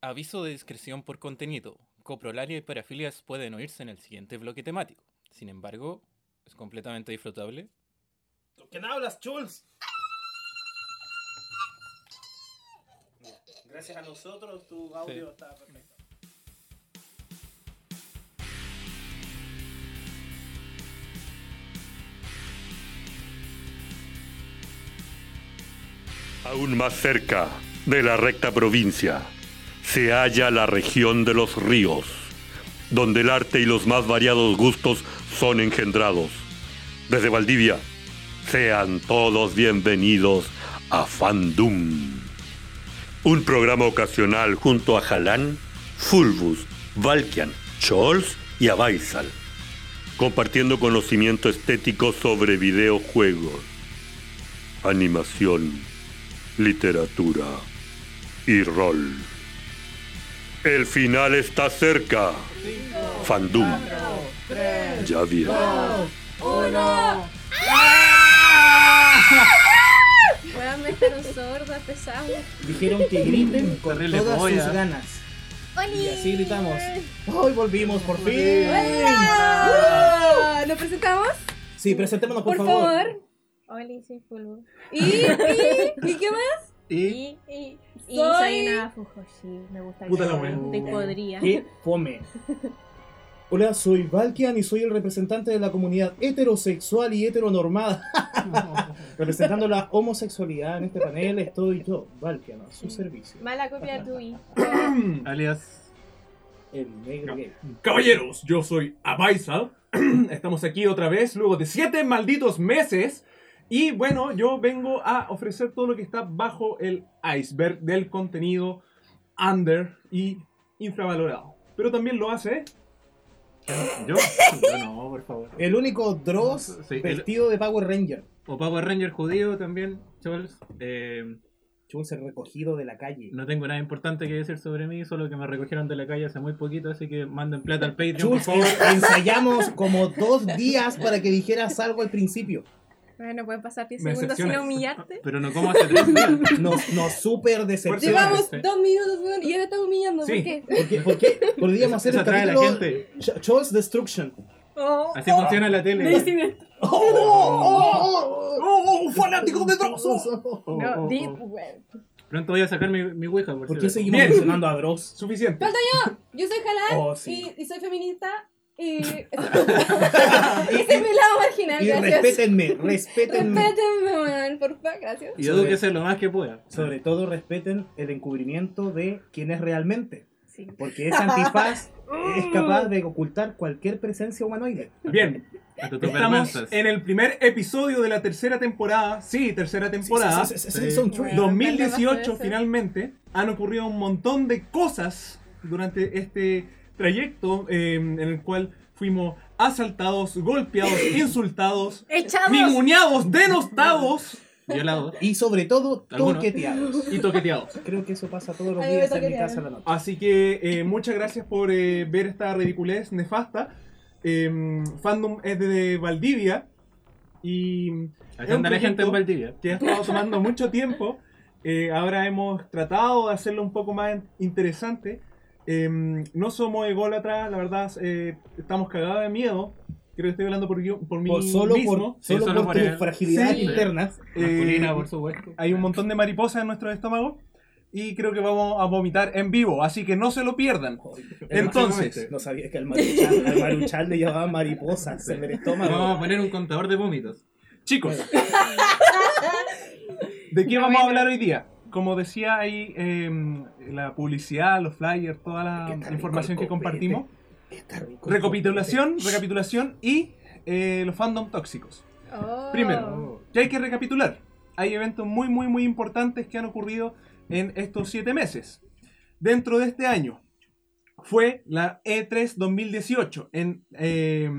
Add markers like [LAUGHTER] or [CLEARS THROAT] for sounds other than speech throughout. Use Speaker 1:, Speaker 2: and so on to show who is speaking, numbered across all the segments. Speaker 1: Aviso de discreción por contenido. Coprolalia y parafilias pueden oírse en el siguiente bloque temático. Sin embargo, es completamente disfrutable.
Speaker 2: ¿Con quién hablas, Jules? Gracias a nosotros, tu audio
Speaker 1: Sí.
Speaker 2: está perfecto.
Speaker 3: Aún más cerca de la recta provincia se halla la región de los ríos, donde el arte y los más variados gustos son engendrados. Desde Valdivia, sean todos bienvenidos a Fandom. Un programa ocasional junto a Jalán, Fulbus, Valkian, Chols y Abaisal, compartiendo conocimiento estético sobre videojuegos, animación, literatura y rol. El final está cerca. Fandom. Ya viene.
Speaker 4: Weón, me dejaron sorda, pesado.
Speaker 5: Dijeron que griten con
Speaker 2: Terrible
Speaker 5: todas
Speaker 2: polla.
Speaker 5: sus ganas.
Speaker 4: ¡Oli!
Speaker 5: Y así gritamos. Hoy volvimos por fin.
Speaker 4: ¡Hola! Ah, ¿Lo presentamos?
Speaker 5: Sí, presentémonos por,
Speaker 4: Por
Speaker 5: favor.
Speaker 4: favor. Oli, soy Fulvo. ¿Y? ¿Y? ¿Y qué más?
Speaker 2: Y
Speaker 6: Y, y, y
Speaker 4: Soy-
Speaker 6: soy una Fujoshi, me gusta
Speaker 2: Puta la
Speaker 6: que
Speaker 7: Uh,
Speaker 2: wea.
Speaker 6: te podría.
Speaker 5: Qué fome. Hola, soy Valkian y soy el representante de la comunidad heterosexual y heteronormada. Representando la homosexualidad en este panel estoy yo, Valkian, a su servicio.
Speaker 6: Mala copia de tu I.
Speaker 2: alias.
Speaker 5: El negro gay.
Speaker 7: Caballeros, yo soy Abaisal. [CLEARS THROAT] Estamos aquí otra vez, luego de siete malditos meses. Y bueno, yo vengo a ofrecer todo lo que está bajo el iceberg del contenido under y infravalorado. Pero también lo hace. Yo, yo no, por favor.
Speaker 5: El único Dross
Speaker 7: Sí, el-
Speaker 5: vestido de Power Ranger.
Speaker 7: O Power Ranger judío también, Chols. Eh,
Speaker 5: Chul ser recogido de la calle.
Speaker 7: no tengo nada importante que decir sobre mí, solo que me recogieron de la calle hace muy poquito, así que manden plata al Patreon, por
Speaker 5: Jules,
Speaker 7: favor.
Speaker 5: ensayamos como dos días para que dijeras algo al principio.
Speaker 4: [COUGHS] Bueno, pueden pasar 10
Speaker 7: Me
Speaker 4: segundos sin
Speaker 7: decepciona.
Speaker 4: humillarte.
Speaker 7: Pero no como hace tres días.
Speaker 5: Nos, nos súper decepciona.
Speaker 4: Llevamos
Speaker 7: [LAUGHS] sí.
Speaker 4: dos minutos, weón, y ahora estás humillando.
Speaker 7: Sí.
Speaker 4: ¿Por qué?
Speaker 5: ¿Por qué, por qué podríamos hacer
Speaker 7: Eso
Speaker 5: el
Speaker 7: atrae a la
Speaker 5: capítulo
Speaker 7: gente.
Speaker 5: Ch- Choice Destruction?
Speaker 4: Oh,
Speaker 7: Así funciona la tele.
Speaker 5: ¡Oh! ¡Oh! ¡Oh! ¡Fanático de Dross!
Speaker 7: Oh, oh,
Speaker 4: no,
Speaker 7: oh.
Speaker 4: di, weón.
Speaker 7: Pronto voy a sacar mi, mi Ouija. Por,
Speaker 5: ¿Por
Speaker 7: si
Speaker 5: qué
Speaker 7: acaso.
Speaker 5: seguimos
Speaker 7: Bien,
Speaker 5: mencionando a Dross?
Speaker 7: suficiente.
Speaker 4: Yo soy Jalán
Speaker 5: Oh, sí.
Speaker 4: y, y soy feminista.
Speaker 7: [LAUGHS]
Speaker 4: Y... [LAUGHS] Ese es mi lado marginal,
Speaker 5: Y
Speaker 4: gracias.
Speaker 5: respétenme, respétenme.
Speaker 4: Respétenme, weón, porfa, gracias.
Speaker 7: Y yo tengo que hacer lo más que pueda.
Speaker 5: Sobre todo respeten el encubrimiento de quién es realmente.
Speaker 4: Sí.
Speaker 5: Porque esa
Speaker 4: [LAUGHS]
Speaker 5: antifaz es capaz de ocultar cualquier presencia humanoide.
Speaker 7: Bien,
Speaker 1: A tu
Speaker 7: estamos en el primer episodio de la tercera temporada. Sí, tercera temporada.
Speaker 5: Sí, sí, sí, sí, sí, son tres.
Speaker 7: 2018
Speaker 4: Sí.
Speaker 7: finalmente han ocurrido un montón de cosas durante este trayecto eh, en el cual fuimos
Speaker 5: [CLEARS THROAT]
Speaker 7: asaltados, golpeados, insultados,
Speaker 4: ¡Echados!
Speaker 7: ninguneados, denostados
Speaker 1: Violado.
Speaker 5: Y sobre todo,
Speaker 7: Algunos.
Speaker 5: toqueteados.
Speaker 7: y toqueteados.
Speaker 5: Creo que eso pasa todos los
Speaker 4: A mí me
Speaker 5: días en mi
Speaker 4: toquetearon.
Speaker 5: casa a la noche.
Speaker 7: Así que eh, muchas gracias por eh, ver esta ridiculez nefasta. Eh, fandom es de Valdivia y
Speaker 1: Así anda la gente en Valdivia.
Speaker 7: que ha estado
Speaker 5: [LAUGHS]
Speaker 7: tomando mucho tiempo. Eh, ahora hemos tratado de hacerlo un poco más interesante. Eh, no somos ególatras, la verdad, eh, estamos cagados de miedo. Creo que estoy hablando por, yo- por mí
Speaker 5: Por- solo
Speaker 7: mismo.
Speaker 5: por,
Speaker 1: Sí,
Speaker 5: solo
Speaker 1: solo
Speaker 5: por
Speaker 1: por
Speaker 5: tu
Speaker 1: el-
Speaker 5: fragilidad
Speaker 7: Sí.
Speaker 5: interna.
Speaker 7: Eh,
Speaker 1: Masculina, por supuesto.
Speaker 7: Hay un montón de mariposas en nuestro estómago y creo que vamos a vomitar en vivo, así que no se lo pierdan. Entonces,
Speaker 5: No sabía que al maruchan, al Maruchan le llamaban mariposas en el
Speaker 1: Vamos
Speaker 5: estómago.
Speaker 1: a poner un contador de vómitos.
Speaker 7: Chicos, [LAUGHS] ¿de qué vamos a hablar hoy día? Como decía ahí em, la publicidad, los flyers, toda
Speaker 5: Qué
Speaker 7: la
Speaker 5: rico
Speaker 7: información
Speaker 5: el copete.
Speaker 7: que compartimos.
Speaker 5: Está rico.
Speaker 7: Recapitulación, recapitulación y eh, los fandom tóxicos.
Speaker 4: Oh.
Speaker 7: Primero, que hay que recapitular. Hay eventos muy, muy, muy importantes que han ocurrido en estos siete meses. Dentro de este año fue la E E3 2018 en eh,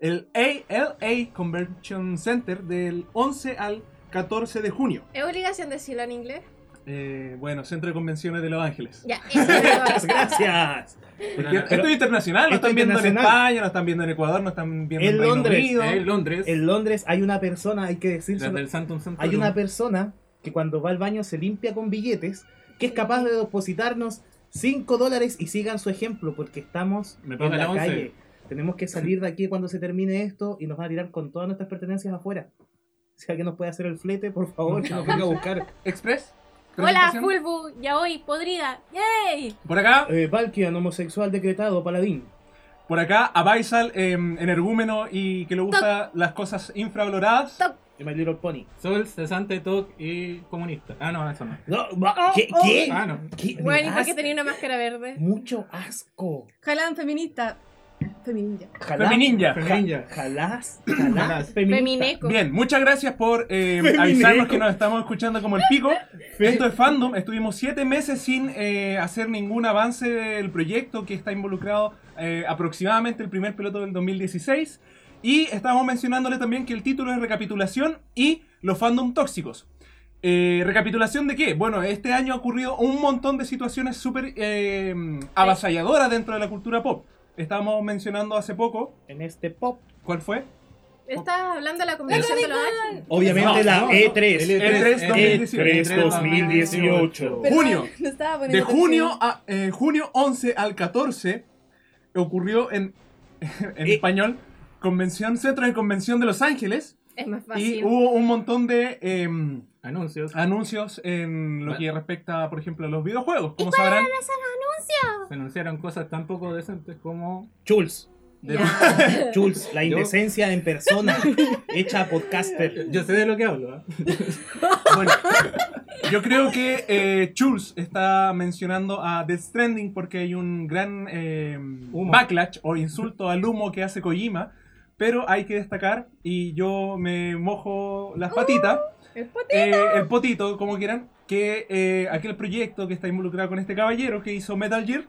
Speaker 7: el ALA Convention Center del 11 al 14 de junio.
Speaker 4: ¿Es obligación decirlo en inglés?
Speaker 7: Eh, bueno, Centro de Convenciones de Los Ángeles. [LAUGHS]
Speaker 4: Ya, eso es
Speaker 5: Muchas gracias.
Speaker 7: Porque
Speaker 1: Pero-
Speaker 7: esto es internacional, lo
Speaker 5: Esto
Speaker 7: están viendo en
Speaker 5: internacional.
Speaker 7: España, lo están viendo en Ecuador, lo están viendo en,
Speaker 5: En
Speaker 7: Reino
Speaker 5: Londres.
Speaker 7: Unido.
Speaker 1: En Londres,
Speaker 5: En Londres hay una persona, hay que
Speaker 1: desde
Speaker 5: decirlo.
Speaker 1: el Santum Sanctorum.
Speaker 5: Hay una persona que cuando va al baño se limpia con billetes, que es capaz de depositarnos 5 dólares y sigan su ejemplo porque estamos
Speaker 7: Me
Speaker 5: en
Speaker 7: paga
Speaker 5: la
Speaker 7: la once.
Speaker 5: calle. Tenemos que salir de aquí cuando se termine esto y nos van a tirar con todas nuestras pertenencias afuera. Si alguien nos puede hacer el flete, por [LAUGHS] favor, que nos venga a buscar.
Speaker 7: Express.
Speaker 6: Hola,
Speaker 7: presentación.
Speaker 6: Fulbu, ya hoy, podrida. ¡Yay!
Speaker 7: Por acá,
Speaker 5: Eh, Valkian, homosexual decretado, paladín.
Speaker 7: por acá, a Baisal, eh, energúmeno y que le gusta las cosas infravaloradas.
Speaker 5: Y My Little Pony.
Speaker 8: Sol, cesante, toc y comunista. Ah, no, eso no.
Speaker 5: No, va- ¿Qué?
Speaker 4: Oh,
Speaker 5: ¿Qué?
Speaker 8: Ah, no.
Speaker 5: ¿Qué? Me
Speaker 4: Bueno, y
Speaker 5: das
Speaker 4: porque tenía una máscara verde.
Speaker 5: Mucho asco.
Speaker 4: Jalan feminista. Feminilla.
Speaker 5: Jalá.
Speaker 7: Femininja.
Speaker 5: Ja-
Speaker 8: Femininja.
Speaker 5: Jalás. [CLEARS THROAT] Jalás. feminista.
Speaker 4: Femineco.
Speaker 7: Bien, muchas gracias por eh,
Speaker 5: Femineco.
Speaker 7: avisarnos que nos estamos escuchando como el pico. Esto es fandom. Estuvimos siete meses sin eh, hacer ningún avance del proyecto que está involucrado eh, aproximadamente el primer piloto del 2016. Y estábamos mencionándole también que el título es Recapitulación y los fandom tóxicos. Eh, ¿Recapitulación de qué? Bueno, este año ha ocurrido un montón de situaciones súper eh, avasalladoras dentro de la cultura pop. Estábamos mencionando hace poco,
Speaker 5: En este pop.
Speaker 7: ¿cuál fue?
Speaker 6: Estás hablando de la convención de los ángeles.
Speaker 5: Obviamente la E
Speaker 8: E
Speaker 5: E3.
Speaker 7: E3
Speaker 5: E3 2018.
Speaker 4: Perdón,
Speaker 7: Junio.
Speaker 4: No estaba poniendo
Speaker 7: De
Speaker 4: atención.
Speaker 7: junio, a, eh, junio 11 al 14 ocurrió en, [LAUGHS] en
Speaker 5: Eh.
Speaker 7: español Convención Centro de Convención de Los Ángeles
Speaker 6: Es más
Speaker 7: y
Speaker 6: fácil.
Speaker 7: hubo un montón de em,
Speaker 8: Anuncios.
Speaker 7: anuncios en lo
Speaker 8: Vale.
Speaker 7: que respecta, por ejemplo, a los videojuegos. Como sabrán,
Speaker 8: Se anunciaron cosas tan poco decentes como.
Speaker 5: Jules.
Speaker 6: Ya.
Speaker 5: Jules, la indecencia en persona. hecha podcaster.
Speaker 8: [LAUGHS] Yo sé de lo que hablo, ¿eh?
Speaker 7: bueno, yo creo que eh, Jules está mencionando a Death Stranding porque hay un gran em,
Speaker 8: Humo.
Speaker 7: backlash o insulto al humo que hace Kojima. Pero hay que destacar, y yo me mojo las patitas,
Speaker 4: El pote.
Speaker 7: eh, el potito, como quieran, que eh, aquel proyecto que está involucrado con este caballero que hizo Metal Gear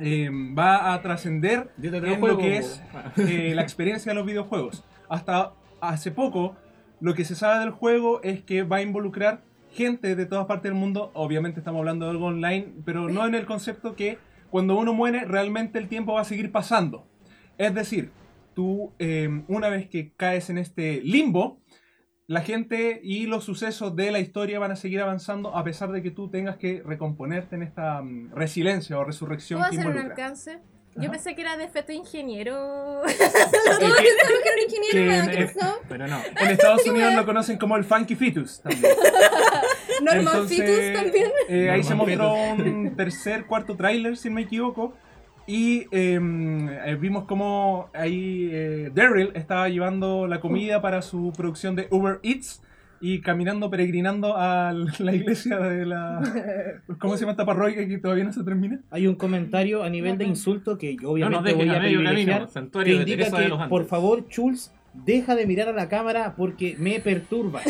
Speaker 7: eh, va a trascender
Speaker 8: Yo te
Speaker 7: Es lo que es. eh, la experiencia de los videojuegos. Hasta hace poco, lo que se sabe del juego es que va a involucrar gente de todas partes del mundo. Obviamente estamos hablando de algo online, pero no en el concepto que cuando uno muere, realmente el tiempo va a seguir pasando. Es decir, tú, eh, una vez que caes en este limbo, la gente y los sucesos de la historia van a seguir avanzando a pesar de que tú tengas que recomponerte en esta mm, resiliencia o resurrección
Speaker 6: ¿Puedo
Speaker 7: que
Speaker 6: hacer un
Speaker 7: involucra.
Speaker 6: alcance?
Speaker 7: Ajá.
Speaker 6: Yo pensé que era
Speaker 4: [LAUGHS]
Speaker 6: defecto ingeniero. [LAUGHS]
Speaker 4: Pensaba que era un ingeniero,
Speaker 7: que-
Speaker 4: weón, ¿qué [LAUGHS]
Speaker 7: eh,
Speaker 4: pasó?
Speaker 8: Pero no.
Speaker 7: En Estados Unidos lo conocen como el Funky Fetus también.
Speaker 4: Norman
Speaker 7: Entonces,
Speaker 4: Fitus [LAUGHS] también.
Speaker 7: eh, ahí se
Speaker 8: Norman
Speaker 7: mostró un tercer, cuarto tráiler, si no me equivoco. Y eh, eh, vimos cómo ahí eh, Daryl estaba llevando la comida para su producción de Uber Eats y caminando, peregrinando a la iglesia de la... ¿Cómo se llama esta parroquia que todavía no se termina?
Speaker 5: Hay un comentario a nivel de insulto que yo
Speaker 8: No nos
Speaker 5: obviamente
Speaker 8: dejen
Speaker 5: voy
Speaker 8: a
Speaker 5: a
Speaker 8: medio
Speaker 5: privilegiar.
Speaker 8: camino.
Speaker 5: Que
Speaker 8: Santuario de
Speaker 5: indica
Speaker 8: Teresa de
Speaker 5: que,
Speaker 8: los Andes.
Speaker 5: por favor, Jules, deja de mirar a la cámara porque me
Speaker 8: [LAUGHS]
Speaker 5: perturba.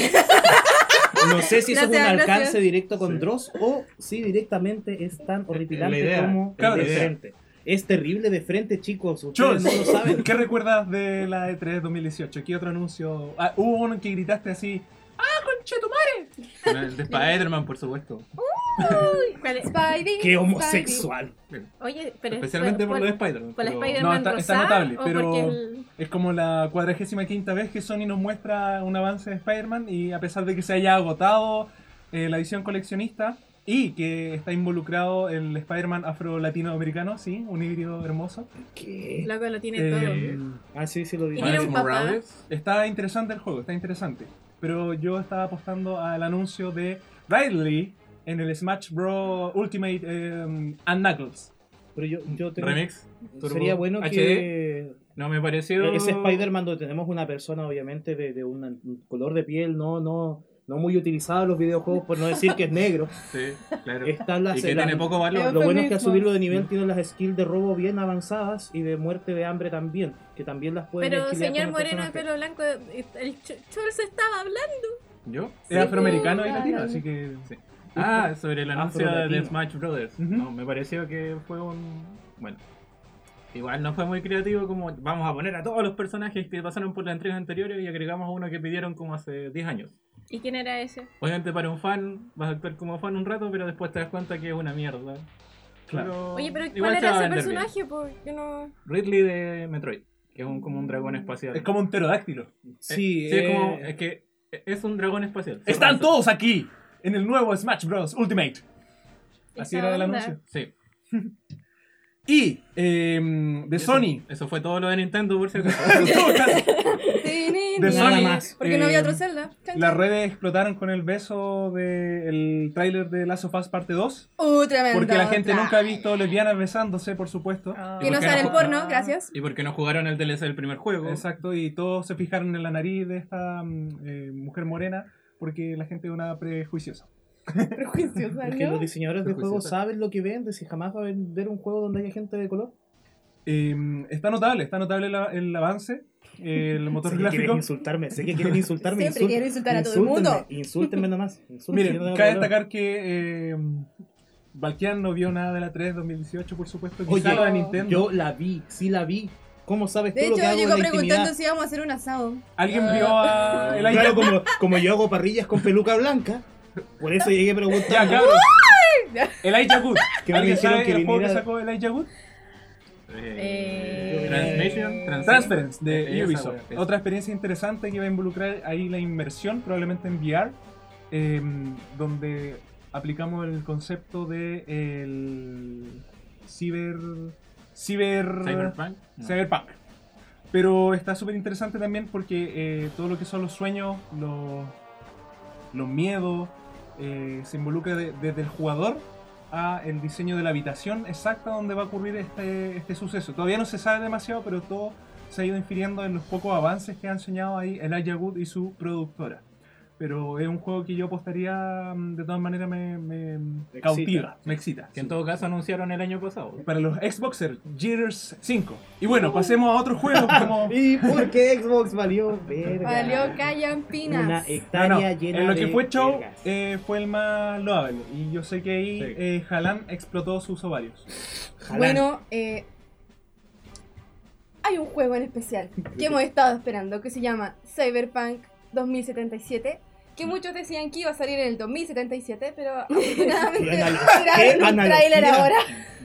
Speaker 5: No sé si eso es un
Speaker 4: Gracias,
Speaker 5: alcance
Speaker 4: gracias.
Speaker 5: directo con Dross o si directamente es tan horripilante
Speaker 8: La idea,
Speaker 5: como
Speaker 7: claro,
Speaker 5: de
Speaker 7: la idea.
Speaker 5: frente. Es terrible de frente, chicos. Ustedes
Speaker 7: Jules,
Speaker 5: no lo
Speaker 8: [LAUGHS]
Speaker 5: saben.
Speaker 7: ¿qué recuerdas de la E E3 2018? ¿Qué otro anuncio? Ah, hubo uno que gritaste así, ¡Ah, conche tu
Speaker 8: Bueno, El de Spider-Man, por supuesto.
Speaker 6: Uy, ¿cuál es?
Speaker 4: Spidey.
Speaker 5: Qué homosexual.
Speaker 6: Oye, pero es
Speaker 8: Especialmente por lo de Spider-Man.
Speaker 6: por la
Speaker 8: pero-
Speaker 6: Spider-Man
Speaker 7: No, está- está
Speaker 6: rosada,
Speaker 7: notable,
Speaker 6: o
Speaker 7: pero-
Speaker 6: porque el-
Speaker 7: Es como la cuadragésima quinta vez que Sony nos muestra un avance de Spider-Man y a pesar de que se haya agotado eh, la edición coleccionista y que está involucrado el Spider-Man afro-latinoamericano, sí, un híbrido hermoso.
Speaker 4: eh,
Speaker 5: ¿Qué?
Speaker 6: Loco lo tiene todo.
Speaker 7: eh,
Speaker 5: Ah, sí, sí lo vi.
Speaker 6: Y tiene un
Speaker 8: Miles
Speaker 6: papá.
Speaker 8: Morales.
Speaker 7: está interesante el juego, está interesante. Pero yo estaba apostando al anuncio de Riley en el Smash Bros. Ultimate eh, and Knuckles.
Speaker 5: Pero yo, yo tengo-
Speaker 8: Remix. Turbo
Speaker 5: Sería bueno que...
Speaker 8: No me pareció.
Speaker 5: E-, Ese Spider-Man donde tenemos una persona, obviamente, de, de una- un color de piel no, no, no muy utilizado en los videojuegos, por no decir que es
Speaker 8: [LAUGHS]
Speaker 5: negro.
Speaker 8: Sí, claro.
Speaker 5: Están las,
Speaker 8: Y que
Speaker 5: las-
Speaker 8: tiene poco valor.
Speaker 5: Lo bueno es que
Speaker 4: Eufemismo.
Speaker 5: al subirlo de nivel tiene las skills de robo bien avanzadas y de muerte de hambre también, que también las pueden
Speaker 6: Pero
Speaker 5: esquilear
Speaker 6: señor
Speaker 5: con el
Speaker 6: Moreno de
Speaker 5: personaje.
Speaker 6: pelo blanco, el Ch- Chulz estaba hablando.
Speaker 8: ¿Yo?
Speaker 7: Es afroamericano y
Speaker 4: claro.
Speaker 7: latino, así que...
Speaker 8: Sí. Ah, sobre el anuncio
Speaker 5: Afro-latino.
Speaker 8: de Smash Brothers.
Speaker 7: Ujú.
Speaker 8: No, me pareció que fue un. Bueno. Igual no fue muy creativo como vamos a poner a todos los personajes que pasaron por las entregas anteriores y agregamos a uno que pidieron como hace 10 años.
Speaker 6: ¿Y quién era ese?
Speaker 8: Obviamente para un fan vas a actuar como fan un rato, pero después te das cuenta que es una mierda. Claro.
Speaker 6: Oye, pero ¿cuál
Speaker 8: igual se
Speaker 6: era
Speaker 8: va a
Speaker 6: ese
Speaker 8: vender bien.
Speaker 6: personaje? Porque no.
Speaker 8: Ridley de Metroid, que es un, como un dragón espacial.
Speaker 7: Mm, Es como un pterodáctilo.
Speaker 5: Sí,
Speaker 8: Sí, es como-
Speaker 5: eh,
Speaker 8: es que es un dragón espacial. Se
Speaker 7: Están
Speaker 8: lanza.
Speaker 7: todos aquí en el nuevo Smash Bros. Ultimate.
Speaker 6: Esa
Speaker 7: Así era el
Speaker 6: onda.
Speaker 7: anuncio.
Speaker 8: Sí.
Speaker 7: [LAUGHS] Y eh, de
Speaker 8: Eso-
Speaker 7: Sony. [LAUGHS]
Speaker 8: Eso fue todo lo de Nintendo, por si acaso.
Speaker 4: [LAUGHS]
Speaker 7: Las
Speaker 4: De
Speaker 7: De Sony.
Speaker 4: Porque no había
Speaker 7: Eh,
Speaker 4: otro Zelda. Chan, chan.
Speaker 7: redes explotaron con el beso del tráiler de Last of Us parte 2.
Speaker 4: Uh, tremendo.
Speaker 7: Porque la gente
Speaker 4: tra-
Speaker 7: nunca ha visto lesbianas besándose, por supuesto.
Speaker 8: ¿Y
Speaker 4: Que
Speaker 8: por
Speaker 4: Ah. no
Speaker 8: qué
Speaker 4: sale el
Speaker 8: no-
Speaker 4: porno, gracias.
Speaker 8: ¿Y por qué no jugaron el DLC del primer juego?
Speaker 7: Exacto, y todos se fijaron en la nariz de esta mm, eh, mujer morena porque la gente es una prejuiciosa.
Speaker 4: Prejuiciosa,
Speaker 5: Es que
Speaker 4: ¿no?
Speaker 5: los diseñadores de juegos
Speaker 8: Prejuiciosa.
Speaker 5: saben lo que venden, si jamás va a vender un juego donde haya gente de color.
Speaker 7: Eh, está notable, está notable la- el avance, eh,
Speaker 4: [LAUGHS]
Speaker 7: el motor
Speaker 5: Sé que quieren
Speaker 7: gráfico.
Speaker 5: insultarme, sé que quieren insultarme.
Speaker 4: Siempre
Speaker 5: insulten-
Speaker 4: quieren insultar a todo el
Speaker 5: insúltenme,
Speaker 4: mundo.
Speaker 5: Insúltenme
Speaker 4: [LAUGHS]
Speaker 5: nomás. insúltenme, yo no
Speaker 7: Miren,
Speaker 5: tengo
Speaker 7: cabe
Speaker 5: problema.
Speaker 7: destacar que eh, Valkian no vio nada de la 3 2018, por supuesto,
Speaker 5: Oye,
Speaker 7: quizá lo de Nintendo.
Speaker 5: Yo la vi, sí la vi. ¿Cómo sabes tú
Speaker 4: De
Speaker 5: lo
Speaker 4: hecho,
Speaker 5: que hago en
Speaker 4: llegó
Speaker 5: la
Speaker 4: preguntando
Speaker 5: intimidad?
Speaker 4: si íbamos a hacer un asado.
Speaker 7: ¿Alguien vio
Speaker 8: Ah.
Speaker 7: a el
Speaker 5: Claro,
Speaker 7: iPad?
Speaker 5: como, como yo hago parrillas con peluca blanca, por eso llegué
Speaker 7: Ya,
Speaker 5: preguntando.
Speaker 7: cabros. El Elijah Wood.
Speaker 5: Que me
Speaker 7: ¿Alguien
Speaker 5: dijeron
Speaker 7: sabe
Speaker 5: que
Speaker 7: el juego que
Speaker 5: viniera-
Speaker 7: sacó Elijah Wood?
Speaker 8: Eh,
Speaker 4: Eh,
Speaker 8: Transmission, Trans-
Speaker 7: Transference
Speaker 8: Eh,
Speaker 7: de
Speaker 8: esa
Speaker 7: Ubisoft.
Speaker 8: wea, esa.
Speaker 7: Otra experiencia interesante que va a involucrar ahí la inmersión, probablemente en VR, eh, donde aplicamos el concepto de el ciber ciber
Speaker 8: Cyberpunk. No.
Speaker 7: cyberpunk. Pero está súper interesante también porque eh, todo lo que son los sueños, los, los miedos, eh, se involucra de- desde el jugador a el diseño de la habitación exacta donde va a ocurrir este, este suceso. Todavía no se sabe demasiado, pero todo se ha ido infiriendo en los pocos avances que han enseñado ahí el Ayagut y su productora. Pero es un juego que yo apostaría, mm, de todas maneras, me, me
Speaker 5: Te
Speaker 7: cautiva, me excita.
Speaker 8: Que en todo caso anunciaron el
Speaker 7: [LAUGHS]
Speaker 8: año pasado.
Speaker 7: Para los Xboxer, Gears 5. Y bueno, pasemos a otro juego
Speaker 5: [LAUGHS]
Speaker 7: como...
Speaker 5: ¿Y por qué Xbox valió verga?
Speaker 4: Valió callampinas.
Speaker 5: Una eh,
Speaker 7: No, no,
Speaker 5: hectárea llena
Speaker 7: en lo que
Speaker 5: de
Speaker 7: fue show
Speaker 5: vergas.
Speaker 7: eh, fue el más loable. Y yo sé que ahí
Speaker 8: Sí.
Speaker 7: eh, Jalan explotó sus ovarios.
Speaker 5: Jalán.
Speaker 4: Bueno, eh, hay un juego en especial que hemos estado esperando que se llama Cyberpunk 2077. Que muchos decían que iba a salir en el 2077,
Speaker 5: [LAUGHS]
Speaker 4: pero afortunadamente [LAUGHS]
Speaker 5: Qué anal- qué
Speaker 4: tiraron un
Speaker 5: analogía.
Speaker 4: tráiler ahora.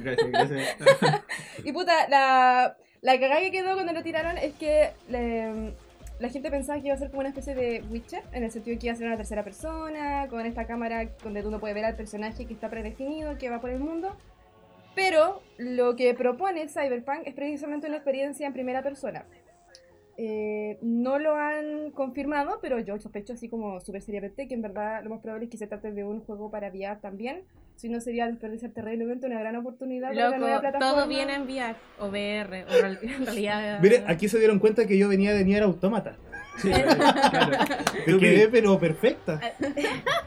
Speaker 8: Gracias,
Speaker 5: [LAUGHS]
Speaker 8: gracias.
Speaker 4: [LAUGHS] Y puta, la, la cagada que quedó cuando lo tiraron es que le- la gente pensaba que iba a ser como una especie de Witcher, en el sentido que iba a ser una tercera persona, con esta cámara donde tú no puedes ver al personaje que está predefinido, que va por el mundo. Pero lo que propone Cyberpunk es precisamente una experiencia en primera persona. Eh, no lo han confirmado, pero yo sospecho así como súper seriamente que en verdad lo más probable es que se trate de un juego para VR también. Si no sería desperdiciar terriblemente una gran oportunidad para la nueva
Speaker 6: Loco,
Speaker 4: plataforma.
Speaker 6: todo viene a enviar. O VR, o real- en realidad.
Speaker 5: Mire, aquí se dieron cuenta que yo venía de Nier Automata.
Speaker 7: Sí, claro.
Speaker 5: Me quedé, pero perfecta.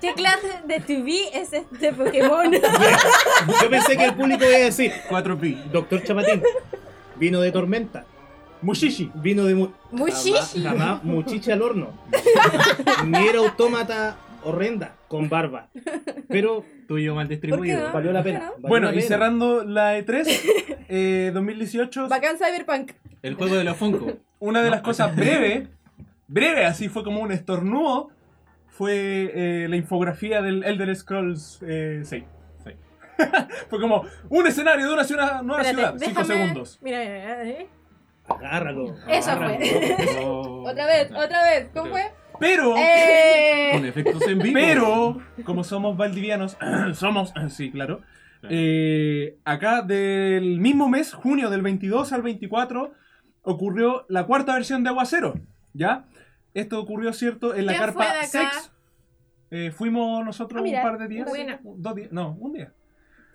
Speaker 6: ¿Qué clase de TV es este Pokémon?
Speaker 5: Yo pensé que el público iba a decir,
Speaker 7: 4P.
Speaker 5: Doctor Chapatín, vino de tormenta,
Speaker 7: Mushishi.
Speaker 5: vino de... mu-
Speaker 6: Mushishi.
Speaker 5: Jamás, jamás muchicha al horno. Ni era autómata horrenda, con barba. Pero
Speaker 8: Tuyo mal
Speaker 4: ¿Por qué
Speaker 8: distribuido.
Speaker 4: no?
Speaker 5: valió la pena.
Speaker 4: Claro.
Speaker 5: valió
Speaker 7: Bueno,
Speaker 5: la
Speaker 7: y
Speaker 5: pena.
Speaker 7: cerrando
Speaker 5: [LAUGHS]
Speaker 7: la E3 eh, 2018,
Speaker 4: Bacán Cyberpunk.
Speaker 8: El juego de los Funko.
Speaker 7: una de las
Speaker 8: No.
Speaker 7: cosas
Speaker 8: [LAUGHS]
Speaker 7: breve, breve, así fue como un estornudo, fue eh, la infografía del Elder Scrolls eh, 6.
Speaker 8: Sí.
Speaker 7: [LAUGHS] fue como un escenario de una ciudad- nueva
Speaker 6: Espérate,
Speaker 7: ciudad, 5
Speaker 5: [LAUGHS]
Speaker 6: déjame-
Speaker 7: segundos.
Speaker 6: Mira, mira, mira, ¿eh?
Speaker 5: Agárralo.
Speaker 4: Eso
Speaker 5: agárralo.
Speaker 7: Oh,
Speaker 4: Otra vez, otra vez. ¿Cómo fue?
Speaker 7: Pero...
Speaker 8: Con
Speaker 7: [LAUGHS]
Speaker 4: ¡Eh!
Speaker 8: efectos en vivo.
Speaker 7: Pero, como somos valdivianos, [CLEARS THROAT] somos, sí, claro. eh, acá del mismo mes, junio del 22 al 24, ocurrió la cuarta versión de Aguacero, ¿ya? Esto ocurrió, ¿cierto? En la
Speaker 6: ¿Quién
Speaker 7: carpa
Speaker 6: fue de acá?
Speaker 7: Sex. Eh, fuimos nosotros
Speaker 4: Ah, mira,
Speaker 7: un par de días.
Speaker 6: buena.
Speaker 7: Dos días, no, un día.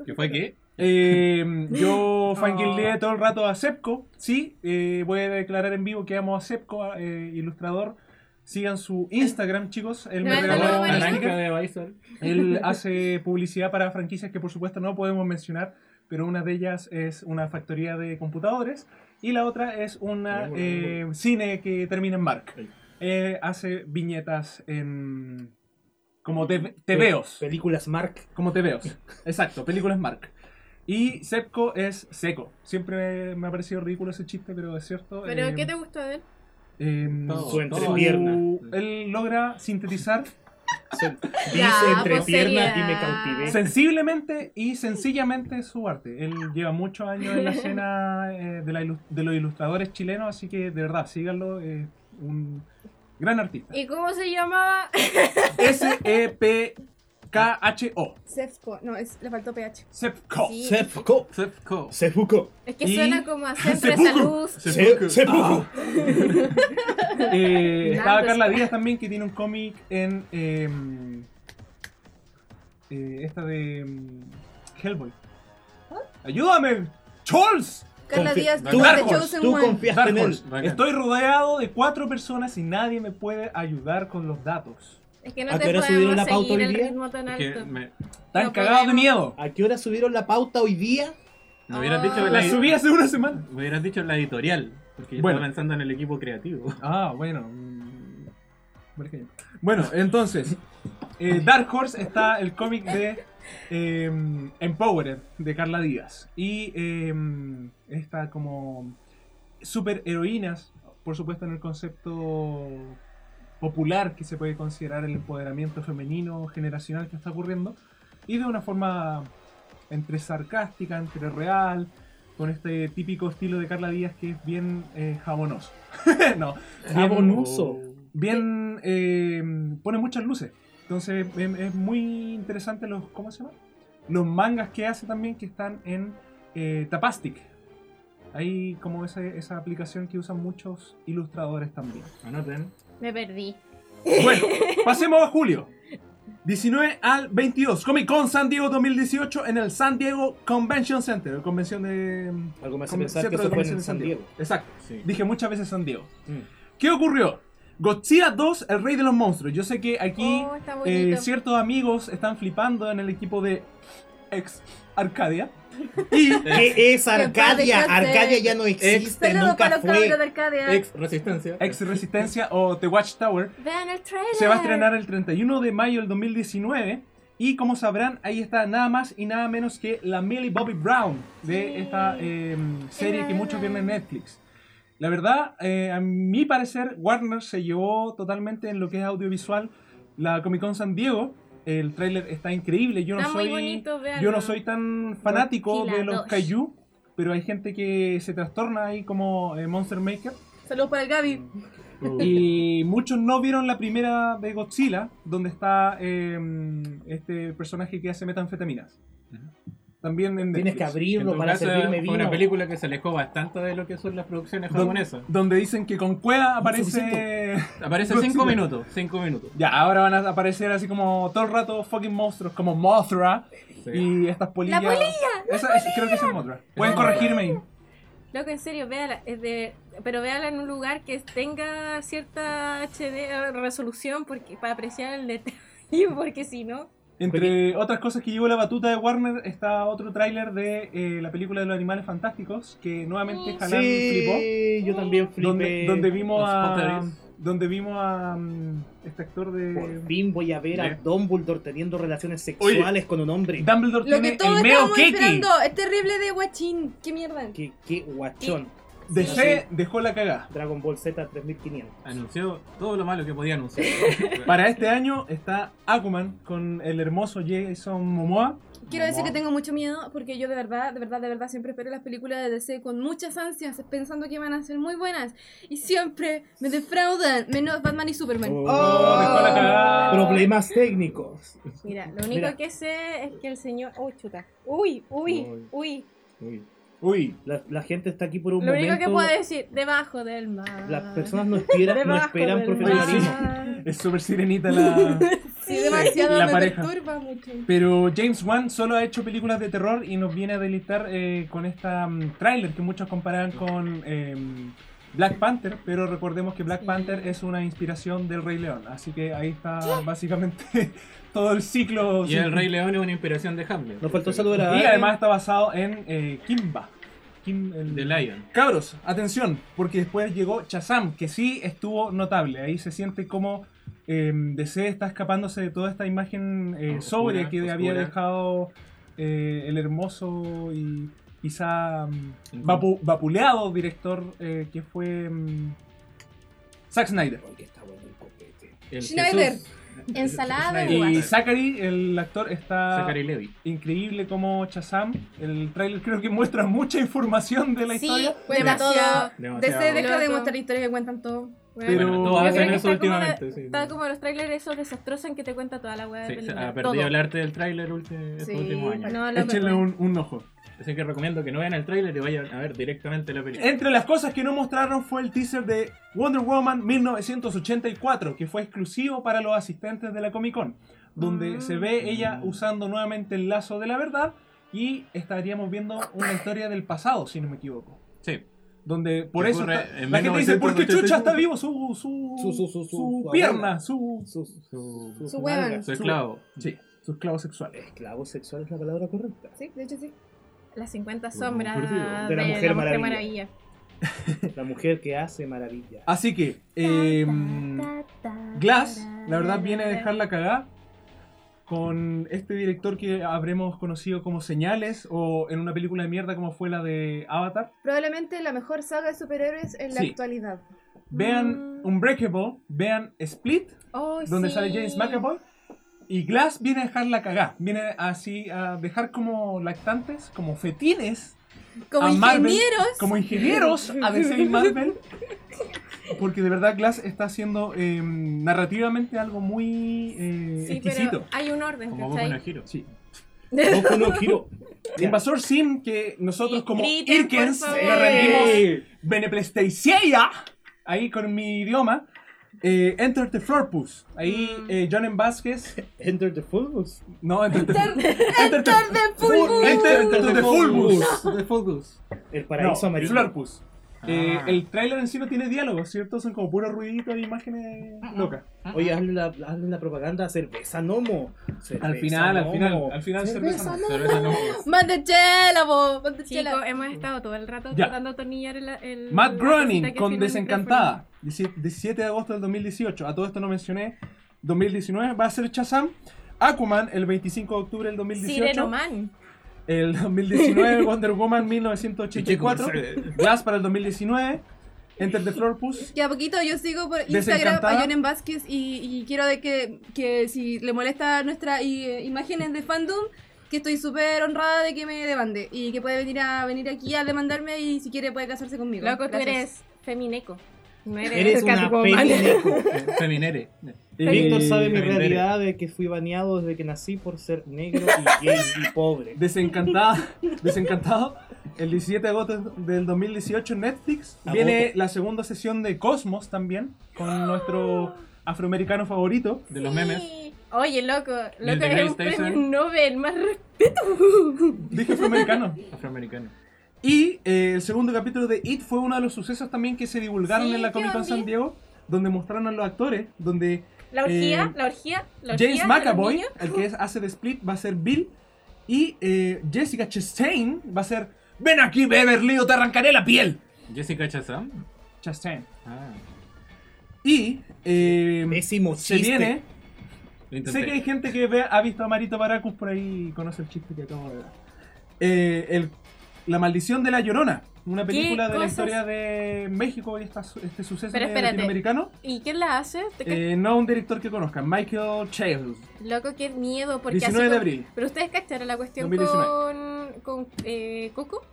Speaker 8: ¿Qué fue qué?
Speaker 7: Eh,
Speaker 6: [LAUGHS]
Speaker 7: yo fangirleé
Speaker 6: Oh.
Speaker 7: todo el rato a Sepco, sí. eh, voy a declarar en vivo que amo a Sepco, eh, ilustrador. Sigan su Instagram, chicos. Él me
Speaker 6: No, no,
Speaker 7: regaló
Speaker 6: no,
Speaker 7: un
Speaker 6: Marisa.
Speaker 7: sticker.
Speaker 8: Arranca de Baisal.
Speaker 7: Él hace publicidad para franquicias que por supuesto no podemos mencionar, pero una de ellas es una factoría de computadores y la otra es una eh, cine que termina en Mark. Eh, hace viñetas en... como te, tebeos.
Speaker 5: Películas Mark.
Speaker 7: Como tebeos. Exacto, películas Mark. Y Sepco es seco. Siempre me ha parecido ridículo ese chiste, pero es cierto.
Speaker 6: [LAUGHS] ¿Pero
Speaker 7: Eh,
Speaker 6: qué te gustó de él?
Speaker 7: eh,
Speaker 8: Todo,
Speaker 5: Su
Speaker 8: todo.
Speaker 5: entrepierna.
Speaker 7: Él logra sintetizar
Speaker 5: Vi
Speaker 6: Ya,
Speaker 5: su
Speaker 6: pues,
Speaker 5: entrepierna y me
Speaker 6: seriedad.
Speaker 5: cautivé.
Speaker 7: sensiblemente y sencillamente su arte. Él lleva muchos años en la
Speaker 6: [LAUGHS]
Speaker 7: escena eh, de, la ilu- de los ilustradores chilenos, así que de verdad, síganlo. eh, un gran artista. E
Speaker 6: ¿Y cómo se llamaba?
Speaker 7: S.E.P. K-H-O.
Speaker 4: Sefco. No, es, le faltó PH.
Speaker 7: Sepco.
Speaker 6: Sí.
Speaker 5: Sepco.
Speaker 7: Sepco.
Speaker 5: Sepco.
Speaker 6: Es que
Speaker 7: Y-
Speaker 6: suena como
Speaker 7: [LAUGHS]
Speaker 6: a centro de
Speaker 7: Seppuku.
Speaker 6: salud.
Speaker 7: Seppuku.
Speaker 5: Seppuku.
Speaker 7: Ah. Eh, estaba
Speaker 6: Nada,
Speaker 7: Carla
Speaker 6: sí.
Speaker 7: Díaz también que tiene un cómic en em, eh, esta de em, Hellboy. ¡Ayúdame! ¡Chols!
Speaker 6: Carla Díaz,
Speaker 5: Tú,
Speaker 6: The
Speaker 7: Dark Horse,
Speaker 6: Chosen
Speaker 5: tú
Speaker 6: One.
Speaker 5: confiaste en él.
Speaker 7: Estoy rodeado de cuatro personas y nadie me puede ayudar con los datos.
Speaker 6: Es que
Speaker 5: ¿A
Speaker 6: no
Speaker 5: qué
Speaker 6: te
Speaker 5: hora subieron
Speaker 6: podemos
Speaker 5: la pauta
Speaker 6: seguir
Speaker 5: hoy
Speaker 6: el
Speaker 5: día?
Speaker 6: ritmo tan
Speaker 8: Es que
Speaker 6: alto.
Speaker 8: me,
Speaker 7: ¡Están
Speaker 6: No
Speaker 7: cagados de
Speaker 6: podemos.
Speaker 7: miedo!
Speaker 5: ¿A qué hora subieron la pauta hoy día?
Speaker 8: me hubieras dicho
Speaker 6: Ah.
Speaker 8: la,
Speaker 7: La subí hace una semana.
Speaker 8: me hubieras dicho la editorial, porque yo
Speaker 7: Bueno.
Speaker 8: estaba pensando en el equipo creativo.
Speaker 7: Ah, bueno. mm, Virginia. Bueno, entonces, eh, Dark Horse está el cómic de eh, Empowered de Carla Díaz. Y eh, está como super heroínas, por supuesto, en el concepto popular que se puede considerar el empoderamiento femenino generacional que está ocurriendo. Y de una forma entre sarcástica, entre real, con este típico estilo de Carla Díaz que es bien eh, jabonoso. [LAUGHS] no, bien-
Speaker 8: Oh.
Speaker 5: Jabonoso.
Speaker 7: Bien, eh, pone muchas luces. Entonces em, es muy interesante los, ¿cómo se llama? Los mangas que hace también que están en eh, Tapastic. Hay como ese- esa aplicación que usan muchos ilustradores también.
Speaker 8: Anoten.
Speaker 6: Me perdí.
Speaker 7: Bueno, pasemos a julio. 19 al 22, Comic Con San Diego 2018 en el San Diego Convention Center, la convención de...
Speaker 5: Algo me hace
Speaker 7: Conven-
Speaker 5: pensar que
Speaker 7: Centro de
Speaker 5: eso fue
Speaker 7: Convención
Speaker 5: en
Speaker 7: de
Speaker 5: San Diego.
Speaker 7: Exacto.
Speaker 8: Sí.
Speaker 7: Dije muchas veces San Diego.
Speaker 5: Mm.
Speaker 7: ¿Qué ocurrió? Godzilla 2, el rey de los monstruos. Yo sé que aquí
Speaker 6: Oh, está
Speaker 7: eh,
Speaker 6: bonito.
Speaker 7: ciertos amigos están flipando en el equipo de ex Arcadia. Y
Speaker 6: Eh,
Speaker 5: ¿Qué es Arcadia?
Speaker 6: paz descanse.
Speaker 5: Arcadia ya no existe,
Speaker 6: Saludos
Speaker 5: nunca
Speaker 6: para los cabros de
Speaker 5: fue.
Speaker 6: Arcadia.
Speaker 8: Ex Resistencia.
Speaker 7: ex Resistencia o The Watchtower
Speaker 6: Vean el trailer.
Speaker 7: se va a estrenar el 31 de mayo del 2019. Y como sabrán, ahí está nada más y nada menos que la Millie Bobby Brown de
Speaker 6: Sí.
Speaker 7: esta eh, serie que muchos vieron en
Speaker 6: verdad.
Speaker 7: Netflix. La verdad, eh, a mi parecer, Warner se llevó totalmente en lo que es audiovisual la Comic Con San Diego. El tráiler está increíble. Yo no
Speaker 6: Está muy
Speaker 7: soy
Speaker 6: bonito, véanlo.
Speaker 7: yo no soy tan fanático
Speaker 6: Godzilla
Speaker 7: de los
Speaker 6: 2.
Speaker 7: kaiju, pero hay gente que se trastorna ahí como eh, Monster Maker.
Speaker 6: Saludos para el Gaby.
Speaker 7: Mm. Y muchos no vieron la primera de Godzilla, donde está eh, este personaje que hace metanfetaminas. También en
Speaker 5: Tienes que
Speaker 7: Netflix.
Speaker 8: En
Speaker 5: abrirlo
Speaker 8: todo
Speaker 5: para
Speaker 8: caso,
Speaker 5: servirme
Speaker 8: Fue una
Speaker 5: vino.
Speaker 8: película que se alejó bastante de lo que son las producciones
Speaker 7: Don-
Speaker 8: japonesas.
Speaker 7: Donde dicen que con cueva aparece.
Speaker 8: Aparece
Speaker 7: Godzilla.
Speaker 8: 5 minutos, 5 minutos.
Speaker 7: [LAUGHS] Ya, ahora van a aparecer así como todo el rato fucking monstruos, como Mothra y estas polillas.
Speaker 6: polilla,
Speaker 7: Esa- es- creo que es Mothra. Pueden
Speaker 8: Mothra.
Speaker 7: corregirme ahí.
Speaker 6: Loco, en serio, véala. Es de... Pero véala en un lugar que tenga cierta HD resolución porque... para apreciar el detalle, porque si no.
Speaker 7: Entre otras cosas que llevó la batuta de Warner está otro tráiler de eh, la película de los animales fantásticos que nuevamente Hanan flipó.
Speaker 5: Sí, yo también flipé.
Speaker 7: Donde, donde vimos
Speaker 8: Los
Speaker 7: a
Speaker 8: Potteries.
Speaker 7: donde vimos a mm, este actor
Speaker 5: Por
Speaker 7: de
Speaker 5: fin voy a ver a
Speaker 7: Bien.
Speaker 5: Dumbledore teniendo relaciones sexuales con un hombre.
Speaker 7: Dumbledore
Speaker 4: Lo que
Speaker 7: tiene
Speaker 4: todos
Speaker 7: el meo
Speaker 4: estábamos
Speaker 7: Keki.
Speaker 4: esperando. Es terrible de Guachín. ¿Qué mierda?
Speaker 5: Qué, qué guachón.
Speaker 7: De
Speaker 5: Sí,
Speaker 7: C Ah, dejó la cagada.
Speaker 5: Dragon Ball Z 3500.
Speaker 8: Anunció todo lo malo que podía anunciar.
Speaker 7: [LAUGHS] Para este año está Aquaman con el hermoso Jason Momoa.
Speaker 4: Quiero decir que tengo mucho miedo porque yo de verdad, de verdad, de verdad siempre espero las películas de DC con muchas ansias pensando que van a ser muy buenas y siempre me defraudan, menos Batman y Superman. Oh,
Speaker 7: dejó Oh, la
Speaker 6: Oh.
Speaker 7: cagada.
Speaker 5: Oh. Problemas técnicos.
Speaker 6: Mira, lo único
Speaker 5: Mira.
Speaker 6: que sé es que el señor. Uy, chuta. Uy, uy, uy.
Speaker 7: Uy,
Speaker 5: La, la gente está aquí por un
Speaker 6: Lo
Speaker 5: momento.
Speaker 6: único que puedo decir, debajo del mar.
Speaker 5: Las personas no,
Speaker 6: [LAUGHS]
Speaker 5: esperan no
Speaker 6: Debajo
Speaker 5: esperan
Speaker 6: del
Speaker 5: profesionalismo.
Speaker 6: mar.
Speaker 7: es súper
Speaker 4: [LAUGHS]
Speaker 7: sirenita la
Speaker 4: Sí, demasiado
Speaker 7: La
Speaker 4: me
Speaker 7: pareja.
Speaker 4: perturba mucho.
Speaker 7: Pero James Wan solo ha hecho películas de terror y nos viene a deleitar eh, con esta mm, tráiler que muchos comparan con eh, Black Panther, pero recordemos que Black Panther es una inspiración del Rey León, así que ahí está básicamente [LAUGHS] todo el ciclo.
Speaker 8: y el Rey León es una inspiración de Hamlet.
Speaker 5: Nos faltó saludar a
Speaker 7: Y además está basado en eh, Kimba. Kim- el-
Speaker 8: De Lion.
Speaker 7: Cabros, atención, porque después llegó Chazam, que sí estuvo notable. Ahí se siente como eh, DC está escapándose de toda esta imagen eh,
Speaker 8: Oscura,
Speaker 7: sobria que
Speaker 8: oscura.
Speaker 7: había dejado eh, el hermoso y quizá mm, vapu- vapuleado director eh, que fue mm, Zack Snyder.
Speaker 5: Ay, que está bueno el copete.
Speaker 8: El
Speaker 4: Schneider.
Speaker 8: Jesús.
Speaker 6: Ensalada de
Speaker 7: Y
Speaker 6: guas.
Speaker 7: Zachary, el actor, está
Speaker 8: Zachary Levi.
Speaker 7: increíble como Chazam. El tráiler creo que muestra mucha información de la
Speaker 6: Sí,
Speaker 7: historia.
Speaker 6: cuenta todo.
Speaker 7: Ah,
Speaker 8: Demasiado.
Speaker 4: DC deja de
Speaker 6: Loco.
Speaker 4: mostrar historias que cuentan todo.
Speaker 6: Bueno,
Speaker 8: Pero
Speaker 1: Bueno,
Speaker 8: todos
Speaker 6: yo creo
Speaker 8: hacen
Speaker 6: que
Speaker 8: eso
Speaker 6: está como la-
Speaker 8: últimamente. sí.
Speaker 6: Está como los trailers esos desastrosos en que te cuenta toda la weá
Speaker 8: Sí, ah,
Speaker 6: de
Speaker 8: se
Speaker 6: película,
Speaker 8: ha perdido
Speaker 6: todo.
Speaker 8: el arte del tráiler ulti- estos
Speaker 4: Sí,
Speaker 8: últimos años.
Speaker 6: No, pues, la
Speaker 7: Échenle
Speaker 6: verdad.
Speaker 7: un, un ojo.
Speaker 8: Así que recomiendo que no vean el tráiler y vayan a ver directamente la película.
Speaker 7: Entre las cosas que no mostraron fue el teaser de Wonder Woman 1984, que fue exclusivo para los asistentes de la Comic Con, donde
Speaker 6: Mm.
Speaker 7: se ve ella usando nuevamente el lazo de la verdad y estaríamos viendo una historia del pasado, si no me equivoco.
Speaker 8: Sí.
Speaker 7: Donde por
Speaker 8: Que
Speaker 7: eso
Speaker 8: ocurre
Speaker 7: está-
Speaker 8: en
Speaker 7: la gente dice, ¿por qué Chucha está
Speaker 8: 1984?
Speaker 7: vivo su, su,
Speaker 5: Su- su- su- su- su
Speaker 7: pierna?
Speaker 5: abuela.
Speaker 7: Su,
Speaker 5: Sus- sus
Speaker 4: Su huevan.
Speaker 5: nalgas.
Speaker 8: Su esclavo.
Speaker 7: sí, sus clavos sexuales.
Speaker 5: Esclavo sexual es la palabra correcta.
Speaker 4: Sí, de hecho sí.
Speaker 6: Las 50 sombras
Speaker 7: Por Dios.
Speaker 6: de, la Mujer Maravilla.
Speaker 5: La mujer que hace maravilla.
Speaker 7: Así que, eh, Glass, la verdad, viene a dejar la cagada con este director que habremos conocido como Señales o en una película de mierda como fue la de Avatar.
Speaker 4: Probablemente la mejor saga de superhéroes en la
Speaker 7: Sí.
Speaker 4: actualidad.
Speaker 7: Vean
Speaker 6: Mm.
Speaker 7: Unbreakable, vean Split,
Speaker 6: Oh,
Speaker 7: donde
Speaker 6: sí.
Speaker 7: sale James McAvoy. Y Glass viene a dejar la cagada, viene así a dejar como lactantes, como fetines
Speaker 6: Como
Speaker 7: a Marvel,
Speaker 6: ingenieros.
Speaker 7: como ingenieros a DC y Marvel. Porque de verdad Glass está haciendo eh, narrativamente algo muy eh,
Speaker 6: Sí,
Speaker 7: exquisito.
Speaker 6: pero hay un orden,
Speaker 8: Como Boku no
Speaker 6: ¿cachai?
Speaker 8: Hero.
Speaker 7: Sí.
Speaker 5: Boku no Hiro.
Speaker 7: El Invasor Sim, que nosotros
Speaker 6: Y
Speaker 7: como
Speaker 6: griten,
Speaker 7: Irkens
Speaker 6: por favor.
Speaker 7: le rendimos beneplesteiseia, ahí con mi idioma. eh, Enter the Florpus. Ahí
Speaker 6: Mm.
Speaker 7: eh, John M. Vázquez.
Speaker 5: Enter the Fulbus.
Speaker 7: No, Enter the Enter the-
Speaker 6: Enter the full moon.
Speaker 7: Enter the Fulbus.
Speaker 8: The Focus.
Speaker 5: El paraíso
Speaker 7: No,
Speaker 5: amarillo.
Speaker 7: Florpus. Eh,
Speaker 8: Ah.
Speaker 7: el tráiler en sí no tiene diálogos, ¿cierto? Son como puros ruiditos e imágenes locas.
Speaker 5: Oye, hazle la, hazle la propaganda a cerveza Nomo. Cerveza
Speaker 7: Al final, al
Speaker 5: Nomo.
Speaker 7: final, al final cerveza.
Speaker 8: Cerveza no.
Speaker 4: ¡Mande chela, po! ¡Mande chela!
Speaker 6: Chicos, hemos estado todo el rato
Speaker 7: Ya.
Speaker 6: tratando de atornillar el, el-
Speaker 7: Matt
Speaker 6: la
Speaker 7: Groening
Speaker 6: cosita que
Speaker 7: con
Speaker 6: firma el
Speaker 7: Desencantada, 17 de agosto del 2018. A todo esto no mencioné. 2019 va a ser Shazam. Aquaman el 25 de octubre del
Speaker 6: micrófono.
Speaker 7: 2018.
Speaker 6: Sirenoman.
Speaker 7: El 2019 Wonder Woman 1984. Glass para el 2019. Enter the Florpus.
Speaker 4: Que a poquito yo sigo por Instagram
Speaker 7: Desencantada.
Speaker 4: a Jonen Vázquez y, y quiero de que, que si le molesta nuestras imágenes de fandom, que estoy súper honrada de que me demande y que puede venir a venir aquí a demandarme y si quiere puede casarse conmigo.
Speaker 6: Loco, tú
Speaker 4: Gracias.
Speaker 6: eres femineco. No eres,
Speaker 5: Eres una
Speaker 6: Catwoman. [LAUGHS]
Speaker 5: pelineco.
Speaker 8: Feminere.
Speaker 7: Eh,
Speaker 5: Víctor sabe mi
Speaker 8: Feminere.
Speaker 5: realidad de que fui baneado desde que nací por ser negro y gay y pobre.
Speaker 7: [LAUGHS] Desencantada, desencantado. El 17 de agosto del 2018 en Netflix. Viene la segunda sesión de Cosmos también. Con nuestro afroamericano favorito.
Speaker 8: De los memes.
Speaker 6: Sí. Oye, loco,
Speaker 8: el
Speaker 6: loco
Speaker 8: de
Speaker 6: es un
Speaker 8: Grace
Speaker 6: premio
Speaker 8: Tyson.
Speaker 6: Nobel, más
Speaker 7: Dije afroamericano.
Speaker 8: Afroamericano.
Speaker 7: Y eh, el segundo capítulo de It fue uno de los sucesos también que se divulgaron
Speaker 6: Sí,
Speaker 7: en la Comic Con
Speaker 6: yo
Speaker 7: San
Speaker 6: vi.
Speaker 7: Diego, donde mostraron a los actores, donde
Speaker 6: La orgía,
Speaker 7: Eh,
Speaker 6: la orgía, la orgía.
Speaker 7: James
Speaker 6: de los
Speaker 7: McAvoy,
Speaker 6: niños.
Speaker 7: el que es- hace de Split, va a ser Bill, y eh, Jessica Chastain va a ser Ven aquí, Beverly, o te arrancaré la piel.
Speaker 8: Jessica Chazam.
Speaker 7: Chastain.
Speaker 8: Ah,
Speaker 7: Y eh,
Speaker 5: Pésimo
Speaker 7: se
Speaker 5: chiste.
Speaker 7: viene.
Speaker 8: lo intenté.
Speaker 7: Sé que hay gente que ve- ha visto a Marito Baracus por ahí y conoce el chiste que acabo de ver. Eh, el- la maldición de la llorona. Una película de la
Speaker 6: cosas?
Speaker 7: historia de México y esta su- este suceso
Speaker 6: Pero
Speaker 7: de
Speaker 6: espérate.
Speaker 7: latinoamericano.
Speaker 6: ¿Y quién la hace? Te ca-
Speaker 7: Eh, no un director que conozcan, Michael Chales.
Speaker 6: Loco, qué miedo. Porque
Speaker 7: 19 de
Speaker 6: así como-
Speaker 7: abril.
Speaker 6: Pero ustedes cacharon la cuestión
Speaker 7: 2019.
Speaker 6: con, con eh, Coco,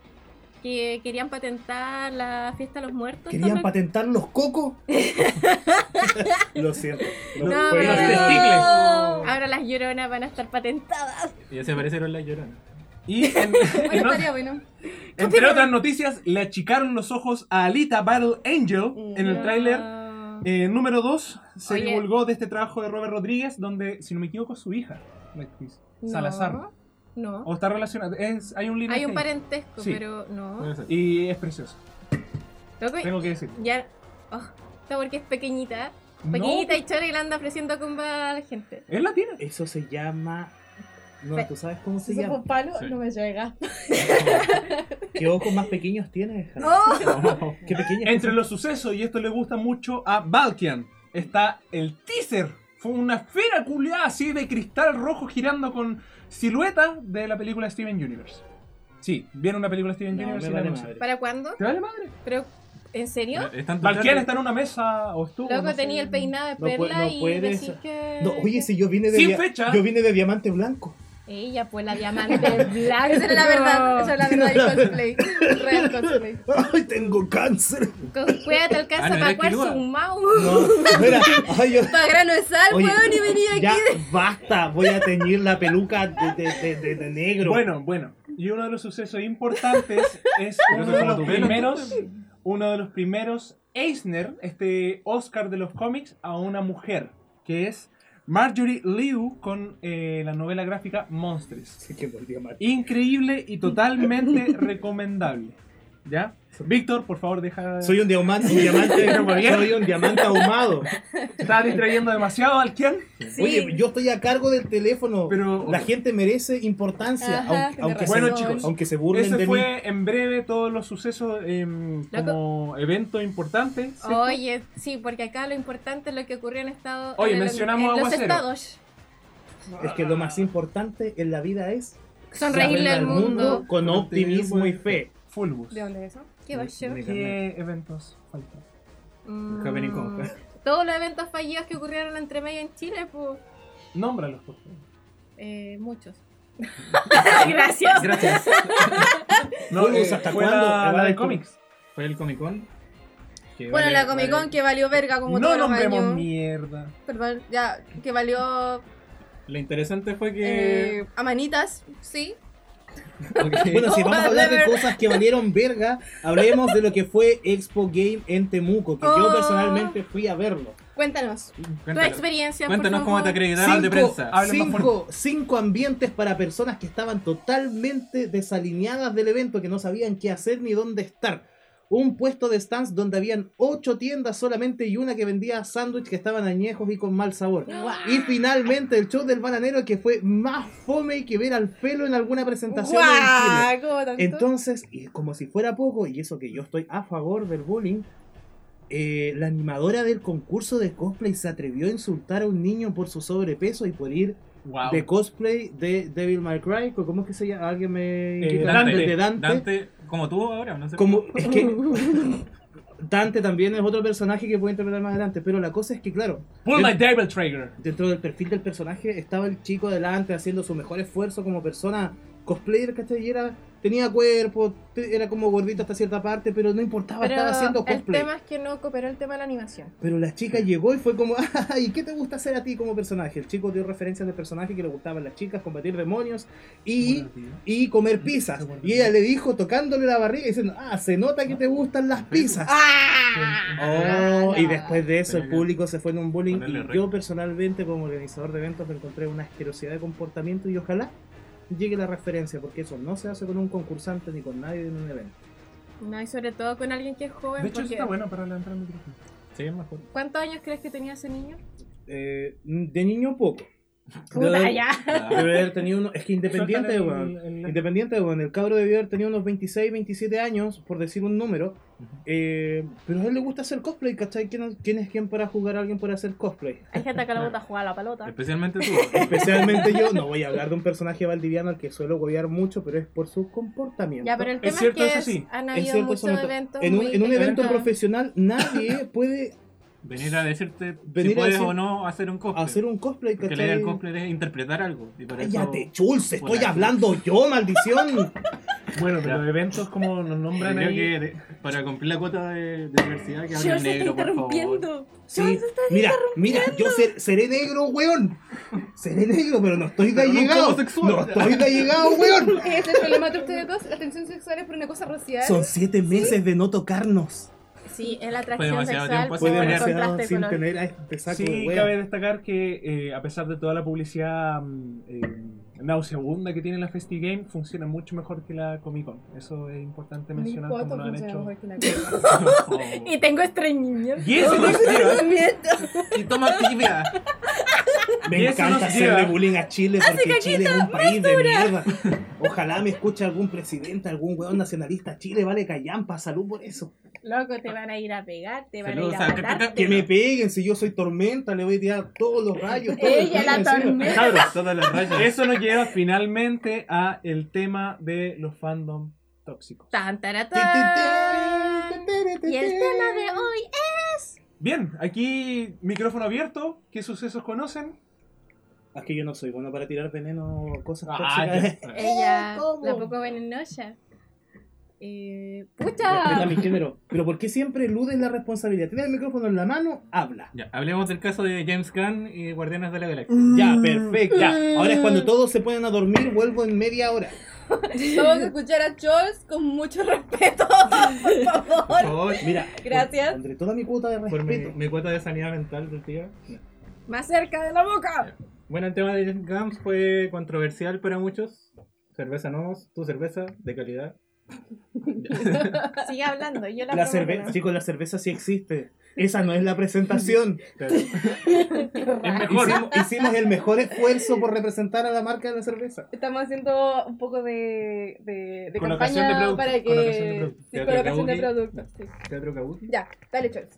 Speaker 6: que querían patentar la fiesta de los muertos.
Speaker 5: ¿Querían
Speaker 6: ¿no?
Speaker 5: patentar los cocos? Lo siento. No,
Speaker 6: No,
Speaker 5: fue
Speaker 6: pero-
Speaker 5: nada.
Speaker 6: Ahora las lloronas van a estar patentadas.
Speaker 8: Ya se aparecieron las lloronas.
Speaker 6: [LAUGHS]
Speaker 7: Y en-
Speaker 4: Oye,
Speaker 7: en ot-
Speaker 4: estaría bueno.
Speaker 7: entre otras noticias, le achicaron los ojos a Alita Battle Angel en el tráiler.
Speaker 6: No.
Speaker 7: eh, número 2 se
Speaker 6: Oye.
Speaker 7: divulgó de este trabajo de Robert Rodríguez, donde, si no me equivoco, es su hija, la actriz,
Speaker 6: No.
Speaker 7: Salazar.
Speaker 6: No.
Speaker 7: O está relacionada. Es, hay un linaje
Speaker 6: Hay un
Speaker 7: ahí.
Speaker 6: parentesco,
Speaker 7: Sí. Ah.
Speaker 6: pero no.
Speaker 8: Puede ser.
Speaker 7: Y es precioso.
Speaker 6: Loco,
Speaker 7: Tengo que decir.
Speaker 6: ya. Oh, está porque es pequeñita.
Speaker 7: No,
Speaker 6: Pequeñita y chora y la anda ofreciendo comba a la gente.
Speaker 7: es latina.
Speaker 5: Eso se llama. No,
Speaker 6: Pe-
Speaker 5: ¿tú sabes cómo se
Speaker 4: Si es
Speaker 5: llama?
Speaker 4: un palo,
Speaker 8: Sí.
Speaker 4: no me llega.
Speaker 5: ¿Qué ojos más pequeños tienes? Ah, Jara? ¿Qué pequeños?
Speaker 7: Entre los sucesos, y esto le gusta mucho a Balkian, está el teaser. Fue una esfera culiada así de cristal rojo girando con silueta de la película Steven Universe. Sí, viene una película Steven
Speaker 5: No, me
Speaker 7: Universe y la
Speaker 5: vale
Speaker 7: anuncia.
Speaker 5: madre.
Speaker 6: ¿Para cuándo?
Speaker 7: ¿Te vale madre?
Speaker 6: Pero, ¿en serio?
Speaker 8: Es tanto
Speaker 7: Balkian
Speaker 8: tarde.
Speaker 7: está en una mesa o estuvo.
Speaker 6: Loco,
Speaker 7: no sé.
Speaker 6: tenía el peinado de
Speaker 5: No pue-
Speaker 6: perla
Speaker 5: no
Speaker 6: y
Speaker 5: puedes-
Speaker 6: decís que...
Speaker 5: No, oye, si yo vine de.
Speaker 7: Sin
Speaker 5: dia-
Speaker 7: fecha.
Speaker 5: Yo vine de diamante blanco.
Speaker 6: Ella, pues la diamante blanca.
Speaker 4: Esa era la verdad, esa era la verdad del cosplay. Real cosplay.
Speaker 5: ¡Ay, tengo cáncer!
Speaker 6: Con cueva te alcanza
Speaker 8: Ah, no,
Speaker 6: para
Speaker 8: era
Speaker 6: jugar
Speaker 8: quinoa.
Speaker 6: su mau.
Speaker 5: No, mira, ay, yo-
Speaker 6: Para grano de sal,
Speaker 5: Oye,
Speaker 6: weón, y venía
Speaker 5: ya
Speaker 6: aquí.
Speaker 5: basta, voy a teñir la peluca de, de- de- de- de negro.
Speaker 7: Bueno, bueno. Y uno de los sucesos importantes es uno
Speaker 8: Pero eso
Speaker 7: de
Speaker 8: es como
Speaker 7: los
Speaker 8: tu pelo.
Speaker 7: primeros, uno de los primeros Eisner, este Oscar de los cómics, a una mujer, que es Marjorie Liu con eh, la novela gráfica Monstres.
Speaker 5: Sí, que volví a mar-
Speaker 7: Increíble y totalmente [LAUGHS] recomendable. ¿Ya? Víctor, por favor, deja.
Speaker 5: Soy un diamante, un diamante, soy un diamante ahumado.
Speaker 7: Estás distrayendo demasiado al quien.
Speaker 6: Sí.
Speaker 5: Oye, yo estoy a cargo del teléfono.
Speaker 7: Pero-
Speaker 5: La gente merece importancia,
Speaker 4: Ajá,
Speaker 5: aunque,
Speaker 4: tiene
Speaker 5: aunque se,
Speaker 4: razón.
Speaker 7: Bueno, chicos,
Speaker 5: aunque se burlen
Speaker 7: Ese
Speaker 5: de mí.
Speaker 7: fue en breve todos los sucesos em, como eventos importantes. ¿cierto?
Speaker 6: Oye, sí, porque acá lo importante es lo que ocurrió en Estados
Speaker 7: Oye,
Speaker 6: en el-
Speaker 7: mencionamos
Speaker 6: en los
Speaker 7: aguacero.
Speaker 6: estados.
Speaker 5: Es que lo más importante en la vida es
Speaker 6: Sonreírle
Speaker 5: saberle
Speaker 6: al mundo.
Speaker 5: con optimismo y fe.
Speaker 7: Fulbus.
Speaker 4: ¿De dónde es eso?
Speaker 6: ¿Qué va yo?
Speaker 5: Me- me-
Speaker 7: ¿Qué eventos faltan?
Speaker 6: Mm,
Speaker 8: Happening con-
Speaker 6: Todos los eventos fallidos que ocurrieron entre medio en Chile, pues.
Speaker 7: Nómbralos, por favor.
Speaker 6: eh, muchos.
Speaker 7: [LAUGHS]
Speaker 6: Gracias.
Speaker 8: Gracias.
Speaker 5: No, eh, ¿hasta
Speaker 7: fue
Speaker 5: cuándo?
Speaker 7: La,
Speaker 5: ¿Era
Speaker 7: la de
Speaker 5: el
Speaker 7: cómics.
Speaker 8: Fue el Comic Con. que
Speaker 6: Bueno,
Speaker 8: vale-
Speaker 6: la Comic Con
Speaker 8: vale-
Speaker 6: que valió verga como
Speaker 7: no
Speaker 6: todos los
Speaker 7: nombremos
Speaker 6: años.
Speaker 7: mierda.
Speaker 6: Perdón, ya, que valió
Speaker 8: Lo interesante fue que.
Speaker 6: eh, a manitas, sí.
Speaker 8: Ok.
Speaker 5: Bueno,
Speaker 6: [LAUGHS]
Speaker 5: si
Speaker 6: Oh,
Speaker 5: vamos a hablar de
Speaker 6: whatever.
Speaker 5: cosas que valieron verga, hablemos de lo que fue Expo Game en Temuco, que yo
Speaker 6: Oh.
Speaker 5: personalmente fui a verlo.
Speaker 6: Cuéntanos tu
Speaker 8: Cuéntanos,
Speaker 6: experiencia. por
Speaker 8: cuéntanos cómo
Speaker 6: favor.
Speaker 8: te acreditaron de prensa.
Speaker 7: hablen más
Speaker 5: cinco, cinco ambientes para personas que estaban totalmente desalineadas del evento, que no sabían qué hacer ni dónde estar. Un puesto de stands donde habían ocho tiendas solamente y una que vendía sándwiches que estaban añejos y con mal sabor. Y finalmente el show del bananero que fue más fome que ver al pelo en alguna presentación en Chile.
Speaker 4: ¡Guau! ¿Cómo tanto?
Speaker 5: Entonces, y como si fuera poco, y eso que yo estoy a favor del bullying, eh, la animadora del concurso de cosplay se atrevió a insultar a un niño por su sobrepeso y por ir
Speaker 8: Wow.
Speaker 5: de cosplay de Devil May Cry, co- ¿cómo es que se llama? Alguien me...
Speaker 7: Eh,
Speaker 5: Dante,
Speaker 8: Dante,
Speaker 5: de Dante.
Speaker 8: Dante, como tú ahora, no sé.
Speaker 5: Como, es que Dante también es otro personaje que puede interpretar más adelante, pero la cosa es que, claro,
Speaker 7: Pull
Speaker 5: Yo-
Speaker 7: my Devil Trigger.
Speaker 5: dentro del perfil del personaje estaba el chico delante haciendo su mejor esfuerzo como persona cosplayer, ¿cachai? Y era, tenía cuerpo, te- era como gordito hasta cierta parte, pero no importaba,
Speaker 6: Pero
Speaker 5: estaba haciendo
Speaker 6: el
Speaker 5: cosplay.
Speaker 6: tema es que no cooperó el tema de la animación.
Speaker 5: Pero la chica llegó y fue como, [LAUGHS] ¿y qué te gusta hacer a ti como personaje? El chico dio referencias de personaje que le gustaban las chicas, combatir demonios y, y comer pizzas. Y ella le dijo, tocándole la barriga, diciendo, ah, se nota que te gustan las pizzas.
Speaker 6: ¡Ah!
Speaker 5: Oh, y después de eso el
Speaker 8: Tenía que
Speaker 5: público se fue en un bullying.
Speaker 8: ponerle
Speaker 5: y
Speaker 8: rec.
Speaker 5: yo personalmente como organizador de eventos me encontré una asquerosidad de comportamiento y ojalá llegue la referencia porque eso no se hace con un concursante ni con nadie en un evento.
Speaker 6: No, y sobre todo con alguien que es joven.
Speaker 7: De hecho, eso
Speaker 6: porque
Speaker 7: está bueno para levantar el micrófono.
Speaker 8: Sí, es mejor.
Speaker 6: ¿Cuántos años crees que tenía ese niño?
Speaker 5: Eh, de niño poco. Debe
Speaker 6: Puta,
Speaker 5: haber-
Speaker 6: ya.
Speaker 5: debe haber tenido uno- es que independiente,
Speaker 7: Suéltale
Speaker 5: weón.
Speaker 7: el- el-
Speaker 5: Independiente, weón. El cabro debió haber tenido unos 26, 27 años, por decir un número. Eh, pero a él le gusta hacer cosplay, ¿cachai? ¿Quién, quién es quién para jugar a alguien por hacer cosplay?
Speaker 6: Hay gente que le gusta jugar a
Speaker 8: [LAUGHS]
Speaker 6: la pelota.
Speaker 8: Especialmente tú.
Speaker 5: [LAUGHS]
Speaker 8: ¿eh?
Speaker 5: Especialmente yo, no voy a hablar de un personaje valdiviano al que suelo golear mucho, pero es por su comportamiento.
Speaker 6: Ya, pero el
Speaker 7: Es
Speaker 6: tema es,
Speaker 7: cierto,
Speaker 6: que
Speaker 7: eso
Speaker 6: es-
Speaker 7: sí.
Speaker 6: han
Speaker 5: Es
Speaker 6: habido
Speaker 5: cierto,
Speaker 6: muchos
Speaker 5: eso no-
Speaker 6: eventos.
Speaker 5: en un,
Speaker 6: muy
Speaker 5: en un evento
Speaker 6: pequeños.
Speaker 5: profesional
Speaker 7: [LAUGHS]
Speaker 5: nadie puede
Speaker 8: Venir a decirte
Speaker 5: Venir a
Speaker 8: si puedes
Speaker 5: decir-
Speaker 8: o no hacer un cosplay.
Speaker 5: hacer un cosplay,
Speaker 8: Porque la
Speaker 5: ¿cachai?
Speaker 8: idea del cosplay es interpretar algo. Y para eso...
Speaker 5: Cállate, chulce, estoy
Speaker 8: Hola.
Speaker 5: hablando yo, maldición.
Speaker 7: [LAUGHS] Bueno, pero
Speaker 8: Ya.
Speaker 7: eventos como nos nombran
Speaker 8: Creo
Speaker 7: ahí.
Speaker 8: que de- para cumplir la cuota de, de diversidad que
Speaker 6: Yo
Speaker 8: habla el
Speaker 6: los
Speaker 8: negro,
Speaker 6: estoy
Speaker 8: por [LAUGHS] favor.
Speaker 6: interrumpiendo.
Speaker 5: Sí, mira, mira, yo ser- seré negro, weón. Seré negro, pero no estoy de allegado. No estoy de allegado, weón.
Speaker 4: Ese es el problema de ustedes dos, la tensión sexual es por una cosa racial.
Speaker 5: Son siete meses de no tocarnos.
Speaker 6: Sí, es la
Speaker 8: Fue
Speaker 6: atracción
Speaker 8: demasiado
Speaker 6: sexual.
Speaker 8: tiempo
Speaker 6: por
Speaker 5: Fue
Speaker 8: sin
Speaker 6: el
Speaker 8: pelear.
Speaker 5: demasiado
Speaker 6: contraste de
Speaker 5: sin
Speaker 6: color.
Speaker 5: tener a este saco de
Speaker 7: Sí,
Speaker 5: weón.
Speaker 7: cabe destacar que eh, a pesar de toda la publicidad mm, eh, nauseabunda que tiene la FestiGame, funciona mucho mejor que la Comic Con. Eso es importante
Speaker 4: Mil
Speaker 7: mencionar
Speaker 4: fotos
Speaker 7: como lo han
Speaker 4: funcionan
Speaker 7: hecho.
Speaker 4: mejor que una cosa.
Speaker 6: Y tengo estreñimiento.
Speaker 7: Y eso nos lleva,
Speaker 8: Y toma tibia.
Speaker 5: Me
Speaker 7: Y eso
Speaker 5: encanta
Speaker 7: nos
Speaker 5: hacerle
Speaker 7: lleva-
Speaker 5: bullying a Chile porque Chile es un país de mierda. Ojalá me escuche algún presidente, algún weón nacionalista. Chile vale callampa, salud por eso.
Speaker 6: Loco, te van a ir a pegar, te van
Speaker 8: Saludos
Speaker 6: a ir a
Speaker 8: a-
Speaker 6: matar.
Speaker 5: Que me peguen, si yo soy tormenta, le voy a tirar todos los rayos. todo el [LAUGHS]
Speaker 6: Ella,
Speaker 5: día
Speaker 6: la
Speaker 5: encima.
Speaker 6: tormenta.
Speaker 8: Cabros, todas las rayas.
Speaker 7: eso nos lleva finalmente a el tema de los fandom tóxicos.
Speaker 6: Tan,
Speaker 5: Tin, tin, tin,
Speaker 6: taratán.
Speaker 5: tin, tin,
Speaker 6: Y el
Speaker 5: tin.
Speaker 6: tema de hoy es...
Speaker 7: Bien, aquí micrófono abierto. ¿Qué sucesos conocen?
Speaker 5: Es que yo no soy bueno para tirar veneno o cosas
Speaker 8: Ah,
Speaker 5: [LAUGHS] tóxicas.
Speaker 8: ya.
Speaker 6: Ella,
Speaker 5: ¿cómo?
Speaker 6: la poco venenosa. Eh,
Speaker 5: Respeta
Speaker 6: ¡Pucha!
Speaker 5: mi género. Pero ¿por qué siempre eludes la responsabilidad? Tienes el micrófono en la mano, habla.
Speaker 8: Ya, hablemos del caso de James Gunn y Guardianes de la Galaxia.
Speaker 5: Ya, perfecto. Ya. Ahora es cuando todos se ponen a dormir, vuelvo en media hora.
Speaker 4: Vamos a escuchar a Chols con mucho respeto, [LAUGHS] por
Speaker 8: Por
Speaker 4: favor.
Speaker 8: favor,
Speaker 5: Mira,
Speaker 4: Gracias.
Speaker 5: Entre toda mi cuota de
Speaker 8: por mi,
Speaker 5: respeto.
Speaker 8: mi cuota de sanidad mental del día.
Speaker 6: Más cerca de la boca.
Speaker 8: Bueno, el tema de James Gunn fue controversial para muchos. Cerveza no, tu cerveza de calidad.
Speaker 6: Sigue hablando, yo la,
Speaker 5: La
Speaker 6: prometo.
Speaker 5: cerveza, chicos, la cerveza sí existe. Esa no es la [LAUGHS] presentación.
Speaker 8: Pero- es mejor.
Speaker 5: Hicimos, hicimos el mejor esfuerzo por representar a la marca de la cerveza.
Speaker 4: Estamos haciendo un poco de, de, de
Speaker 8: Colocación de
Speaker 4: campaña
Speaker 8: producto,
Speaker 4: para
Speaker 8: colocación
Speaker 4: que...
Speaker 8: de producto.
Speaker 4: sí,
Speaker 8: Teatro
Speaker 4: colocación de
Speaker 8: Kabuki.
Speaker 4: productos. sí.
Speaker 8: Teatro Kabuki.
Speaker 4: Ya, dale Chols.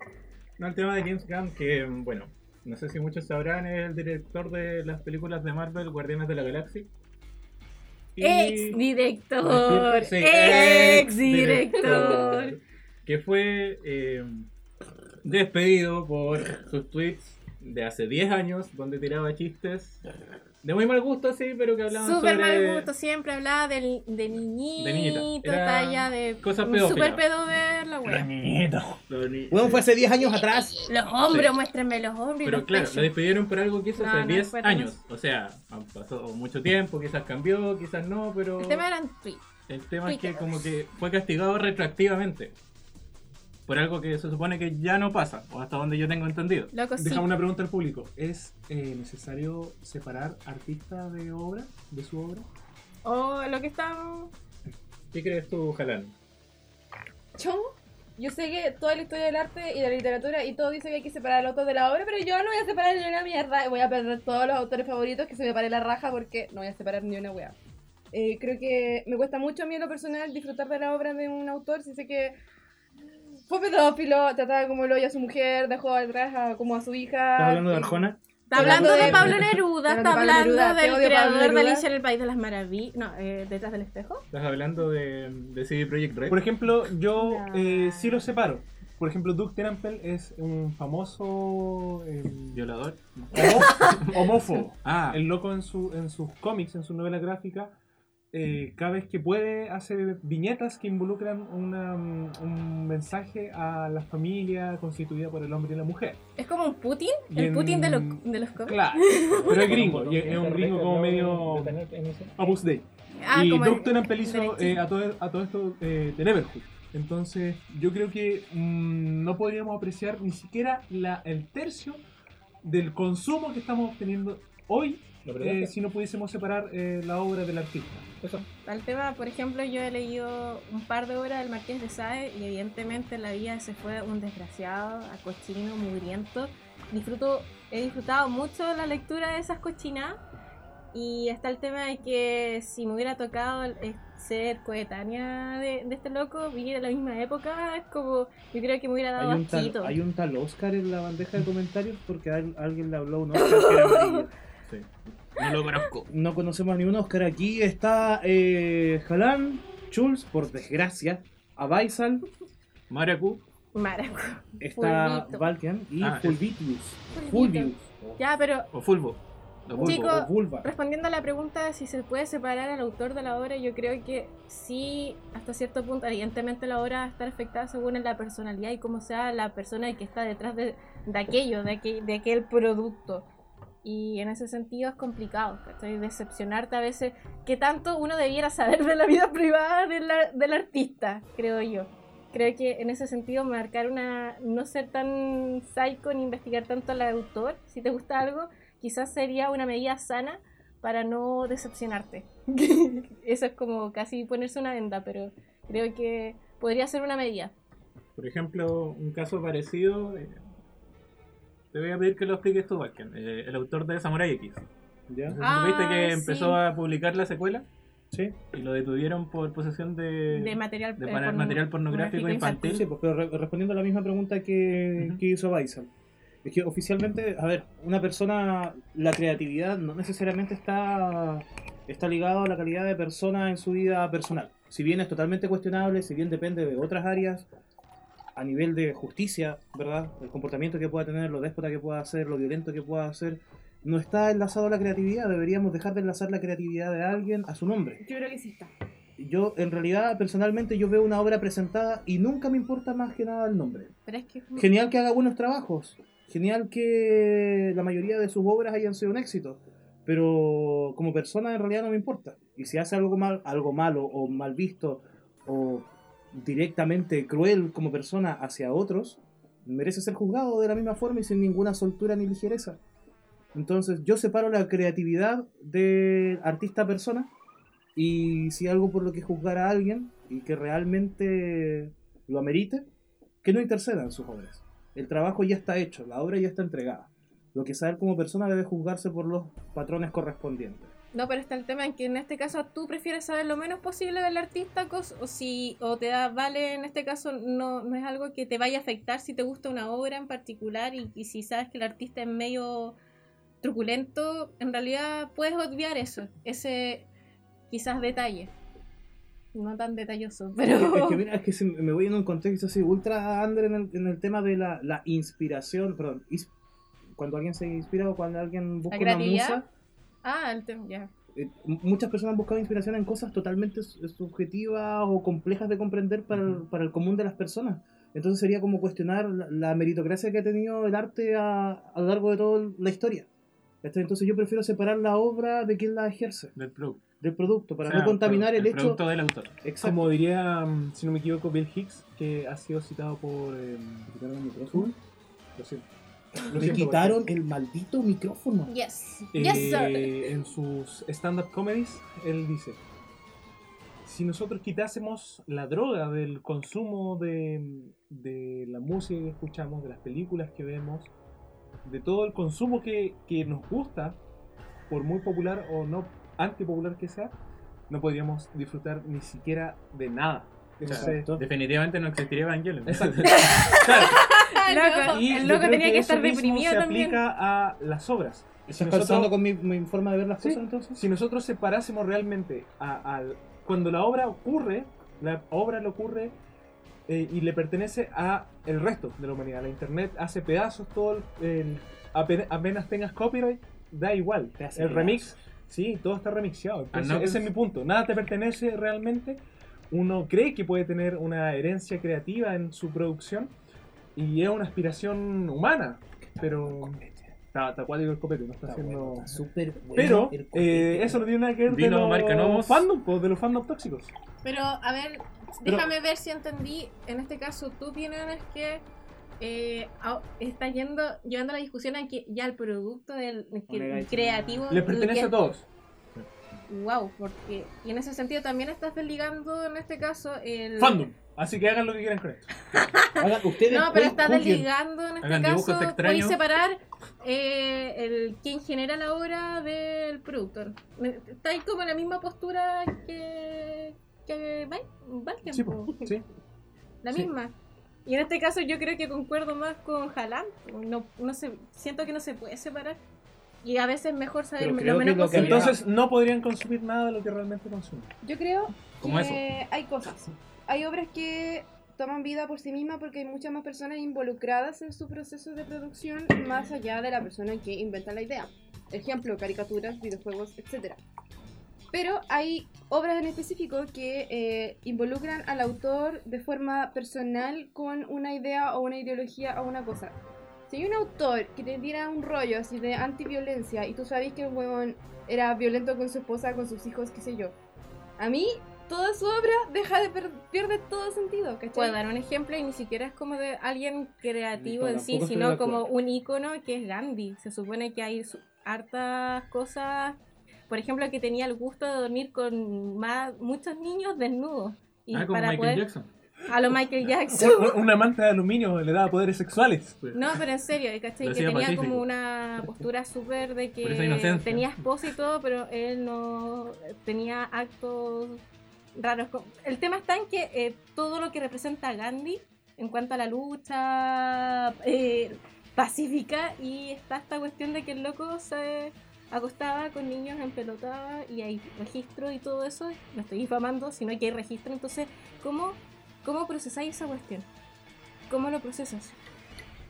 Speaker 8: No, el tema de James Gunn, que bueno, no sé si muchos sabrán, es el director de las películas de Marvel, Guardianes de la Galaxia. Y-
Speaker 6: Ex director. Eh,
Speaker 8: Sí,
Speaker 6: Ex
Speaker 8: ex-director.
Speaker 6: director.
Speaker 8: Que fue eh, despedido por sus tweets de hace 10 años, donde tiraba chistes de muy mal gusto, sí, pero que hablaban
Speaker 6: Súper
Speaker 8: sobre...
Speaker 6: mal gusto, siempre hablaba del, de niñito,
Speaker 8: Eh, De niñita. Era
Speaker 6: talla de.
Speaker 8: cosa
Speaker 6: un
Speaker 8: pedófila.
Speaker 6: Súper pedo ver la wea.
Speaker 8: Los ni-
Speaker 5: Bueno, fue hace 10 años atrás.
Speaker 6: Los hombros, muéstrenme los hombros. y
Speaker 8: Pero
Speaker 6: los
Speaker 8: claro,
Speaker 6: pechos.
Speaker 8: lo despidieron por algo que hizo
Speaker 6: No,
Speaker 8: hace
Speaker 6: no
Speaker 8: 10
Speaker 6: fue tan
Speaker 8: años. O sea, han pasado mucho tiempo, quizás cambió, quizás no, pero...
Speaker 6: El tema eran tweets.
Speaker 8: El tema es que
Speaker 6: Twitter.
Speaker 8: como que fue castigado retroactivamente. Por algo que se supone que ya no pasa, o hasta donde yo tengo entendido.
Speaker 6: Loco, sí.
Speaker 7: Dejamos una pregunta al público. ¿Es eh, necesario separar artista de obra, de su obra?
Speaker 6: O Oh, lo que estábamos.
Speaker 8: ¿Qué crees tú, Jalán?
Speaker 4: Chon, yo sé que toda la historia del arte y de la literatura y todo dice que hay que separar al autor de la obra, pero yo no voy a separar ni una mierda. y Voy a perder todos los autores favoritos que se me pare la raja porque no voy a separar ni una wea. Eh, creo que me cuesta mucho a mí en lo personal disfrutar de la obra de un autor si sé que fue pedófilo, trataba como lo oye a su mujer, dejó atrás a- como a su hija.
Speaker 5: ¿Estás hablando de
Speaker 4: eh,
Speaker 6: Ah,
Speaker 5: Arjona?
Speaker 6: Está hablando de
Speaker 4: de-
Speaker 6: Pablo
Speaker 4: Hablando
Speaker 6: Neruda, está
Speaker 4: de Pablo
Speaker 6: hablando
Speaker 4: Neruda, te odio,
Speaker 6: del
Speaker 4: Pablo
Speaker 6: creador de
Speaker 4: Neruda.
Speaker 6: Alicia en el País de las Maravillas. No, eh, detrás del espejo.
Speaker 8: Estás hablando de, de CD Projekt Red.
Speaker 7: Por ejemplo, yo
Speaker 6: No.
Speaker 7: eh, sí lo separo. Por ejemplo, Doug Temple es un famoso eh,
Speaker 8: Violador.
Speaker 7: [LAUGHS] homo- homófobo.
Speaker 8: Ah,
Speaker 7: El loco en, su, en sus cómics, en su novela gráfica, eh, cada vez que puede hace viñetas que involucran una, mm, un mensaje a la familia constituida por el hombre y la mujer.
Speaker 6: Es como un Putin,
Speaker 7: Y
Speaker 6: el
Speaker 7: en-
Speaker 6: Putin de, los- de los cómics.
Speaker 5: [LAUGHS]
Speaker 7: Claro, pero es gringo, y es es un gringo como medio Opus Dei.
Speaker 6: Ah,
Speaker 7: y
Speaker 6: como el-
Speaker 7: Doctor Ampel hizo
Speaker 6: derechito.
Speaker 7: eh, a, todo, a todo esto eh, The Neighborhood. Entonces, yo creo que mm, no podríamos apreciar ni siquiera la, el tercio del consumo que estamos obteniendo hoy eh, si no pudiésemos separar eh, la obra del artista.
Speaker 6: Al tema, por ejemplo, yo he leído un par de obras del Marqués de Sade y evidentemente en la vida se fue un desgraciado, a cochino, mugriento. Disfruto, he disfrutado mucho la lectura de esas cochinas y está el tema de que si me hubiera tocado eh, ser coetánea de, de este loco, vivir en la misma época, es como, yo creo que me hubiera
Speaker 5: Hay
Speaker 6: dado
Speaker 5: un, tal,
Speaker 6: asquito.
Speaker 5: hay un tal Oscar en la bandeja de comentarios porque al- alguien le habló a un Oscar que era amarillo.
Speaker 1: No lo conozco.
Speaker 5: No conocemos a ningún Oscar. Aquí está eh, Jalán, Schulz, por desgracia, Abaisal,
Speaker 8: Maracu.
Speaker 6: Maraco.
Speaker 5: está
Speaker 6: Fulvito.
Speaker 5: Valken y
Speaker 8: Ah, es-
Speaker 5: Fulvitius.
Speaker 6: Fulvito. Ah.
Speaker 5: Fulvius.
Speaker 6: Ya, pero
Speaker 8: O Fulbo. O Fulbo.
Speaker 6: Chico.
Speaker 5: o Vulva.
Speaker 6: Respondiendo a la pregunta de si se puede separar al autor de la obra, yo creo que sí, hasta cierto punto, evidentemente la obra va a estar afectada según la personalidad y cómo sea la persona que está detrás de, de aquello, de aquel, de aquel producto. Y en ese sentido es complicado, ¿cachai? Decepcionarte a veces, que tanto uno debiera saber de la vida [LAUGHS] privada del, ar- del artista, creo yo. Creo que en ese sentido marcar una... no ser tan psycho ni investigar tanto al autor, si te gusta algo, quizás sería una medida sana para no decepcionarte. [LAUGHS] Eso es como casi ponerse una venda, pero creo que podría ser una medida.
Speaker 8: Por ejemplo, un caso parecido. eh, te voy a pedir que lo expliques tú, Valken. Eh, el autor de Samurai X.
Speaker 5: ¿Ya?
Speaker 6: Ah,
Speaker 8: ¿Viste que
Speaker 6: sí.
Speaker 8: empezó a publicar la secuela?
Speaker 5: Sí.
Speaker 8: Y lo detuvieron por posesión de...
Speaker 6: De material,
Speaker 8: de
Speaker 6: eh,
Speaker 8: pana- material pornográfico infantil.
Speaker 5: Sí, pues, pero re- respondiendo a la misma pregunta que,
Speaker 8: Ujú.
Speaker 5: que hizo Baisal. Es que oficialmente, a ver, una persona, la creatividad no necesariamente está, está ligada a la calidad de persona en su vida personal. Si bien es totalmente cuestionable, si bien depende de otras áreas, a nivel de justicia, ¿verdad? El comportamiento que pueda tener, lo déspota que pueda ser, lo violento que pueda ser, no está enlazado a la creatividad. Deberíamos dejar de enlazar la creatividad de alguien a su nombre.
Speaker 4: Yo creo que sí está.
Speaker 5: Yo, en realidad, personalmente, yo veo una obra presentada y nunca me importa más que nada el nombre.
Speaker 6: Pero es que es muy-
Speaker 5: Genial que haga buenos trabajos. Genial que la mayoría de sus obras hayan sido un éxito. Pero como persona en realidad no me importa. Y si hace algo mal, algo malo o mal visto o directamente cruel como persona hacia otros, merece ser juzgado de la misma forma y sin ninguna soltura ni ligereza. Entonces yo separo la creatividad de artista a persona y si algo por lo que juzgar a alguien y que realmente lo amerite, que no intercedan sus obras. El trabajo ya está hecho, la obra ya está entregada. Lo que saber como persona debe juzgarse por los patrones correspondientes.
Speaker 6: No, pero está el tema en que en este caso tú prefieres saber lo menos posible del artista cos- o si o te da vale en este caso no, no es algo que te vaya a afectar si te gusta una obra en particular y, y si sabes que el artista es medio truculento, en realidad puedes obviar eso, ese quizás detalle. No tan detalloso,
Speaker 5: Es que
Speaker 6: pero
Speaker 5: mira, es que si me voy en un contexto así, ultra under en el, en el tema de la, la inspiración, perdón, is- cuando alguien se inspira o cuando alguien busca una
Speaker 6: creatividad?
Speaker 5: musa,
Speaker 6: ah, el tema ya.
Speaker 5: eh, m- muchas personas buscan inspiración en cosas totalmente su- subjetivas o complejas de comprender para, el- para el común de las personas. Entonces sería como cuestionar la, la meritocracia que ha tenido el arte a, a lo largo de toda la historia. ¿Cachai? Entonces yo prefiero separar la obra de quien la ejerce,
Speaker 8: Del producto.
Speaker 5: del producto, para
Speaker 8: O sea,
Speaker 5: no contaminar el, hecho.
Speaker 8: producto del autor.
Speaker 5: Exacto.
Speaker 7: Como diría, mm, si no me equivoco, Bill Hicks, que ha sido citado por. em, lo siento. Lo
Speaker 5: Me
Speaker 7: siento,
Speaker 5: quitaron el maldito micrófono.
Speaker 6: [LAUGHS] Yes.
Speaker 7: Eh,
Speaker 5: [LAUGHS]
Speaker 6: Yes, sir.
Speaker 7: En sus stand-up comedies, él dice: Si nosotros quitásemos la droga del consumo de, de la música que escuchamos, de las películas que vemos, de todo el consumo que, que nos gusta, por muy popular o no antipopular que sea, no podríamos disfrutar ni siquiera de nada. Entonces,
Speaker 5: Exacto.
Speaker 8: Definitivamente no existiría Evangelion. [LAUGHS]
Speaker 7: Exacto.
Speaker 6: Ah,
Speaker 7: Y
Speaker 6: el
Speaker 7: yo
Speaker 6: loco
Speaker 7: creo
Speaker 6: tenía que, estar
Speaker 7: eso mismo
Speaker 6: deprimido
Speaker 7: se
Speaker 6: también.
Speaker 7: aplica a las obras. Si
Speaker 5: ¿Estás
Speaker 7: nosotros-
Speaker 5: calzando con mi, mi forma de ver las
Speaker 7: Sí.
Speaker 5: cosas entonces?
Speaker 7: si nosotros separásemos realmente eh, a- al- cuando la obra ocurre, la obra le ocurre eh, y le pertenece a el resto de la humanidad. La internet hace pedazos todo el, el- ape- apenas tengas copyright, da igual.
Speaker 5: Te hace
Speaker 7: el
Speaker 5: pedazos.
Speaker 7: remix, sí, todo está remixeado. Entonces,
Speaker 8: Ah, no,
Speaker 7: ese
Speaker 8: pues-
Speaker 7: es mi punto. Nada te pertenece realmente. Uno cree que puede tener una herencia creativa en su producción y es una aspiración humana, pero está, está acuático el copete, no está,
Speaker 5: Está
Speaker 7: haciendo...
Speaker 5: bueno, está súper bueno
Speaker 7: Pero
Speaker 5: el
Speaker 7: eh,
Speaker 5: copete.
Speaker 7: eso no tiene nada que ver
Speaker 8: Vino
Speaker 7: de
Speaker 8: marca
Speaker 7: los
Speaker 8: Novos.
Speaker 7: fandom, po, de los fandom tóxicos.
Speaker 6: Pero, a ver,
Speaker 7: Pero-
Speaker 6: déjame ver si entendí. En este caso, tú tienes que. Eh, a- está yendo, llevando la discusión a que ya el producto del que-
Speaker 5: Onegai,
Speaker 6: creativo.
Speaker 7: Les pertenece a todos.
Speaker 6: Wow, porque. Y en ese sentido también estás desligando, en este caso, el.
Speaker 7: Fandom. Así que hagan lo que quieran con esto.
Speaker 5: Hagan ustedes
Speaker 6: No,
Speaker 5: juzguen.
Speaker 6: pero estás desligando, en este
Speaker 8: Hagan dibujos
Speaker 6: caso, puedes
Speaker 8: extraños.
Speaker 6: separar eh, el quien genera la obra del productor. Está ahí como en la misma postura que. que Val- Valken,
Speaker 7: Sí,
Speaker 6: po.
Speaker 7: po, sí.
Speaker 6: La
Speaker 7: Sí.
Speaker 6: misma. Y en este caso yo creo que concuerdo más con Halam. No, no sé, siento que no se puede separar. Y a veces es mejor saber
Speaker 5: Pero creo
Speaker 6: lo menos
Speaker 5: que lo que
Speaker 6: posible.
Speaker 7: Entonces no podrían consumir nada de lo que realmente consumen.
Speaker 4: Yo creo
Speaker 8: Como
Speaker 4: que
Speaker 8: eso.
Speaker 4: hay cosas. Hay obras que toman vida por sí mismas porque hay muchas más personas involucradas en su proceso de producción más allá de la persona que inventa la idea. Ejemplo, caricaturas, videojuegos, etc. Pero hay obras en específico que eh, involucran al autor de forma personal con una idea o una ideología o una cosa. Si hay un autor que te diera un rollo así de antiviolencia y tú sabes que el huevón era violento con su esposa, con sus hijos, qué sé yo, a mí, toda su obra deja de per- pierde todo sentido, ¿cachai?
Speaker 6: Puedo dar un ejemplo y ni siquiera es como de alguien creativo
Speaker 5: No,
Speaker 6: en
Speaker 5: tampoco
Speaker 6: sí,
Speaker 5: estoy de
Speaker 6: sino
Speaker 5: acuerdo.
Speaker 6: como un ícono que es Gandhi. Se supone que hay su- hartas cosas, por ejemplo, que tenía el gusto de dormir con más, muchos niños desnudos. Y
Speaker 8: Ah, como
Speaker 6: para
Speaker 8: Michael
Speaker 6: poder,
Speaker 8: Jackson.
Speaker 6: a
Speaker 8: [LAUGHS]
Speaker 6: lo Michael Jackson.
Speaker 7: Un- un- Una manta de aluminio le daba poderes sexuales.
Speaker 6: No, pero en serio, ¿cachai?
Speaker 8: Lo
Speaker 6: Que
Speaker 8: hacía
Speaker 6: tenía
Speaker 8: pacífico.
Speaker 6: como una postura súper de
Speaker 8: Por esa
Speaker 6: que
Speaker 8: inocencia.
Speaker 6: tenía esposa y todo, pero él no tenía actos raros. con- El tema está en que eh, todo lo que representa a Gandhi en cuanto a la lucha eh, pacífica y está esta cuestión de que el loco se acostaba con niños en pelota y hay registro y todo eso, no estoy difamando, sino que hay registro, entonces, ¿cómo, cómo procesáis esa cuestión? ¿Cómo lo procesas?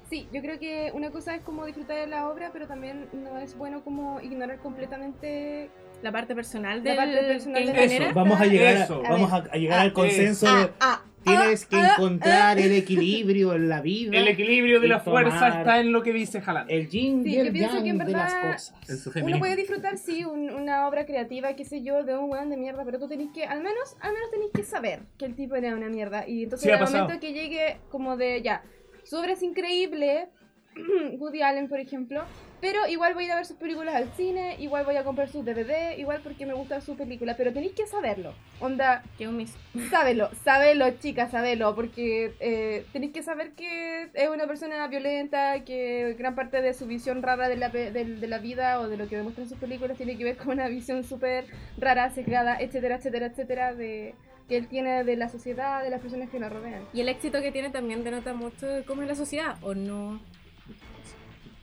Speaker 4: Sí, yo creo que una cosa es como disfrutar de la obra, pero también no es bueno como ignorar completamente
Speaker 6: La parte personal
Speaker 4: La
Speaker 6: del
Speaker 4: parte personal
Speaker 6: que
Speaker 4: de-
Speaker 6: genera.
Speaker 5: Eso, vamos a llegar, a-
Speaker 7: Eso.
Speaker 5: vamos a, a llegar al consenso de
Speaker 4: ah,
Speaker 5: tienes que
Speaker 4: ah,
Speaker 5: encontrar el equilibrio en la vida.
Speaker 7: El equilibrio de
Speaker 5: Y
Speaker 7: la fuerza
Speaker 5: tomar-
Speaker 7: está en lo que dice Jalán.
Speaker 5: El yin
Speaker 4: Sí,
Speaker 5: y
Speaker 4: yo
Speaker 5: el
Speaker 4: pienso
Speaker 5: yang
Speaker 4: que en
Speaker 5: de las
Speaker 4: verdad
Speaker 5: cosas.
Speaker 4: uno puede disfrutar, sí, un- una obra creativa, qué sé yo, de un weón de mierda, pero tú tenés que, al menos, al menos tenés que saber que el tipo era una mierda. Y entonces
Speaker 7: Sí,
Speaker 4: al
Speaker 7: ha pasado.
Speaker 4: momento que llegue como de, ya, su obra es increíble, [CLEARS THROAT] Woody Allen, por ejemplo, pero igual voy a ir a ver sus películas al cine, igual voy a comprar sus DVD, igual porque me gusta su película, pero tenéis que saberlo. Onda,
Speaker 6: Que un mis-
Speaker 4: Sábelo, sábelo, chicas, sábelo, porque eh, tenéis que saber que es una persona violenta, que gran parte de su visión rara de la, pe- del- de la vida o de lo que demuestran sus películas tiene que ver con una visión súper rara, sesgada, etcétera, etcétera, etcétera, de, que él tiene de la sociedad, de las personas que lo rodean.
Speaker 6: Y el éxito que tiene también denota mucho de cómo es la sociedad, o no.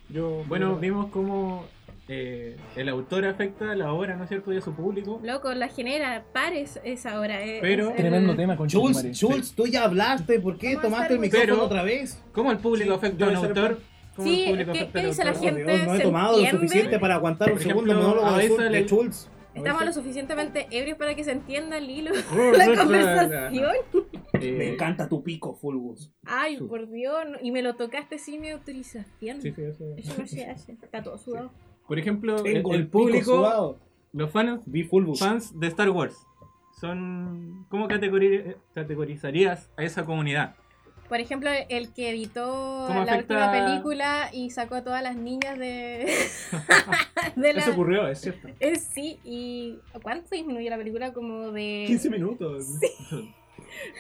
Speaker 5: Yo,
Speaker 8: Bueno, vimos cómo eh, el autor afecta la obra, ¿no es cierto? Y a su público.
Speaker 6: Loco, la genera pares esa hora. eh,
Speaker 8: Pero-
Speaker 6: es el-
Speaker 7: Tremendo tema con
Speaker 5: Jules, Jules, tú ya hablaste, ¿por qué
Speaker 4: Vamos a
Speaker 5: tomaste
Speaker 4: hacer
Speaker 5: el micrófono
Speaker 8: Pero-
Speaker 5: otra vez?
Speaker 8: ¿Cómo el público
Speaker 7: Sí,
Speaker 8: afecta a un
Speaker 7: debe ser el
Speaker 8: autor? ¿Cómo
Speaker 6: Sí,
Speaker 8: el público
Speaker 6: ¿qué-
Speaker 8: afecta
Speaker 6: qué
Speaker 8: al
Speaker 6: dice la
Speaker 8: autor?
Speaker 5: Por
Speaker 6: gente
Speaker 5: Dios, no he
Speaker 6: se
Speaker 5: tomado lo
Speaker 6: entiende.
Speaker 5: suficiente para aguantar un
Speaker 8: Por
Speaker 5: segundo
Speaker 8: ejemplo,
Speaker 5: monólogo
Speaker 8: a
Speaker 5: de,
Speaker 8: veces
Speaker 5: Jules- de
Speaker 8: le-
Speaker 5: Jules.
Speaker 6: Estamos lo suficientemente ebrios para que se entienda el hilo de
Speaker 8: Oh,
Speaker 6: [LAUGHS] la
Speaker 8: no, no,
Speaker 6: conversación.
Speaker 8: no, no.
Speaker 5: Me
Speaker 8: Eh,
Speaker 5: encanta tu pico, Fulgus.
Speaker 6: Ay, por Dios, no- y me lo tocaste sin mi autorización.
Speaker 8: sí, sí, eso.
Speaker 6: Eso no se hace. Está todo sudado.
Speaker 8: Por ejemplo, el,
Speaker 5: Tengo
Speaker 8: el
Speaker 5: el pico
Speaker 8: público,
Speaker 5: sudado.
Speaker 8: los fans,
Speaker 5: Vi Fulgus.
Speaker 8: fans de Star Wars, son ¿cómo categori- categorizarías a esa comunidad?
Speaker 6: Por ejemplo, el que editó
Speaker 8: ¿Cómo
Speaker 6: la
Speaker 8: afecta-
Speaker 6: última película y sacó a todas las niñas
Speaker 8: [LAUGHS]
Speaker 6: de, [LAUGHS] de la...
Speaker 7: Eso ocurrió, es cierto.
Speaker 6: Eh, sí, y ¿cuánto disminuyó la película? Como de...
Speaker 7: 15 minutos.
Speaker 4: [LAUGHS]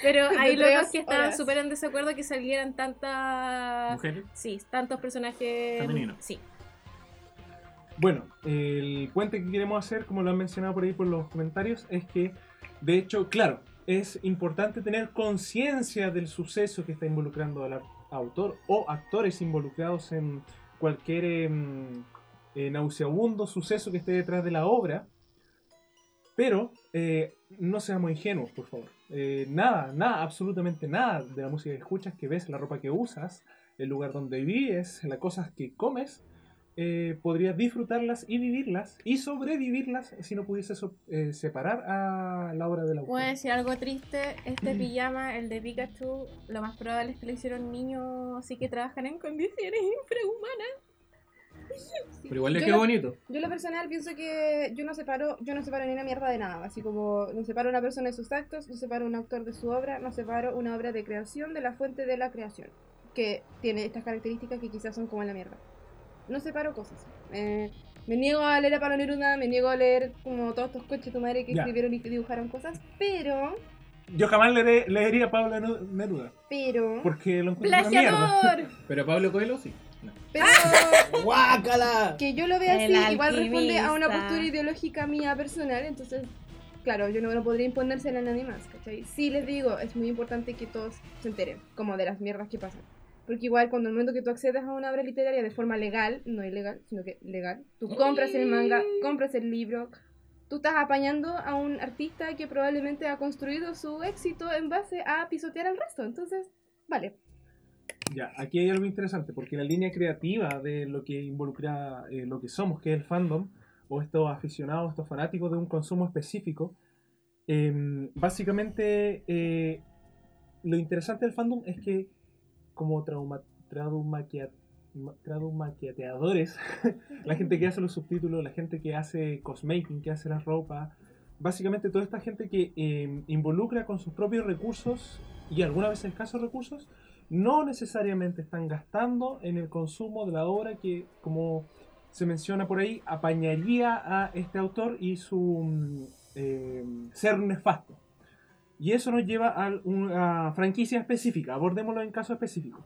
Speaker 6: Pero
Speaker 4: De
Speaker 6: hay
Speaker 4: tres
Speaker 6: locos que estaban
Speaker 4: horas.
Speaker 6: súper en desacuerdo que salieran tantas...
Speaker 8: Mujeres.
Speaker 6: Sí, tantos personajes...
Speaker 8: Femeninos.
Speaker 6: Sí.
Speaker 7: Bueno, el puente que queremos hacer, como lo han mencionado por ahí por los comentarios, es que, de hecho, claro, es importante tener conciencia del suceso que está involucrando al au- autor o actores involucrados en cualquier em, eh, nauseabundo suceso que esté detrás de la obra, pero eh, no seamos ingenuos, por favor. Eh, nada, nada, absolutamente nada de la música que escuchas, que ves, la ropa que usas, el lugar donde vives, las cosas que comes, eh, podrías disfrutarlas y vivirlas y sobrevivirlas si no pudieses so- eh, separar a la obra de la
Speaker 6: Voy a decir algo triste. Este pijama, el de Pikachu, lo más probable es que lo hicieron niños así que trabajan en condiciones infrahumanas.
Speaker 8: Pero igual le
Speaker 4: Yo
Speaker 8: quedó
Speaker 4: lo-
Speaker 8: bonito.
Speaker 4: Yo en lo personal pienso que yo no separo, yo no separo ni una mierda de nada, así como no separo una persona de sus actos, no separo un autor de su obra, no separo una obra de creación de la fuente de la creación, que tiene estas características que quizás son como la mierda. No separo cosas. Eh, me niego a leer a Pablo Neruda, me niego a leer como todos estos coches de tu madre que
Speaker 7: Ya.
Speaker 4: escribieron y que dibujaron cosas, pero,
Speaker 7: Yo jamás leeré- leería a Pablo Neu- Neruda
Speaker 4: pero,
Speaker 7: porque lo encuentro una mierda.
Speaker 6: ¡Plagiador!
Speaker 8: Pero Pablo Coelho sí. No.
Speaker 4: pero
Speaker 5: ¡Guácala!
Speaker 4: que yo lo vea
Speaker 6: El
Speaker 4: así, igual responde a una
Speaker 6: alquimista.
Speaker 4: postura ideológica mía personal, entonces, claro, yo no, no podría imponérsela a nadie más, ¿cachai? Sí les digo, es muy importante que todos se enteren, como de las mierdas que pasan. Porque igual cuando el momento que tú accedes a una obra literaria de forma legal, no ilegal, sino que legal, tú compras el manga, compras el libro, tú estás apañando a un artista que probablemente ha construido su éxito en base a pisotear al resto, entonces, vale.
Speaker 7: Ya, aquí hay algo interesante, porque la línea creativa de lo que involucra eh, lo que somos, que es el fandom, o estos aficionados, estos fanáticos de un consumo específico, eh, básicamente eh, lo interesante del fandom es que como trauma, traumaquia- ma- traumaqueteadores, la gente que hace los subtítulos, la gente que hace cosmaking, que hace las ropas, básicamente toda esta gente que eh, involucra con sus propios recursos y algunas veces escasos recursos, no necesariamente están gastando en el consumo de la obra que, como se menciona por ahí, apañaría a este autor y su mm, eh, ser nefasto. Y eso nos lleva a una franquicia específica, abordémoslo en caso específico.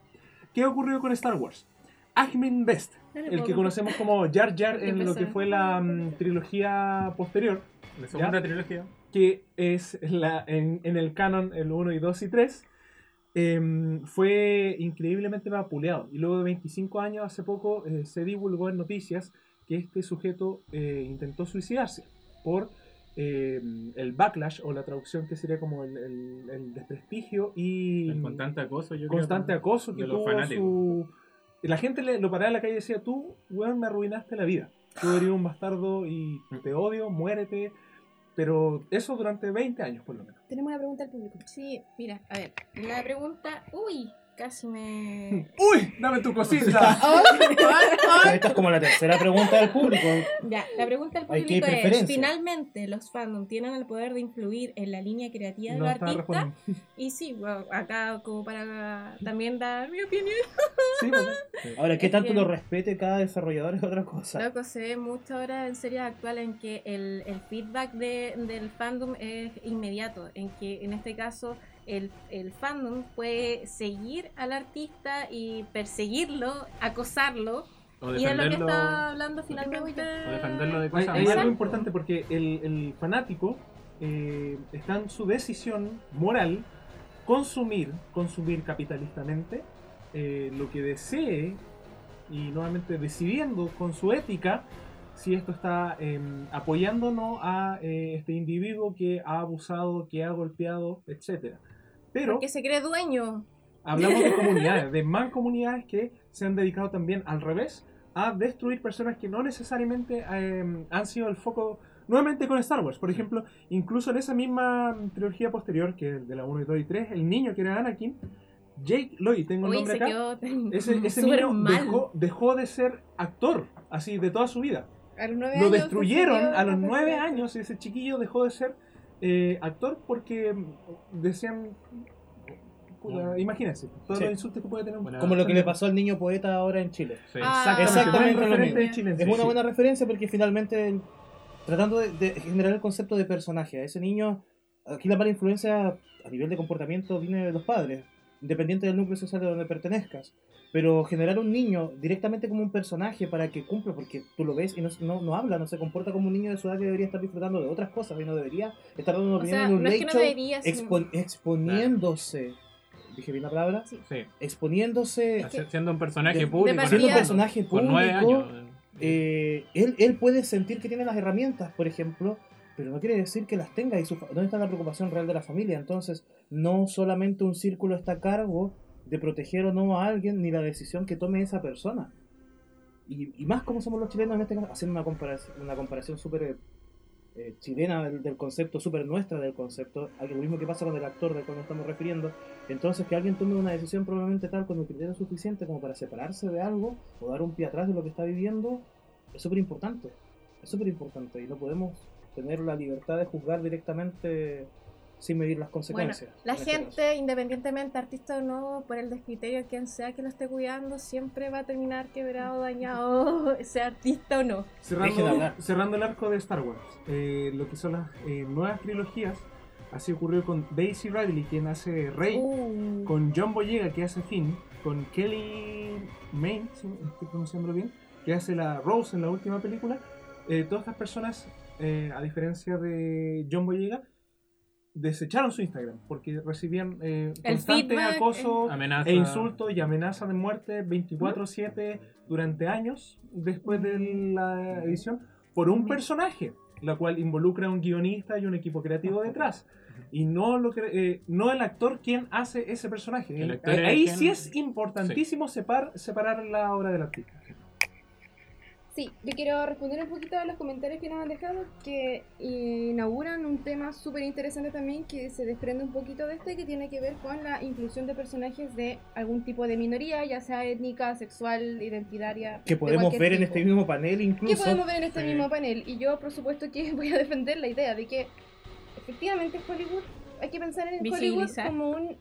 Speaker 7: ¿Qué ocurrió con Star Wars? Ahmed Best,
Speaker 6: No le
Speaker 7: el
Speaker 6: puedo
Speaker 7: que
Speaker 6: creer.
Speaker 7: conocemos como Jar Jar
Speaker 6: Qué
Speaker 7: en lo que
Speaker 6: pesado.
Speaker 7: fue la mm, trilogía posterior,
Speaker 8: La segunda trilogía.
Speaker 7: que es la, en, en el canon, el 1 y 2 y 3, em, fue increíblemente vapuleado. Y luego de 25 años, hace poco, eh, se divulgó en noticias que este sujeto eh, intentó suicidarse por em, el backlash o la traducción que sería como el, el- el desprestigio y
Speaker 8: Con tanto acoso, yo creo.
Speaker 7: constante acoso que
Speaker 8: de los
Speaker 7: tuvo
Speaker 8: fanáticos.
Speaker 7: su la gente le- lo paraba en la calle y decía, tú, weón, me arruinaste la vida. Tú eres un bastardo y
Speaker 8: Mm.
Speaker 7: te odio, muérete. Pero eso durante 20 años, por lo menos.
Speaker 4: Tenemos una pregunta al público.
Speaker 6: Sí, mira, a ver, la pregunta, uy, casi
Speaker 5: [LAUGHS]
Speaker 6: me...
Speaker 7: ¡Uy! ¡Dame tu [LAUGHS] cosita!
Speaker 6: Oh, oh, oh.
Speaker 5: Esta es como la tercera pregunta del
Speaker 7: [LAUGHS]
Speaker 5: público.
Speaker 6: Ya, la pregunta al
Speaker 5: Hay que ir
Speaker 6: público es,
Speaker 5: preferencia.
Speaker 6: ¿finalmente los fandom tienen el poder de influir en la línea creativa del
Speaker 7: No estaba
Speaker 6: artista?
Speaker 7: respondiendo.
Speaker 6: Y sí, bueno, acá como para también dar mi opinión.
Speaker 7: Sí, porque-
Speaker 5: pues. Ahora, ¿qué
Speaker 6: Es
Speaker 5: tanto
Speaker 6: que-
Speaker 5: lo respete cada desarrollador es otra cosa?
Speaker 6: Loco, se ve mucho ahora en series actuales en que el, el feedback de- del fandom es inmediato, en que en este caso el, el fandom puede seguir al artista y perseguirlo, acosarlo,
Speaker 8: O
Speaker 6: y es lo que
Speaker 8: defenderlo,
Speaker 6: está hablando
Speaker 4: Voy
Speaker 6: finalmente.
Speaker 8: o defenderlo de
Speaker 7: Hay,
Speaker 8: cosas
Speaker 7: hay
Speaker 8: malas.
Speaker 7: algo importante porque el, el fanático eh, está en su decisión moral consumir, consumir capitalistamente eh, lo que desee y nuevamente decidiendo con su ética si esto está eh, apoyando o no a eh, este individuo que ha abusado, que ha golpeado, etcétera. Pero
Speaker 6: Porque se cree dueño.
Speaker 8: [LAUGHS]
Speaker 7: Hablamos de comunidades, de mancomunidades que se han dedicado también al revés a destruir personas que no necesariamente eh, han sido el foco. Nuevamente con Star Wars, por ejemplo, incluso en esa misma trilogía posterior, que es de la 1, 2 y 3, el niño que era Anakin, Jake Lloyd, tengo el
Speaker 6: Hoy
Speaker 7: nombre
Speaker 6: se
Speaker 7: acá.
Speaker 6: quedó tan-
Speaker 7: Ese, ese
Speaker 6: súper
Speaker 7: niño
Speaker 6: mal.
Speaker 7: dejó, dejó de ser actor, así, de toda su vida.
Speaker 4: A los nueve
Speaker 7: Lo
Speaker 4: años
Speaker 7: destruyeron
Speaker 4: consiguió
Speaker 7: a los
Speaker 4: una
Speaker 7: nueve
Speaker 4: persona.
Speaker 7: años y ese chiquillo dejó de ser eh, actor porque mm, decían. puta, imagínense, todos
Speaker 5: Sí.
Speaker 7: los insultos que puede tener un
Speaker 8: Bueno,
Speaker 5: Como lo
Speaker 7: Ah,
Speaker 5: que le pasó al niño poeta ahora en Chile.
Speaker 8: Sí.
Speaker 6: Ah,
Speaker 5: Exactamente
Speaker 7: Buen
Speaker 5: lo
Speaker 7: referente
Speaker 5: mismo.
Speaker 7: chilense.
Speaker 5: Es una buena referencia porque finalmente, tratando de, de generar el concepto de personaje, a ese niño, aquí la mala influencia a nivel de comportamiento viene de los padres, independiente del núcleo social de donde pertenezcas. Pero generar un niño directamente como un personaje para que cumpla, porque tú lo ves y no, no, no habla, no se comporta como un niño de su edad que debería estar disfrutando de otras cosas y no debería estar dando una
Speaker 6: O
Speaker 5: opinión
Speaker 6: sea,
Speaker 5: en un
Speaker 6: no es que
Speaker 5: late
Speaker 6: no
Speaker 5: show,
Speaker 6: debería, sino-
Speaker 5: expo- exponiéndose. ¿Dije bien la palabra?
Speaker 8: Sí.
Speaker 5: Exponiéndose.
Speaker 8: Haci- Siendo un personaje
Speaker 5: de- de
Speaker 8: público.
Speaker 6: partida-
Speaker 5: Siendo un
Speaker 8: ¿no?
Speaker 5: personaje público
Speaker 8: Con nueve años.
Speaker 5: eh, él, él puede sentir que tiene las herramientas, por ejemplo, pero no quiere decir que las tenga. ¿Y su fa- dónde está la preocupación real de la familia? Entonces, no solamente un círculo está a cargo de proteger o no a alguien, ni la decisión que tome esa persona. Y, y más como somos los chilenos en este caso, haciendo una comparación, una comparación súper eh, eh, chilena del, del concepto, súper nuestra del concepto, algo lo mismo que pasa con el actor del cual nos estamos refiriendo, entonces que alguien tome una decisión probablemente tal con un criterio suficiente como para separarse de algo o dar un pie atrás de lo que está viviendo, es súper importante. Es súper importante y no podemos tener la libertad de juzgar directamente sin medir las
Speaker 6: Bueno,
Speaker 5: consecuencias.
Speaker 6: la
Speaker 5: en este
Speaker 6: gente,
Speaker 5: caso.
Speaker 6: independientemente artista o no, por el descriterio de quien sea que lo esté cuidando, siempre va a terminar quebrado, dañado, [LAUGHS] sea artista o no.
Speaker 5: Dejen de
Speaker 7: Cerrando,
Speaker 5: hablar.
Speaker 7: cerrando el arco de Star Wars, eh, lo que son las eh, nuevas trilogías, así ocurrió con Daisy Ridley, quien hace Rey,
Speaker 6: Uh,
Speaker 7: con John Boyega, que hace Finn, con Kelly Main, si no estoy pronunciándolo bien, que hace la Rose en la última película. eh, todas estas personas, eh, a diferencia de John Boyega, desecharon su Instagram porque recibían eh,
Speaker 6: El
Speaker 7: constante
Speaker 6: feedback, eh.
Speaker 7: acoso,
Speaker 8: Amenaza.
Speaker 7: e insulto y amenaza de muerte 24-7 durante años después de la edición por un personaje, la cual involucra a un guionista y un equipo creativo detrás. Y no, lo cre- eh, no el actor quien hace ese personaje.
Speaker 8: El actor
Speaker 7: ahí
Speaker 8: es
Speaker 7: ahí
Speaker 8: quien-
Speaker 7: sí es importantísimo separ- separar la obra del artista.
Speaker 4: Sí, yo quiero responder un poquito a los comentarios que nos han dejado que inauguran un tema súper interesante también que se desprende un poquito de este que tiene que ver con la inclusión de personajes de algún tipo de minoría, ya sea étnica, sexual, identitaria.
Speaker 5: que
Speaker 4: de
Speaker 5: podemos
Speaker 4: cualquier
Speaker 5: ver en
Speaker 4: tipo.
Speaker 5: este mismo panel
Speaker 4: ¿Qué
Speaker 5: incluso.
Speaker 4: podemos ver en este
Speaker 8: Sí.
Speaker 4: mismo panel? Y yo, por supuesto, que [LAUGHS] voy a defender la idea de que efectivamente Hollywood, hay que pensar en Hollywood
Speaker 6: Visibilizar.
Speaker 4: como un-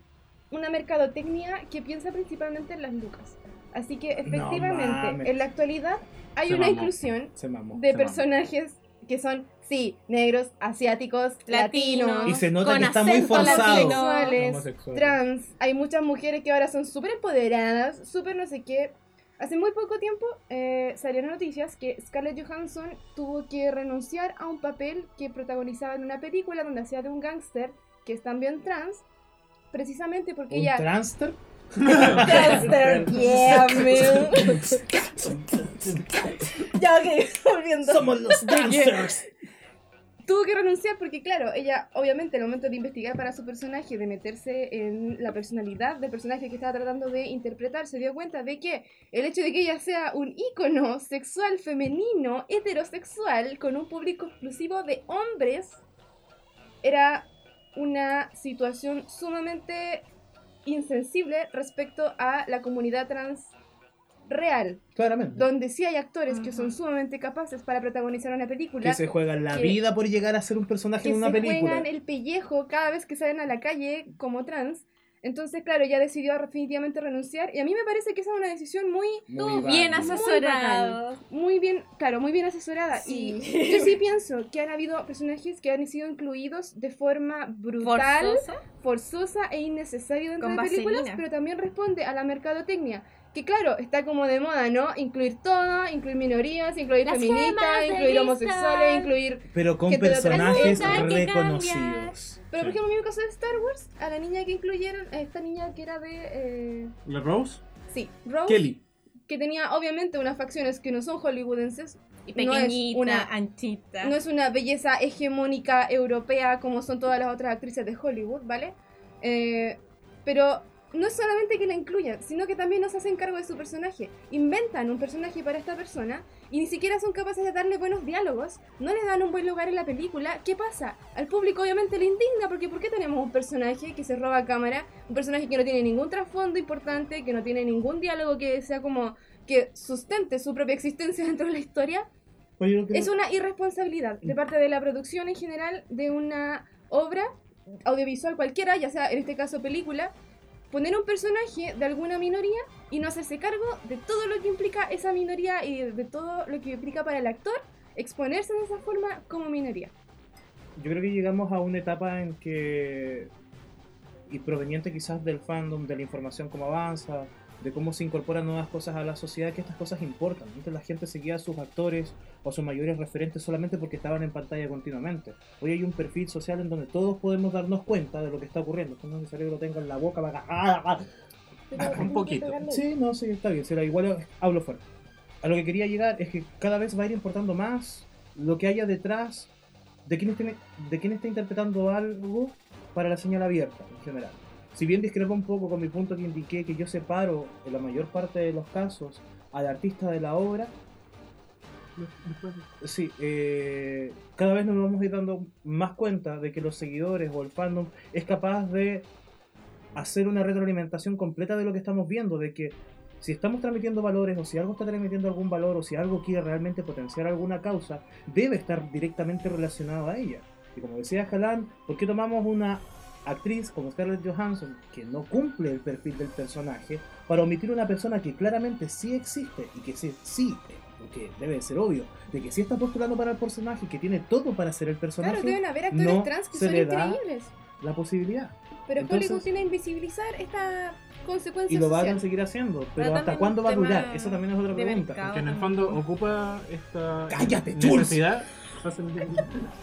Speaker 4: una mercadotecnia que piensa principalmente en las lucas. Así que efectivamente,
Speaker 5: mames.
Speaker 4: en la actualidad hay
Speaker 8: Se
Speaker 4: una
Speaker 8: mamó.
Speaker 4: inclusión
Speaker 5: Se mamó.
Speaker 4: de
Speaker 8: Se
Speaker 4: personajes que son, sí, negros, asiáticos,
Speaker 6: Latinos.
Speaker 4: latinos,
Speaker 5: Y se nota
Speaker 6: Con
Speaker 5: que está muy
Speaker 6: acento
Speaker 5: forzado.
Speaker 6: latino.
Speaker 4: homosexuales,
Speaker 8: Homosexual.
Speaker 4: trans. Hay muchas mujeres que ahora son súper empoderadas, súper no sé qué. Hace muy poco tiempo eh, salieron noticias que Scarlett Johansson tuvo que renunciar a un papel que protagonizaba en una película donde hacía de un gángster que es también trans, precisamente porque
Speaker 5: ¿Un
Speaker 4: ella...
Speaker 5: transter?
Speaker 4: [LAUGHS] Gángster, yeah, man. [LAUGHS] ya, ok, [LAUGHS] volviendo. [LAUGHS]
Speaker 5: Somos los gangsters.
Speaker 4: tuvo que renunciar porque, claro, ella, obviamente, el momento de investigar para su personaje, de meterse en la personalidad del personaje que estaba tratando de interpretar, se dio cuenta de que el hecho de que ella sea un ícono sexual femenino, heterosexual, con un público exclusivo de hombres, era una situación sumamente insensible respecto a la comunidad trans real,
Speaker 5: Claramente.
Speaker 4: donde sí hay actores que son sumamente capaces para protagonizar una película
Speaker 5: Que se juegan la
Speaker 4: que-
Speaker 5: vida por llegar a ser un personaje
Speaker 4: que
Speaker 5: en una
Speaker 4: se
Speaker 5: película.
Speaker 4: juegan el pellejo cada vez que salen a la calle como trans. Entonces, claro, ya decidió definitivamente renunciar. Y a mí me parece que esa es una decisión muy,
Speaker 6: Tú bien asesorado.
Speaker 4: muy bien, claro, muy bien asesorada.
Speaker 6: Sí.
Speaker 4: Y
Speaker 6: [LAUGHS]
Speaker 4: yo sí pienso que han habido personajes que han sido incluidos de forma brutal,
Speaker 6: Forzosa.
Speaker 4: forzosa e innecesaria dentro
Speaker 6: Con
Speaker 4: de películas,
Speaker 6: vaselina.
Speaker 4: pero también responde a la mercadotecnia. Que claro, está como de moda, ¿no? Incluir todo, incluir minorías, incluir
Speaker 6: Las gemas
Speaker 4: feministas,
Speaker 6: de
Speaker 4: incluir homosexuales,
Speaker 6: cristal.
Speaker 4: incluir
Speaker 5: Pero con
Speaker 4: que te lo
Speaker 5: personajes
Speaker 6: transmitan, que
Speaker 5: reconocidos.
Speaker 4: Pero por ejemplo, en mi caso de Star Wars, a la niña que incluyeron, a esta niña que era de. eh,
Speaker 7: ¿La Rose?
Speaker 4: sí, Rose.
Speaker 7: Kelly.
Speaker 4: Que tenía obviamente unas facciones que no son hollywoodenses.
Speaker 6: Y
Speaker 4: No es
Speaker 6: pequeñita,
Speaker 4: una-
Speaker 6: anchita.
Speaker 4: No es una belleza hegemónica europea como son todas las otras actrices de Hollywood, ¿vale? Eh, pero no es solamente que la incluyan, sino que también nos hacen cargo de su personaje. Inventan un personaje para esta persona y ni siquiera son capaces de darle buenos diálogos, no le dan un buen lugar en la película. ¿Qué pasa? Al público obviamente le indigna porque ¿por qué tenemos un personaje que se roba cámara? Un personaje que no tiene ningún trasfondo importante, que no tiene ningún diálogo que sea como que sustente su propia existencia [LAUGHS] dentro de la historia.
Speaker 5: Oye, Pues yo creo-
Speaker 4: Es una irresponsabilidad de parte de la producción en general de una obra audiovisual cualquiera, ya sea en este caso película, poner un personaje de alguna minoría y no hacerse cargo de todo lo que implica esa minoría y de todo lo que implica para el actor exponerse de esa forma como minoría.
Speaker 5: yo creo que llegamos a una etapa en que, y proveniente quizás del fandom, de la información como avanza, de cómo se incorporan nuevas cosas a la sociedad, que estas cosas importan. Antes la gente seguía a sus actores o a sus mayores referentes solamente porque estaban en pantalla continuamente. Hoy hay un perfil social en donde todos podemos darnos cuenta de lo que está ocurriendo. No es necesario que lo tengan en la boca para... ¡Ah, ah!
Speaker 8: Un poquito.
Speaker 5: Sí, no, sí, está bien. Será igual hablo fuerte. A lo que quería llegar es que cada vez va a ir importando más lo que haya detrás de quién, esté, de quién está interpretando algo para la señal abierta en general. Si bien discrepo un poco con mi punto que indiqué que yo separo en la mayor parte de los casos al artista de la obra, sí, eh, cada vez nos vamos a ir dando más cuenta de que los seguidores o el fandom es capaz de hacer una retroalimentación completa de lo que estamos viendo, de que si estamos transmitiendo valores o si algo está transmitiendo algún valor o si algo quiere realmente potenciar alguna causa, debe estar directamente relacionado a ella. Y como decía Jalan, ¿por qué tomamos una actriz como Scarlett Johansson que no cumple el perfil del personaje para omitir una persona que claramente sí existe y que sí, sí porque debe ser obvio, de que sí está postulando para el personaje, que tiene todo para ser el personaje,
Speaker 4: Claro, deben haber actores
Speaker 5: no
Speaker 4: trans que
Speaker 5: se
Speaker 4: son
Speaker 5: le da
Speaker 4: increíbles,
Speaker 5: la posibilidad.
Speaker 4: pero
Speaker 5: entonces-
Speaker 4: Hollywood tiene que invisibilizar esta
Speaker 5: y
Speaker 4: consecuencia
Speaker 5: lo va a
Speaker 4: social.
Speaker 5: conseguir haciendo.
Speaker 6: Pero
Speaker 5: Pero ¿hasta
Speaker 6: también
Speaker 5: cuándo
Speaker 6: un
Speaker 5: va a
Speaker 6: tema
Speaker 5: durar? Esa también es otra
Speaker 6: de
Speaker 5: pregunta.
Speaker 6: mercado.
Speaker 8: Que en el fondo ocupa esta
Speaker 5: ¡Cállate, Jules!
Speaker 8: necesidad. Fácil-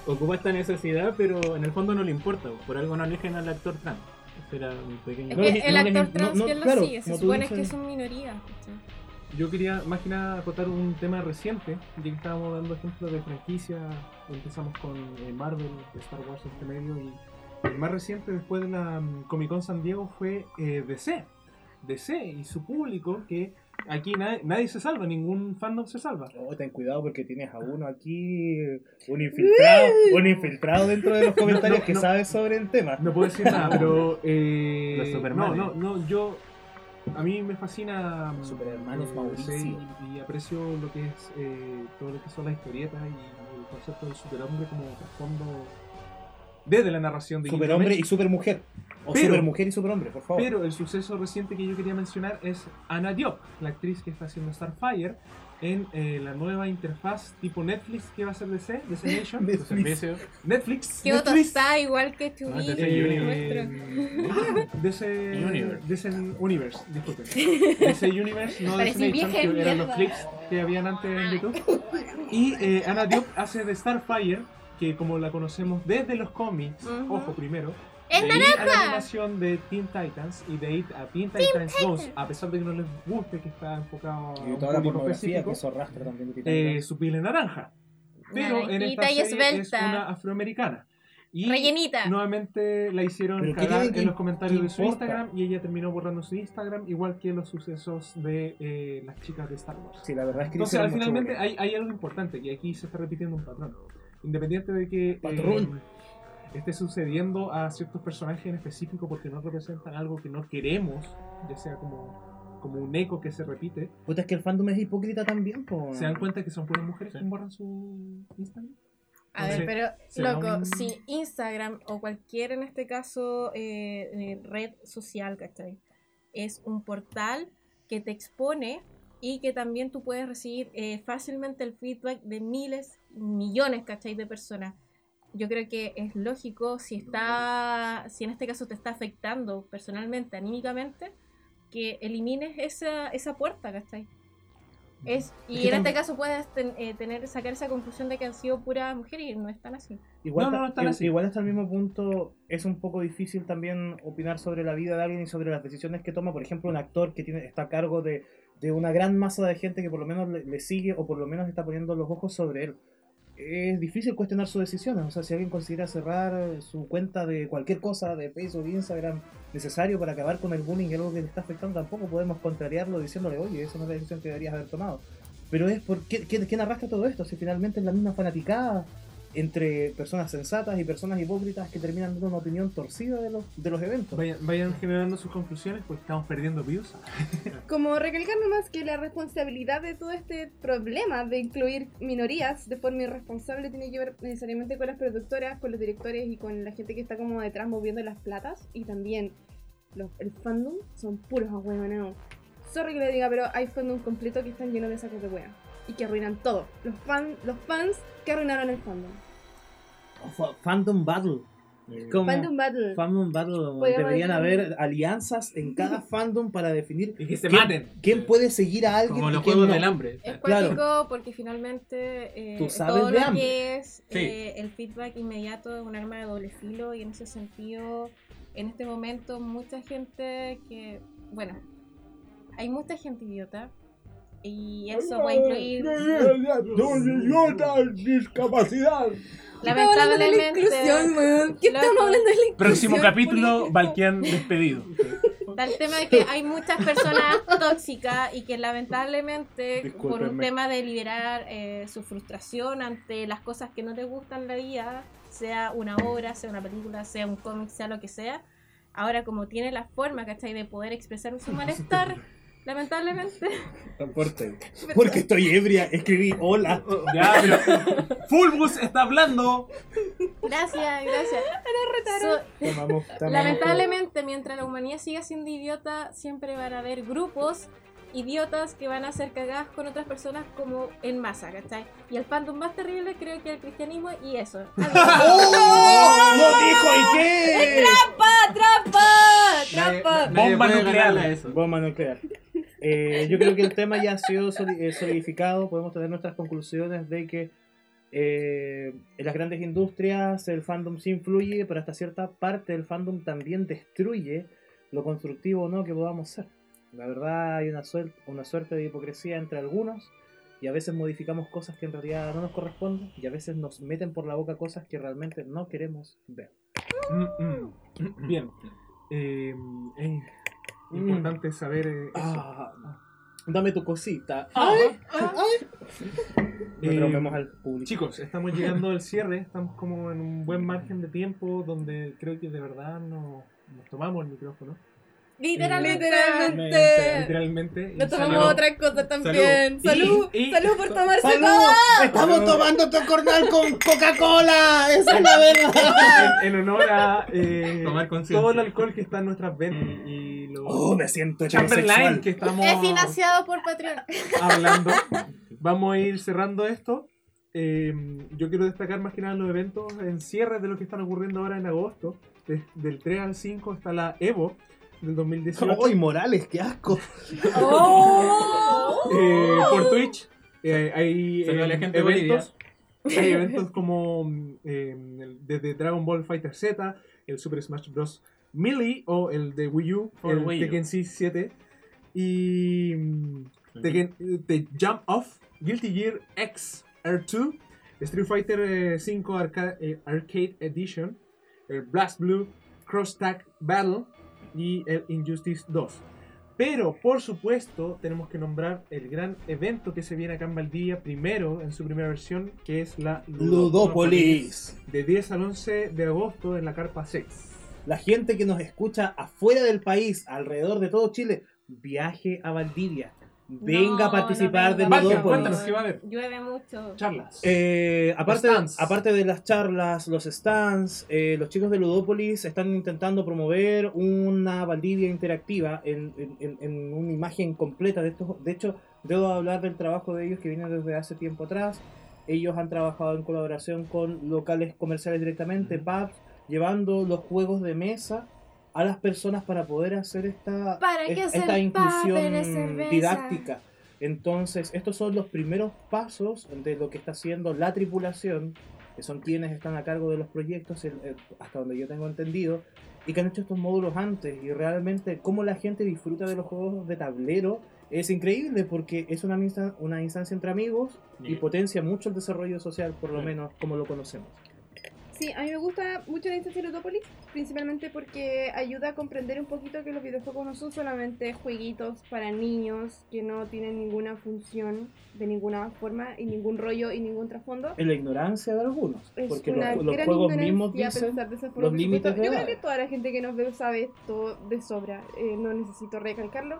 Speaker 8: ocupa esta necesidad, pero en el fondo no le importa. Por algo no eligen al actor trans. Ese era mi pequeño.
Speaker 6: Es
Speaker 5: No,
Speaker 6: que
Speaker 5: no,
Speaker 6: el
Speaker 5: no,
Speaker 6: actor
Speaker 5: no,
Speaker 6: trans
Speaker 5: no,
Speaker 6: que lo
Speaker 5: claro,
Speaker 6: sigue, se
Speaker 5: como tú
Speaker 6: supone
Speaker 5: dices.
Speaker 6: que son minorías. ¿cachai?
Speaker 7: Yo quería más que nada acotar un tema reciente, ya que estábamos dando ejemplos de franquicia, empezamos con eh, Marvel, Star Wars entre medio, y el más reciente después de la mm, Comic Con San Diego fue eh, DC. DC y su público, que aquí na- nadie se salva, ningún fandom se salva.
Speaker 5: Oh, ten cuidado porque tienes a uno aquí, un infiltrado, un infiltrado dentro de los comentarios
Speaker 7: No, no,
Speaker 5: que
Speaker 7: no.
Speaker 5: sabe sobre el tema.
Speaker 7: No puedo decir nada, pero. eh,
Speaker 8: Los Super
Speaker 7: no,
Speaker 8: Mario.
Speaker 7: no, no, yo. A mí me fascina. mm,
Speaker 5: Super Hermanos
Speaker 7: eh,
Speaker 5: Mauricio.
Speaker 7: sí, Y, y aprecio lo que es. eh, todo lo que son las historietas y el concepto del superhombre como trasfondo. Desde la narración de
Speaker 5: Superhombre
Speaker 7: Ultraman.
Speaker 5: y supermujer. O
Speaker 7: Pero-
Speaker 5: supermujer y superhombre, por favor.
Speaker 7: Pero el suceso reciente que yo quería mencionar es Ana Diop, la actriz que está haciendo Starfire en eh, la nueva interfaz tipo Netflix que va a ser DC, DC
Speaker 5: [LAUGHS]
Speaker 7: Nation.
Speaker 5: Netflix.
Speaker 7: Servicio. Netflix.
Speaker 6: Que otro
Speaker 7: Netflix.
Speaker 6: está igual que Chubi.
Speaker 8: Ah, DC
Speaker 6: nuestro.
Speaker 7: Eh, de ese
Speaker 8: Universe.
Speaker 7: de ese universe
Speaker 6: [LAUGHS]
Speaker 7: disculpen de ese universe no de
Speaker 6: Parece
Speaker 7: ese nation
Speaker 6: un viejo de
Speaker 7: que eran los
Speaker 6: mierda.
Speaker 7: clips que habían antes en YouTube y eh, Ana Diop hace de Starfire que como la conocemos desde los cómics
Speaker 6: Ujú.
Speaker 7: ojo primero
Speaker 6: ¡Es
Speaker 7: de ahí a la animación de Teen Titans y de ahí a Teen Titans 2 a pesar de que no les guste que está enfocado a
Speaker 5: Y
Speaker 7: un
Speaker 5: toda la
Speaker 7: público
Speaker 5: pornografía que
Speaker 7: específico
Speaker 5: eso arrastra también. de
Speaker 7: eh,
Speaker 5: Titanic.
Speaker 7: su piel es naranja pero en esta
Speaker 6: Naranjita y
Speaker 7: serie es
Speaker 6: esbelta.
Speaker 7: una afroamericana. Y
Speaker 6: Rellenita.
Speaker 7: nuevamente la hicieron
Speaker 5: ¿Pero qué
Speaker 7: cagar
Speaker 5: tiene que-
Speaker 7: en los comentarios de su
Speaker 5: importa?
Speaker 7: Instagram y ella terminó borrando su Instagram, igual que los sucesos de eh, las chicas de Star Wars.
Speaker 5: Sí, la verdad es que
Speaker 7: Entonces,
Speaker 5: hicieron
Speaker 7: al
Speaker 5: mucho
Speaker 7: finalmente
Speaker 5: bullying.
Speaker 7: hay, hay algo importante, que aquí se está repitiendo un patrón. Independiente de que eh,
Speaker 5: Patrón.
Speaker 7: esté sucediendo a ciertos personajes en específico porque no representan algo que no queremos, ya sea como, como un eco que se repite,
Speaker 5: Puta, es que el fandom es hipócrita también, po.
Speaker 7: ¿se dan cuenta que son puras mujeres que borran su Instagram?
Speaker 6: A
Speaker 7: Sí.
Speaker 6: ver, pero
Speaker 7: Sí,
Speaker 6: loco,
Speaker 7: no.
Speaker 6: si Instagram o cualquier, en este caso, eh, eh, red social, ¿cachai? Es un portal que te expone y que también tú puedes recibir eh, fácilmente el feedback de miles, millones, ¿cachai? De personas. Yo creo que es lógico si está, si en este caso te está afectando personalmente, anímicamente, que elimines esa, esa puerta, ¿cachai? Es,
Speaker 5: Es que
Speaker 6: y en este
Speaker 5: también-
Speaker 6: caso puedes ten- eh, tener, sacar esa conclusión de que han sido pura mujer y no están así.
Speaker 5: Igual,
Speaker 7: No, no,
Speaker 5: ta-
Speaker 7: no están
Speaker 5: i-
Speaker 7: así.
Speaker 5: igual hasta el mismo punto es un poco difícil también opinar sobre la vida de alguien y sobre las decisiones que toma, por ejemplo, un actor que tiene, está a cargo de, de una gran masa de gente que por lo menos le, le sigue o por lo menos está poniendo los ojos sobre él. Es difícil cuestionar sus decisiones, o sea, si alguien considera cerrar su cuenta de cualquier cosa, de Facebook, Instagram, necesario para acabar con el bullying y algo que le está afectando, tampoco podemos contrariarlo diciéndole, oye, esa no es la decisión que deberías haber tomado. Pero es por qué, quién, quién arrastra todo esto, si finalmente es la misma fanaticada entre personas sensatas y personas hipócritas que terminan dando una opinión torcida de los, de los eventos.
Speaker 7: Vayan, vayan generando sus conclusiones porque estamos perdiendo views.
Speaker 4: Como recalcar nomás que la responsabilidad de todo este problema de incluir minorías de forma irresponsable tiene que ver necesariamente con las productoras, con los directores y con la gente que está como detrás moviendo las platas y también los, el fandom son puros ahueonados. Sorry que le diga, pero hay fandom completo que están llenos de sacos de hueá y que arruinan todo. Los, fan, los fans que arruinaron el fandom.
Speaker 5: Fa- Fandom Battle. Como-
Speaker 4: Fandom Battle.
Speaker 5: Fandom Battle.
Speaker 4: Podríamos
Speaker 5: Deberían
Speaker 4: decir-
Speaker 5: haber alianzas en
Speaker 4: [LAUGHS]
Speaker 5: cada fandom para definir
Speaker 8: Y que se
Speaker 5: quién,
Speaker 8: maten.
Speaker 5: quién puede seguir a alguien
Speaker 8: Como
Speaker 5: y
Speaker 8: los
Speaker 5: quién
Speaker 8: juegos
Speaker 5: no.
Speaker 8: del hambre.
Speaker 6: Es
Speaker 5: Claro.
Speaker 6: cuático porque finalmente eh,
Speaker 5: Tú sabes
Speaker 6: todo
Speaker 5: de
Speaker 6: lo
Speaker 5: hambre.
Speaker 6: que es
Speaker 8: Sí.
Speaker 6: eh, el feedback inmediato es un arma de doble filo y en ese sentido, en este momento, mucha gente que, bueno, hay mucha gente idiota y eso puede incluir [LAUGHS]
Speaker 7: discapacidad!
Speaker 4: Estamos hablando de la inclusión,
Speaker 6: lamentablemente
Speaker 4: weón. ¿Qué estamos
Speaker 6: Loco.
Speaker 4: hablando de la inclusión?
Speaker 8: Próximo capítulo,
Speaker 4: Por
Speaker 8: Valkian despedido.
Speaker 6: Está el tema de que hay muchas personas tóxicas y que lamentablemente por un
Speaker 7: Discúlpenme.
Speaker 6: tema de liberar eh, su frustración ante las cosas que no te gustan en la vida, sea una obra, sea una película, sea un cómic, sea lo que sea, ahora como tiene la forma, ¿cachai? De poder expresar su malestar, lamentablemente... [LAUGHS]
Speaker 5: Porque estoy ebria, escribí hola.
Speaker 8: Ya, pero. Fulbus está hablando.
Speaker 6: Gracias, gracias. So-
Speaker 5: Tomamos- tomamos-
Speaker 6: Lamentablemente, mientras la humanidad siga siendo idiota, siempre van a haber grupos idiotas que van a ser cagadas con otras personas como en masa, ¿cachai? Y el fandom más terrible creo que el cristianismo
Speaker 7: [LAUGHS]
Speaker 6: y eso.
Speaker 5: ¡Oh! ¡No dijo y qué!
Speaker 6: ¡Trampa!
Speaker 8: Nadie-
Speaker 6: ¡Trampa!
Speaker 8: nadie
Speaker 7: Bomba
Speaker 8: puede
Speaker 7: nuclear.
Speaker 8: ganarle a eso.
Speaker 5: Bomba nuclear. Eh, yo creo que el tema ya ha sido soli- eh, solidificado. Podemos tener nuestras conclusiones de que eh, en las grandes industrias el fandom sí influye, pero hasta cierta parte el fandom también destruye lo constructivo o no que podamos ser. La verdad hay una, suel- una suerte de hipocresía entre algunos y a veces modificamos cosas que en realidad no nos corresponden y a veces nos meten por la boca cosas que realmente no queremos ver.
Speaker 7: Mm, Bien. Eh, eh, importante saber eh, eso.
Speaker 5: Mm. Ah, dame tu cosita. Nos
Speaker 7: Eh,
Speaker 5: rompemos al público.
Speaker 7: Chicos, estamos llegando al cierre, estamos como en un buen margen de tiempo donde creo que de verdad no- nos tomamos el micrófono.
Speaker 6: Literalmente.
Speaker 4: Literalmente.
Speaker 7: Literalmente. y
Speaker 4: Eh, Nos tomamos
Speaker 7: salió-
Speaker 4: otra cosa también. Salud. Salud,
Speaker 7: Y- y-
Speaker 4: por tomarse
Speaker 5: ¡Salud!
Speaker 4: todo.
Speaker 5: ¡Estamos tomando tu cornal con Coca-Cola! ¡Esa es la [LAUGHS] verdad!
Speaker 7: En, en honor a eh,
Speaker 8: Tomar conciencia.
Speaker 7: todo el alcohol que está en nuestras venas y lo
Speaker 5: ¡Oh, me siento
Speaker 7: Chamberlain
Speaker 5: heterosexual!
Speaker 7: que estamos
Speaker 6: Es financiado por
Speaker 7: [LAUGHS]
Speaker 6: Patreon.
Speaker 7: hablando. Vamos a ir cerrando esto. Eh, yo quiero destacar más que nada los eventos en cierre de lo que están ocurriendo ahora en agosto. De- del 3 al 5 está la Evo del 2018.
Speaker 5: ¡Ay, Morales, qué asco!
Speaker 6: Oh.
Speaker 7: eh, por Twitch. Eh, hay
Speaker 8: Salió
Speaker 7: eh,
Speaker 8: la gente de
Speaker 7: eventos, [LAUGHS] hay eventos como mm, eh, desde Dragon Ball Fighter Z, el Super Smash Bros. Melee o el de Wii U,
Speaker 8: O
Speaker 7: el
Speaker 8: Wii U.
Speaker 7: Tekken 6 7 em, y mm, Tekken- eh, The Jump Off, Guilty Gear X R2 Street Fighter eh, 5 Arca- eh, Arcade Edition, el Blast Blue Cross Tag Battle y el Injustice 2. Pero, por supuesto, tenemos que nombrar el gran evento que se viene acá en Valdivia primero, en su primera versión, que es la
Speaker 5: Ludópolis.
Speaker 7: De 10 al 11 de agosto en la Carpa 6.
Speaker 5: La gente que nos escucha afuera del país, alrededor de todo Chile, viaje a Valdivia. Venga a participar de
Speaker 7: venga.
Speaker 5: Ludópolis.
Speaker 7: Cuéntanos, ¿qué va a haber?
Speaker 6: Llueve mucho.
Speaker 7: Charlas.
Speaker 5: Eh, aparte,
Speaker 7: stands.
Speaker 5: aparte de las charlas, los stands, eh, los chicos de Ludópolis están intentando promover una Valdivia interactiva en, en- en- en una imagen completa de estos. De hecho, debo hablar del trabajo de ellos que viene desde hace tiempo atrás. Ellos han trabajado en colaboración con locales comerciales directamente, pubs, llevando los juegos de mesa a las personas para poder hacer esta,
Speaker 6: Para
Speaker 5: es-
Speaker 6: que se
Speaker 5: esta
Speaker 6: empapen de
Speaker 5: inclusión
Speaker 6: cerveza.
Speaker 5: didáctica. Entonces, estos son los primeros pasos de lo que está haciendo la tripulación, que son quienes están a cargo de los proyectos, el- eh, hasta donde yo tengo entendido, y que han hecho estos módulos antes. Y realmente, cómo la gente disfruta de los juegos de tablero es increíble, porque es una, insta- una instancia entre amigos y
Speaker 7: Yeah.
Speaker 5: potencia mucho el desarrollo social, por lo
Speaker 7: Yeah.
Speaker 5: menos como lo conocemos.
Speaker 4: Sí, a mí me gusta mucho la instancia de Ludopolis, principalmente porque ayuda a comprender un poquito que los videojuegos no son solamente jueguitos para niños que no tienen ninguna función de ninguna forma y ningún rollo y ningún trasfondo.
Speaker 5: En la ignorancia de algunos,
Speaker 4: Es
Speaker 5: porque
Speaker 4: una
Speaker 5: los, los
Speaker 4: gran
Speaker 5: juegos
Speaker 4: ignorancia
Speaker 5: mismos dicen.
Speaker 4: pensar de esa forma,
Speaker 5: los
Speaker 4: por
Speaker 5: límites
Speaker 4: supuesto.
Speaker 5: de
Speaker 4: Yo creo
Speaker 5: edad.
Speaker 4: que toda la gente que nos ve sabe esto de sobra. eh, no necesito recalcarlo.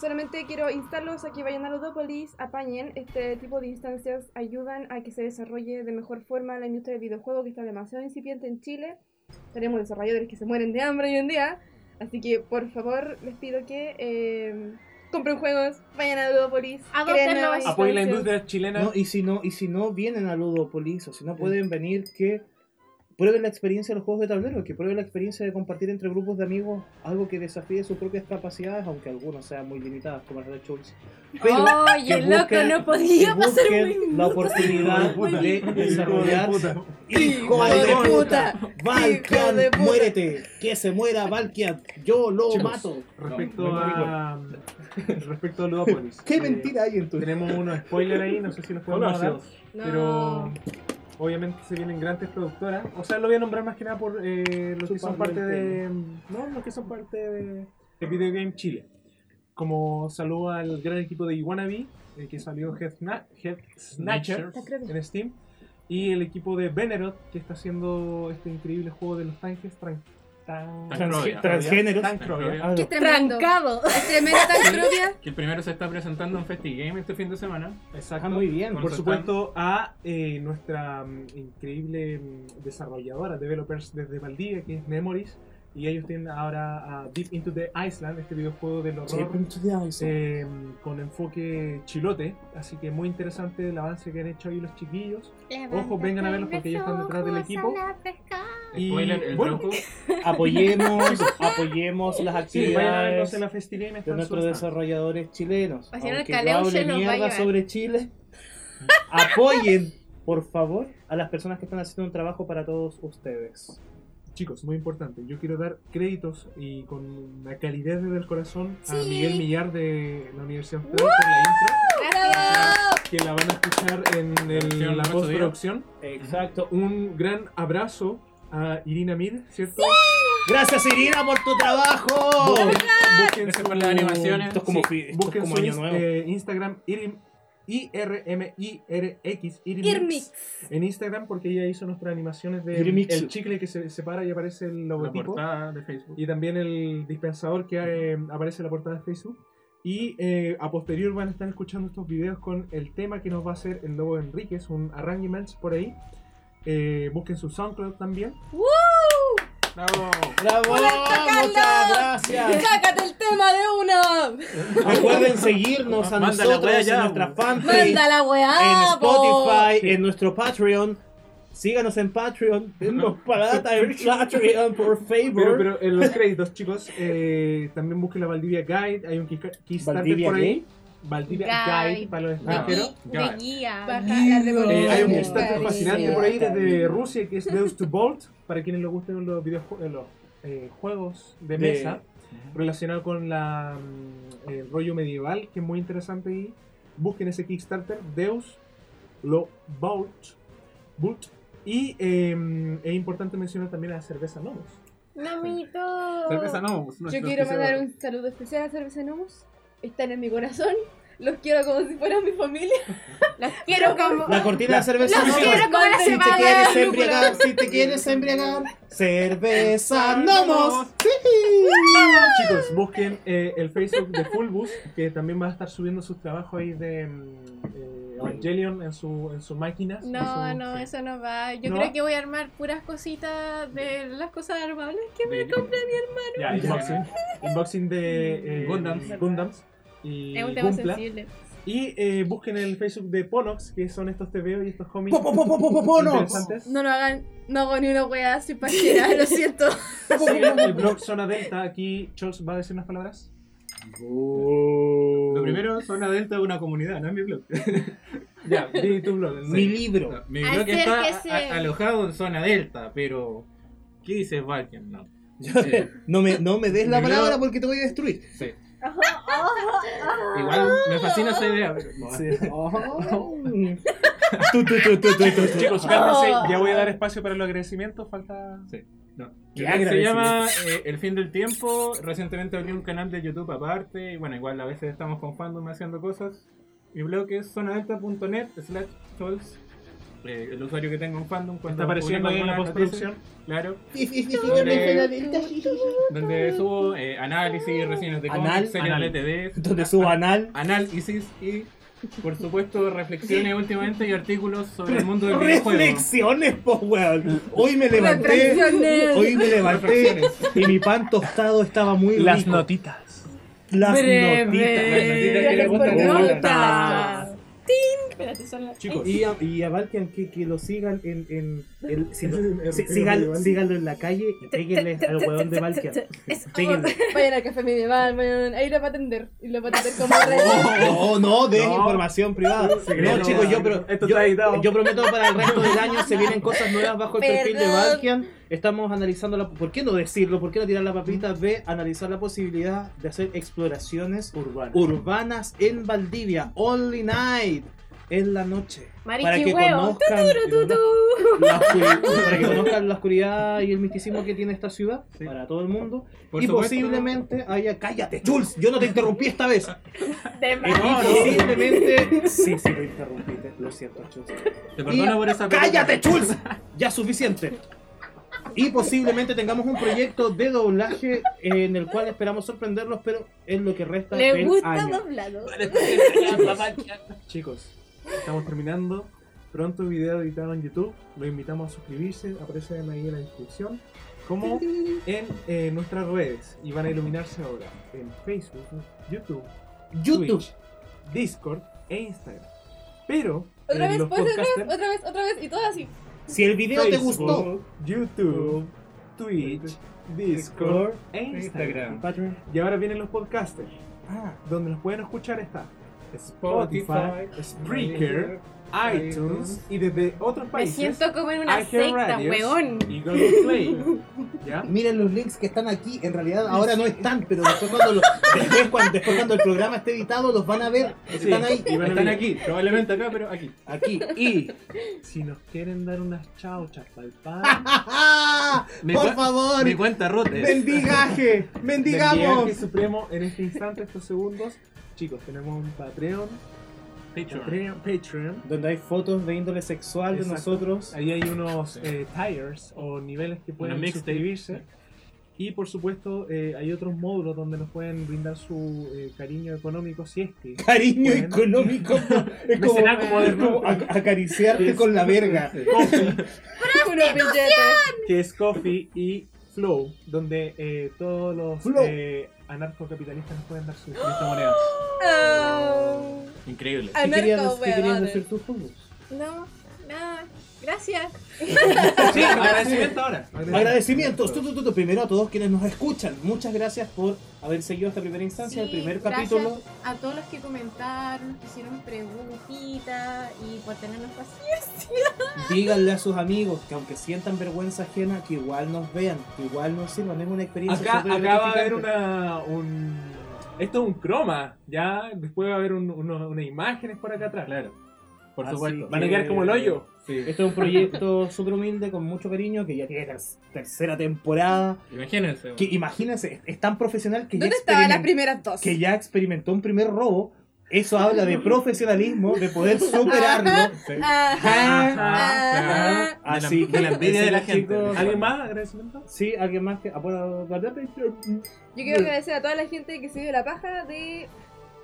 Speaker 4: Solamente quiero instarlos a que vayan a Ludopolis, apañen. Este tipo de instancias ayudan a que se desarrolle de mejor forma la industria del videojuego que está demasiado incipiente en Chile. Tenemos desarrolladores que se mueren de hambre hoy en día. Así que, por favor, les pido que eh, compren juegos, vayan a Ludopolis.
Speaker 6: Adopten
Speaker 4: creen
Speaker 6: la
Speaker 4: nuevas
Speaker 7: Apoyen la
Speaker 4: instancias.
Speaker 7: industria chilena.
Speaker 5: No, y si no, y si no vienen a Ludopolis, o si no pueden venir, que prueben la experiencia de los juegos de tablero, que prueben la experiencia de compartir entre grupos de amigos algo que desafíe sus propias capacidades, aunque algunas sean muy limitadas, como las de Schultz. Pero
Speaker 4: Ah,
Speaker 6: Oye,
Speaker 5: que
Speaker 6: loco,
Speaker 5: busquen-
Speaker 6: no
Speaker 5: que
Speaker 6: podía pasar
Speaker 5: busquen
Speaker 6: muy
Speaker 5: la oportunidad
Speaker 7: Hijo
Speaker 5: de
Speaker 7: de puta.
Speaker 5: desarrollar.
Speaker 7: Hijo de puta.
Speaker 5: ¡Hijo de puta!
Speaker 4: ¡Hijo de
Speaker 5: ¡Valkian,
Speaker 4: puta!
Speaker 5: muérete! ¡Que se muera Valkian! ¡Yo lo
Speaker 7: Chicos,
Speaker 5: mato!
Speaker 7: Respecto
Speaker 8: No,
Speaker 7: a. respecto a Ludopolis.
Speaker 5: ¡Qué
Speaker 7: eh,
Speaker 5: mentira hay en tu
Speaker 7: Tenemos unos spoilers ahí, no sé si los podemos dar. Pero. Obviamente se vienen grandes productoras. O sea, lo voy a nombrar más que nada por eh, los que son
Speaker 5: Chuparle
Speaker 7: parte
Speaker 5: el
Speaker 7: de. No, los que son parte de, de Video Game Chile. Como saludo al gran equipo de Iwanabe, eh, que salió Head, Sna- Head Snatcher en Steam. Y el equipo de Veneroth, que está haciendo este increíble juego de los tanques tran- tan-
Speaker 5: Transgé-
Speaker 7: transgéneros.
Speaker 5: transgéneros.
Speaker 7: Tancrovia.
Speaker 5: Ah,
Speaker 4: Qué tremendo.
Speaker 6: trancado.
Speaker 4: Es tremenda tan propia.
Speaker 8: Que el primero se está presentando en FestiGame este fin de semana.
Speaker 7: Exacto.
Speaker 5: Ah, muy bien.
Speaker 8: Con
Speaker 7: Por
Speaker 8: su
Speaker 7: supuesto, a eh, nuestra mm, increíble mm, desarrolladora, developers desde Valdivia, que es Memories. Y ellos tienen ahora a Deep into the Island, este videojuego del horror eh, con enfoque chilote. Así que muy interesante el avance que han hecho ahí los chiquillos. Ojo, vengan a verlos porque ellos están detrás del equipo. Y
Speaker 8: Spoiler, el
Speaker 7: bueno,
Speaker 8: Roku.
Speaker 6: [LAUGHS]
Speaker 5: Apoyemos, apoyemos las
Speaker 7: sí, vayan a verlos
Speaker 5: actividades.
Speaker 7: en la FestiGame.
Speaker 5: de
Speaker 7: están
Speaker 5: nuestros
Speaker 7: sus stands.
Speaker 5: desarrolladores chilenos.
Speaker 6: Pues si no, el
Speaker 5: Aunque yo
Speaker 6: Caleuche
Speaker 5: hable
Speaker 6: nos va a
Speaker 5: mierda
Speaker 6: llevar.
Speaker 5: sobre Chile, apoyen, por favor, a las personas que están haciendo un trabajo para todos ustedes.
Speaker 7: Chicos, muy importante. Yo quiero dar créditos y con una calidez desde el corazón a
Speaker 6: Sí.
Speaker 7: Miguel Millar de la Universidad Austral por la intro. que la van a escuchar en el-
Speaker 8: Versión
Speaker 7: la
Speaker 8: ocho
Speaker 7: postproducción.
Speaker 5: Exacto.
Speaker 7: Un gran abrazo a Irina Mir, ¿cierto?
Speaker 5: Gracias Irina por tu trabajo.
Speaker 7: Busquen- busquen
Speaker 8: Gracias
Speaker 7: su-
Speaker 8: por las animaciones.
Speaker 5: Esto es como,
Speaker 8: Sí.
Speaker 5: fi- esto es
Speaker 7: Busquen
Speaker 5: como
Speaker 7: su
Speaker 5: año
Speaker 7: ins-
Speaker 5: nuevo.
Speaker 7: eh, Instagram Irim- IRMIRX Irimix,
Speaker 6: Irmix.
Speaker 7: en Instagram porque ella hizo nuestras animaciones de
Speaker 5: Irimix.
Speaker 7: el chicle que se separa y aparece el
Speaker 8: La
Speaker 7: logotipo
Speaker 8: portada Ah, de Facebook.
Speaker 7: y también el dispensador que eh, aparece en la portada de Facebook y eh, a posterior van a estar escuchando estos videos con el tema que nos va a hacer el lobo Enríquez, un arrangements por ahí. Eh, busquen su SoundCloud también.
Speaker 8: Bravo.
Speaker 5: Bravo, muchas
Speaker 6: [LAUGHS]
Speaker 5: gracias.
Speaker 6: ¡Sácate el tema de uno!
Speaker 5: Recuerden seguirnos a
Speaker 8: Manda la wea
Speaker 5: nosotros en
Speaker 8: ya,
Speaker 5: nuestra
Speaker 8: bo.
Speaker 5: fanpage.
Speaker 6: ¡Manda la
Speaker 5: en
Speaker 6: weá! po!
Speaker 5: Spotify, en nuestro Patreon. Síganos en Patreon, dennos para
Speaker 8: [LAUGHS]
Speaker 5: data en Patreon, por
Speaker 7: Pero,
Speaker 5: favor.
Speaker 7: pero en los créditos, chicos, eh, también busquen la Valdivia Guide. Hay un kick- Kickstarter
Speaker 5: ¿Valdivia
Speaker 7: por ahí.
Speaker 5: Guide?
Speaker 7: Valdivia
Speaker 6: Guide.
Speaker 7: Guide, para los
Speaker 8: Ah.
Speaker 7: extranjeros.
Speaker 6: De guía.
Speaker 4: Baja la
Speaker 7: Eh, hay un
Speaker 4: revolución.
Speaker 7: Kickstarter
Speaker 4: Clarísimo.
Speaker 7: fascinante por ahí desde
Speaker 5: Clarísimo.
Speaker 7: Rusia que es Deus to Bolt. Para quienes les gusten los, videojuegos, los eh, juegos de
Speaker 5: De-
Speaker 7: mesa relacionado con la, mm, el rollo medieval, que es muy interesante. Y busquen ese Kickstarter, Deus Lo Bolt. Boot. Y eh, es importante mencionar también la cerveza Nomos.
Speaker 6: Namito.
Speaker 8: Cerveza no.
Speaker 4: Yo quiero mandar un saludo especial a Cerveza Nomus. Están en mi corazón. Los quiero como si fueran mi familia.
Speaker 6: Las quiero como.
Speaker 5: La cortina de cerveza
Speaker 6: Los
Speaker 5: no
Speaker 6: quiero
Speaker 5: más.
Speaker 6: como la
Speaker 5: Si te
Speaker 6: cebada
Speaker 5: quieres
Speaker 6: de
Speaker 5: embriagar, si te quieres embriagar, cerveza nomos.
Speaker 7: Chicos, busquen eh, el Facebook de Fulbus, que también va a estar subiendo sus trabajos ahí de mm, eh, Evangelion en su, en sus máquinas. en
Speaker 6: No,
Speaker 7: su-
Speaker 6: no,
Speaker 7: sí.
Speaker 6: eso no va. Yo
Speaker 7: ¿No?
Speaker 6: creo que voy a armar puras cositas de las cosas armables que me compré mi hermano.
Speaker 7: Ya, unboxing. unboxing de eh, Gundams. Gundams y
Speaker 6: Es un tema
Speaker 7: Gunpla.
Speaker 6: sensible.
Speaker 7: Y eh, busquen el Facebook de Ponox, que son estos TVO y estos cómics.
Speaker 5: Po, po, po, po, po, po, Ponox.
Speaker 7: interesantes.
Speaker 6: No lo hagan, no hago ni una weá, soy pajera,
Speaker 4: [LAUGHS]
Speaker 6: lo siento.
Speaker 7: Sigan el blog Zona Delta. Aquí Chols va a decir unas palabras.
Speaker 5: Oh.
Speaker 8: Lo primero, Zona Delta es una comunidad, no es mi blog.
Speaker 7: [LAUGHS] Ya, di tu blog.
Speaker 5: Mi libro.
Speaker 8: Mi blog
Speaker 6: Acérquese.
Speaker 8: está a- a- alojado en Zona Delta, pero. ¿Qué dices, Valken? No.
Speaker 5: [LAUGHS]
Speaker 8: Eh,
Speaker 5: No me, no me des la
Speaker 8: Mi
Speaker 5: palabra
Speaker 8: libro.
Speaker 5: porque te voy a destruir.
Speaker 8: [LAUGHS] sí. Igual me fascina esa idea, pero. no.
Speaker 5: Oh. Tú, tú, tú, tú, tú, tú, tú.
Speaker 7: Chicos, cálmense.
Speaker 6: Oh.
Speaker 7: Ya voy a dar espacio para los agradecimientos. Falta.
Speaker 5: Qué
Speaker 8: Ah, se
Speaker 5: agradecido.
Speaker 8: llama eh, El Fin del Tiempo. Recientemente abrí un canal de YouTube aparte. Y bueno, igual a veces estamos con fandom haciendo cosas. Mi blog es zonadelta.net slash trolls. Eh, el usuario que tengo en fandom cuando
Speaker 7: Está apareciendo
Speaker 8: publico
Speaker 7: alguna
Speaker 8: alguna
Speaker 7: postproducción.
Speaker 8: noticia, Claro.
Speaker 5: Sí, sí, sí, sí,
Speaker 8: Donde-
Speaker 5: me fue la delta, sí,
Speaker 8: [LAUGHS]
Speaker 5: sí, sí.
Speaker 8: Donde subo eh, análisis, reseñas de
Speaker 5: Anal,
Speaker 8: cómics, series
Speaker 5: anal.
Speaker 8: de TV,
Speaker 5: [LAUGHS] Donde subo anal.
Speaker 8: análisis y, por supuesto, reflexiones últimamente y artículos sobre el mundo del videojuego.
Speaker 5: Reflexiones, po, weón. Hoy me levanté.
Speaker 6: Reflexiones.
Speaker 5: Hoy me
Speaker 6: [LAUGHS]
Speaker 5: levanté y mi pan tostado estaba muy rico.
Speaker 7: notitas.
Speaker 5: Las
Speaker 6: Breve.
Speaker 5: notitas.
Speaker 7: que le gustan
Speaker 5: Gracias
Speaker 7: a
Speaker 5: por
Speaker 7: Lola.
Speaker 6: nota. Tin. Espérate, son las-
Speaker 7: Chicos,
Speaker 5: Y a, y a Valkian que, que lo sigan en. en,
Speaker 6: [LAUGHS]
Speaker 5: en- si-
Speaker 7: Ese es
Speaker 5: sí,
Speaker 7: el-
Speaker 5: síganlo, síganlo en la calle y péguenle al weón de Valkian.
Speaker 6: Es-
Speaker 5: Péguenle.
Speaker 4: Vayan al café medieval, vayan. Ahí lo va a atender. Y lo va a atender como
Speaker 6: Oh.
Speaker 4: rey.
Speaker 5: No, no, de
Speaker 7: No.
Speaker 5: información privada.
Speaker 7: Secreto.
Speaker 5: No, chicos, yo, pero,
Speaker 7: Esto
Speaker 5: yo,
Speaker 7: está editado.
Speaker 5: yo prometo para el resto del año se vienen cosas nuevas bajo el perfil de
Speaker 6: Perdón.
Speaker 5: Valkian. Estamos analizando la. ¿Por qué no decirlo? ¿Por qué no tirar la papita de analizar la posibilidad de hacer exploraciones
Speaker 7: Urbano.
Speaker 5: urbanas en Valdivia? Only night. En la noche. Para que,
Speaker 6: Mariquihueo.
Speaker 5: conozcan,
Speaker 6: Tu, tu.
Speaker 5: la oscuri- para que conozcan la oscuridad y el misticismo que tiene esta ciudad
Speaker 8: Sí.
Speaker 5: para todo el mundo.
Speaker 8: Por
Speaker 5: y
Speaker 8: supuesto.
Speaker 5: posiblemente haya. ¡Cállate, Jules! Yo [LAUGHS] no te interrumpí esta vez.
Speaker 6: De
Speaker 8: Eh,
Speaker 5: Y
Speaker 6: más.
Speaker 5: posiblemente. Sí, sí, lo interrumpiste. Lo siento, Jules.
Speaker 8: Te perdono
Speaker 5: Y-
Speaker 8: por esa
Speaker 5: ¡Cállate, Jules! Ya suficiente. Y posiblemente tengamos un proyecto de doblaje en el cual esperamos sorprenderlos, pero es lo que resta
Speaker 6: Le
Speaker 5: del
Speaker 6: gusta
Speaker 5: año.
Speaker 6: doblado.
Speaker 7: Chicos, estamos terminando. Pronto un video editado en YouTube. Los invitamos a suscribirse. Aparecen ahí en la descripción. Como en eh, nuestras redes. Y van a iluminarse ahora en Facebook, YouTube,
Speaker 5: YouTube.
Speaker 7: Twitch, Discord e Instagram. Pero
Speaker 4: Otra
Speaker 7: en
Speaker 4: vez,
Speaker 7: Eh, los
Speaker 4: pues, otra
Speaker 7: podcasters,
Speaker 4: vez, otra vez, otra vez. Y todo así.
Speaker 5: Si el video te
Speaker 7: Facebook,
Speaker 5: gustó,
Speaker 7: YouTube, Twitch, Discord e Instagram.
Speaker 8: Instagram.
Speaker 5: Patreon.
Speaker 7: Y ahora vienen los podcasters.
Speaker 5: Ah,
Speaker 7: Donde nos pueden escuchar está
Speaker 8: Spotify,
Speaker 7: Spreaker, iTunes y desde otros
Speaker 6: Me
Speaker 7: países.
Speaker 6: siento como en una
Speaker 7: iHeart
Speaker 6: secta,
Speaker 7: Radios
Speaker 6: weón.
Speaker 7: Y Google
Speaker 6: [LAUGHS]
Speaker 7: Play. ¿Ya?
Speaker 5: Miren los links que están aquí, en realidad ahora no están, pero después cuando, los- después, cuando, después cuando el programa esté editado los van a ver,
Speaker 7: Sí,
Speaker 5: están ahí,
Speaker 7: y van a
Speaker 8: Están
Speaker 7: ver.
Speaker 8: aquí, probablemente acá, pero aquí.
Speaker 5: aquí. [LAUGHS]
Speaker 7: Y si nos quieren dar unas chauchas pa'l pan,
Speaker 6: [LAUGHS]
Speaker 8: Me
Speaker 5: Por
Speaker 8: cua-
Speaker 5: favor,
Speaker 8: Mi cuenta rote.
Speaker 5: mendigaje, mendigamos.
Speaker 7: mendigaje supremo en este instante, estos segundos. Chicos, tenemos un Patreon, Patreon, Patreon.
Speaker 5: Donde hay fotos de índole sexual de
Speaker 7: Exacto.
Speaker 5: nosotros.
Speaker 7: Ahí hay unos eh, tires o niveles que pueden
Speaker 8: mixtape.
Speaker 7: suscribirse. Y por supuesto, eh, hay otros módulos donde nos pueden brindar su eh, cariño económico si es que.
Speaker 5: Cariño
Speaker 7: Bueno.
Speaker 5: económico. Es como,
Speaker 7: Mecenazgo
Speaker 8: pues,
Speaker 5: es
Speaker 7: moderno.
Speaker 5: como ac- acariciarte con la verga.
Speaker 7: Coffee,
Speaker 4: Unos billetes.
Speaker 7: que es Coffee y Flow, donde eh, todos los
Speaker 5: Flow.
Speaker 7: eh, anarcocapitalistas nos pueden dar sus criptomonedas.
Speaker 4: Oh.
Speaker 8: Increíble.
Speaker 5: ¿Qué querías,
Speaker 4: Anarco,
Speaker 5: qué querías
Speaker 4: weón.
Speaker 5: decir tú, Fulvio?
Speaker 6: No, nada. Gracias.
Speaker 7: Sí, agradecimiento ahora.
Speaker 5: Agradecimientos. tú, tú, tú, tú. primero a todos quienes nos escuchan. Muchas gracias por haber seguido esta primera instancia, el
Speaker 6: Sí,
Speaker 5: primer
Speaker 6: gracias
Speaker 5: capítulo.
Speaker 6: A todos los que comentaron, nos hicieron preguntitas y por tenernos paciencia.
Speaker 5: Díganle a sus amigos que aunque sientan vergüenza ajena, que igual nos vean, que igual nos sirvan. Es una experiencia.
Speaker 7: Acá,
Speaker 5: súper
Speaker 7: acá va a haber
Speaker 5: gratificante.
Speaker 7: una. Un... Esto es un croma, ya. Después va a haber un- uno- unas imágenes por acá atrás.
Speaker 8: Claro.
Speaker 7: Por
Speaker 5: Así
Speaker 7: supuesto.
Speaker 5: que-
Speaker 7: Van a quedar como el hoyo.
Speaker 8: Sí.
Speaker 5: Este es un proyecto [LAUGHS] súper humilde, con mucho cariño, que ya tiene ter- tercera temporada.
Speaker 8: Imagínense.
Speaker 5: Que imagínense, es, es tan profesional que ya,
Speaker 4: ¿Dónde estaban las
Speaker 5: experimen-
Speaker 4: primeras dos?
Speaker 5: que ya experimentó un primer robo. Eso habla de profesionalismo, de poder superarlo. Ah,
Speaker 4: Ajá, ajá.
Speaker 5: Así que
Speaker 8: de la envidia de la
Speaker 5: ese,
Speaker 8: gente.
Speaker 5: chicos,
Speaker 7: ¿Alguien más? ¿Agradecimiento?
Speaker 5: Sí, alguien más que apuera guardar
Speaker 4: Yo quiero agradecer a toda la gente que se dio la paja de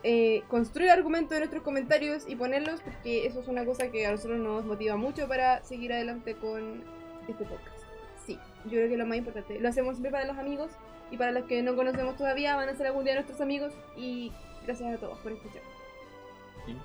Speaker 4: eh, construir argumentos en nuestros comentarios y ponerlos, porque eso es una cosa que a nosotros nos motiva mucho para seguir adelante con este podcast. Sí, yo creo que es lo más importante. Lo hacemos siempre para los amigos y para los que no conocemos todavía van a ser algún día nuestros amigos y gracias a todos por escuchar.
Speaker 5: Ay,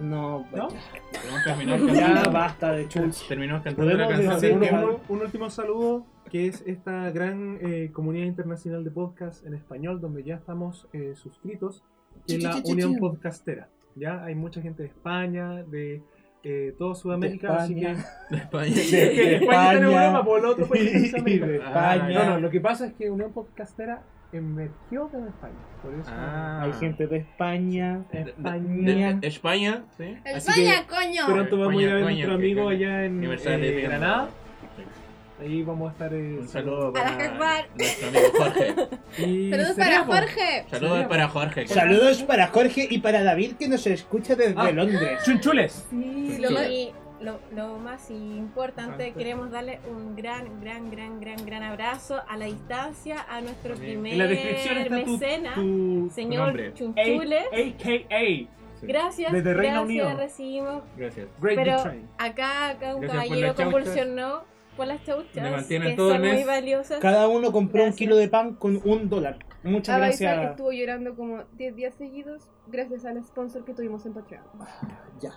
Speaker 5: no,
Speaker 7: ¿No?
Speaker 8: Podemos terminar
Speaker 5: ya
Speaker 8: [LAUGHS] cantando-
Speaker 5: basta de chuls.
Speaker 8: Terminamos cantando la
Speaker 5: Podemos
Speaker 8: canción.
Speaker 5: decir-
Speaker 8: de-
Speaker 5: uno-
Speaker 7: un, un último saludo, que es esta gran eh, comunidad internacional de podcast en español, donde ya estamos eh, suscritos, que es la Unión Podcastera. Ya hay mucha gente de España, de eh, toda Sudamérica,
Speaker 5: De
Speaker 7: así que...
Speaker 5: España.
Speaker 8: España.
Speaker 5: De-
Speaker 7: Es que
Speaker 5: de
Speaker 7: España está en
Speaker 5: España.
Speaker 7: Europa, por el otro país de Sudamérica.
Speaker 5: De
Speaker 7: Ah,
Speaker 5: España.
Speaker 7: no, no, lo que pasa es que Unión Podcastera emergió de España, por eso...
Speaker 8: Ah.
Speaker 5: Hay gente de España.
Speaker 8: De- de-
Speaker 5: España.
Speaker 8: de- España, sí. Así
Speaker 4: ¡España, coño!
Speaker 7: Pronto vamos a ir a ver a
Speaker 8: España,
Speaker 7: nuestro
Speaker 8: España,
Speaker 7: amigo
Speaker 8: que-
Speaker 7: allá en
Speaker 8: Universidad de
Speaker 7: eh, Granada.
Speaker 8: Sí.
Speaker 7: Ahí vamos a estar. eh,
Speaker 8: Un saludo
Speaker 4: A la
Speaker 8: para
Speaker 4: Jaguar.
Speaker 8: nuestro amigo Jorge.
Speaker 7: Y
Speaker 4: ¡Saludos
Speaker 7: sería,
Speaker 4: para
Speaker 7: pues,
Speaker 4: Jorge!
Speaker 8: Saludos para Jorge.
Speaker 5: Saludos para Jorge y para David que nos escucha desde
Speaker 7: Ah.
Speaker 5: Londres.
Speaker 7: ¡Chunchules!
Speaker 6: Sí, lo
Speaker 8: Sí.
Speaker 6: más, lo, lo más importante, queremos darle un gran, gran, gran, gran, gran abrazo a la distancia a nuestro primer
Speaker 7: En la descripción está tu,
Speaker 6: mecena,
Speaker 7: tu- tu nombre.
Speaker 6: señor Chunchule.
Speaker 7: AKA.
Speaker 6: Gracias,
Speaker 7: Desde Reino
Speaker 6: gracias,
Speaker 7: Unido.
Speaker 6: recibimos.
Speaker 8: Gracias.
Speaker 7: Great Big
Speaker 6: Pero
Speaker 7: Train.
Speaker 6: acá, acá
Speaker 8: Gracias
Speaker 6: un
Speaker 8: por
Speaker 6: caballero
Speaker 8: las chauchas.
Speaker 6: convulsionó por las
Speaker 8: Me
Speaker 6: chauchas,
Speaker 8: mantienen
Speaker 6: que
Speaker 8: todo el
Speaker 6: son
Speaker 8: mes.
Speaker 6: muy valiosas.
Speaker 5: Cada uno compró
Speaker 6: Gracias.
Speaker 5: un kilo de pan con un dólar. Muchas
Speaker 4: Abba Isaac
Speaker 5: gracias.
Speaker 4: estuvo llorando como 10 días seguidos gracias al sponsor que tuvimos en Patreon.
Speaker 5: Ya.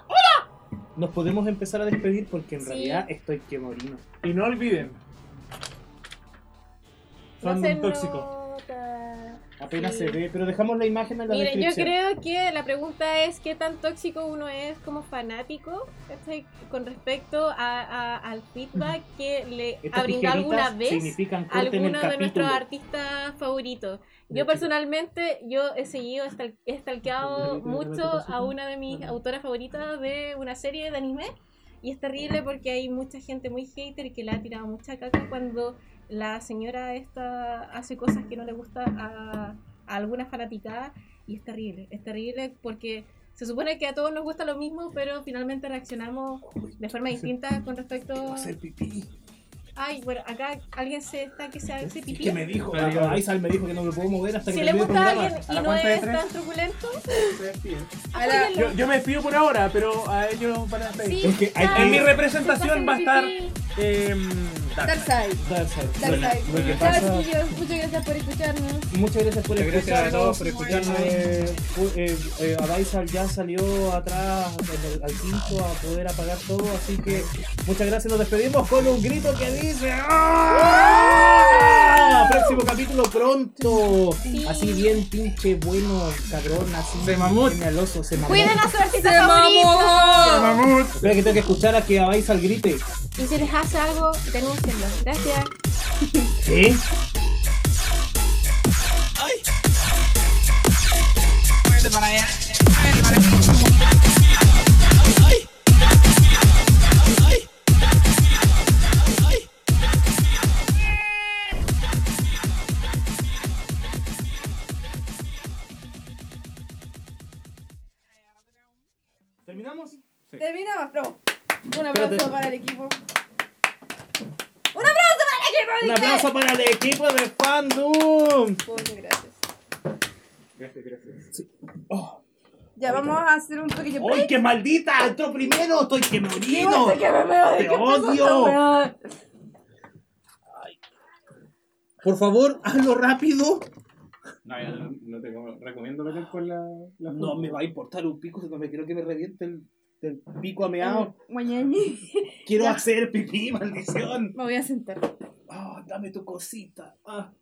Speaker 5: Nos podemos empezar a despedir porque en
Speaker 6: Sí.
Speaker 5: realidad estoy que morino.
Speaker 7: Y no olviden.
Speaker 6: No
Speaker 7: Fandom
Speaker 6: se
Speaker 7: tóxico.
Speaker 6: nota.
Speaker 5: Apenas
Speaker 6: Sí.
Speaker 5: se ve, pero dejamos la imagen en la
Speaker 6: Miren, yo
Speaker 5: descripción.
Speaker 6: creo que la pregunta es qué tan tóxico uno es como fanático ¿cachai? con respecto a- a- al feedback que le
Speaker 5: Estas
Speaker 6: ha brindado alguna
Speaker 5: tijeritas
Speaker 6: vez
Speaker 5: significan
Speaker 6: a
Speaker 5: corte en el
Speaker 6: alguno de
Speaker 5: capítulo.
Speaker 6: nuestros artistas favoritos.
Speaker 5: De
Speaker 6: Yo
Speaker 5: hecho.
Speaker 6: personalmente, yo he seguido, estal- he stalkeado mucho a una de mis autoras favoritas de una serie de anime y es terrible porque hay mucha gente muy hater que le ha tirado mucha caca cuando la señora esta hace cosas que no le gusta a, a alguna fanaticada y es terrible, es terrible porque se supone que a todos nos gusta lo mismo, pero finalmente reaccionamos de forma distinta con respecto a... Ay, bueno, acá alguien se está que se hace pipí.
Speaker 5: ¿Qué me dijo? Ah, Aysal me dijo que no me puedo mover hasta que
Speaker 6: Si le
Speaker 5: termine el
Speaker 6: gusta a
Speaker 5: programa.
Speaker 6: alguien
Speaker 7: ¿A
Speaker 6: y
Speaker 7: la
Speaker 6: no
Speaker 7: cuenta de
Speaker 6: es
Speaker 7: tres?
Speaker 6: tan truculento,
Speaker 4: A la-
Speaker 7: Yo, yo me despido por ahora, pero a ellos van a estar ahí.
Speaker 6: sí,
Speaker 5: Es que hay
Speaker 6: ya,
Speaker 5: que-
Speaker 7: En mi
Speaker 6: se
Speaker 7: representación
Speaker 6: está
Speaker 7: va a estar.
Speaker 6: haciendo pipí.
Speaker 7: em, Dark.
Speaker 4: Darkseid.
Speaker 5: Darkseid.
Speaker 4: Darkseid.
Speaker 5: Lo que
Speaker 4: Chao,
Speaker 5: pasa-
Speaker 4: chiquillos. Muchas gracias por escucharnos.
Speaker 5: Muchas gracias por
Speaker 8: Muchas
Speaker 5: escucharnos.
Speaker 8: gracias a todos por escucharnos.
Speaker 5: Eh, fu- eh, eh, Abaisal ya salió atrás en el- al quinto a poder apagar todo, así que muchas gracias. Nos despedimos con un grito que dice ¡Ah! Próximo capítulo pronto.
Speaker 6: Sí.
Speaker 5: Así bien pinche bueno, cabrón, así.
Speaker 8: Se mamut.
Speaker 5: Genialoso, se mamut.
Speaker 6: Cuiden a su artista favorito.
Speaker 5: Espera que tengo que escuchar a que Abaisal grite.
Speaker 6: Y si les hace algo, denúncienlo. Gracias.
Speaker 5: ¿Sí? ¿Terminamos?
Speaker 4: Terminamos, pero un
Speaker 5: Espérate.
Speaker 4: aplauso para el equipo. ¡Un aplauso para el
Speaker 5: Un
Speaker 4: equipo! dice!
Speaker 5: aplauso para el equipo de Fandom.
Speaker 4: Muchas gracias.
Speaker 7: Gracias, gracias.
Speaker 4: Ya vamos a hacer un pequeño break.
Speaker 5: ¡Ay, qué maldita! ¡Entró primero! ¡Estoy que me
Speaker 4: ¡Qué
Speaker 5: orino!
Speaker 4: gusto que me veo!
Speaker 5: ¡Te
Speaker 4: ¿Qué pasó,
Speaker 5: odio!
Speaker 4: weón?
Speaker 5: Por favor, hazlo rápido.
Speaker 8: No, yo no- no te como- recomiendo meter con la. la
Speaker 5: No me va a importar un pico, no me quiero que me reviente el, el pico ameado.
Speaker 4: Guañañi.
Speaker 5: Quiero hacer pipí, maldición.
Speaker 4: Me voy a sentar.
Speaker 5: Ah, dame tu cosita. Ah.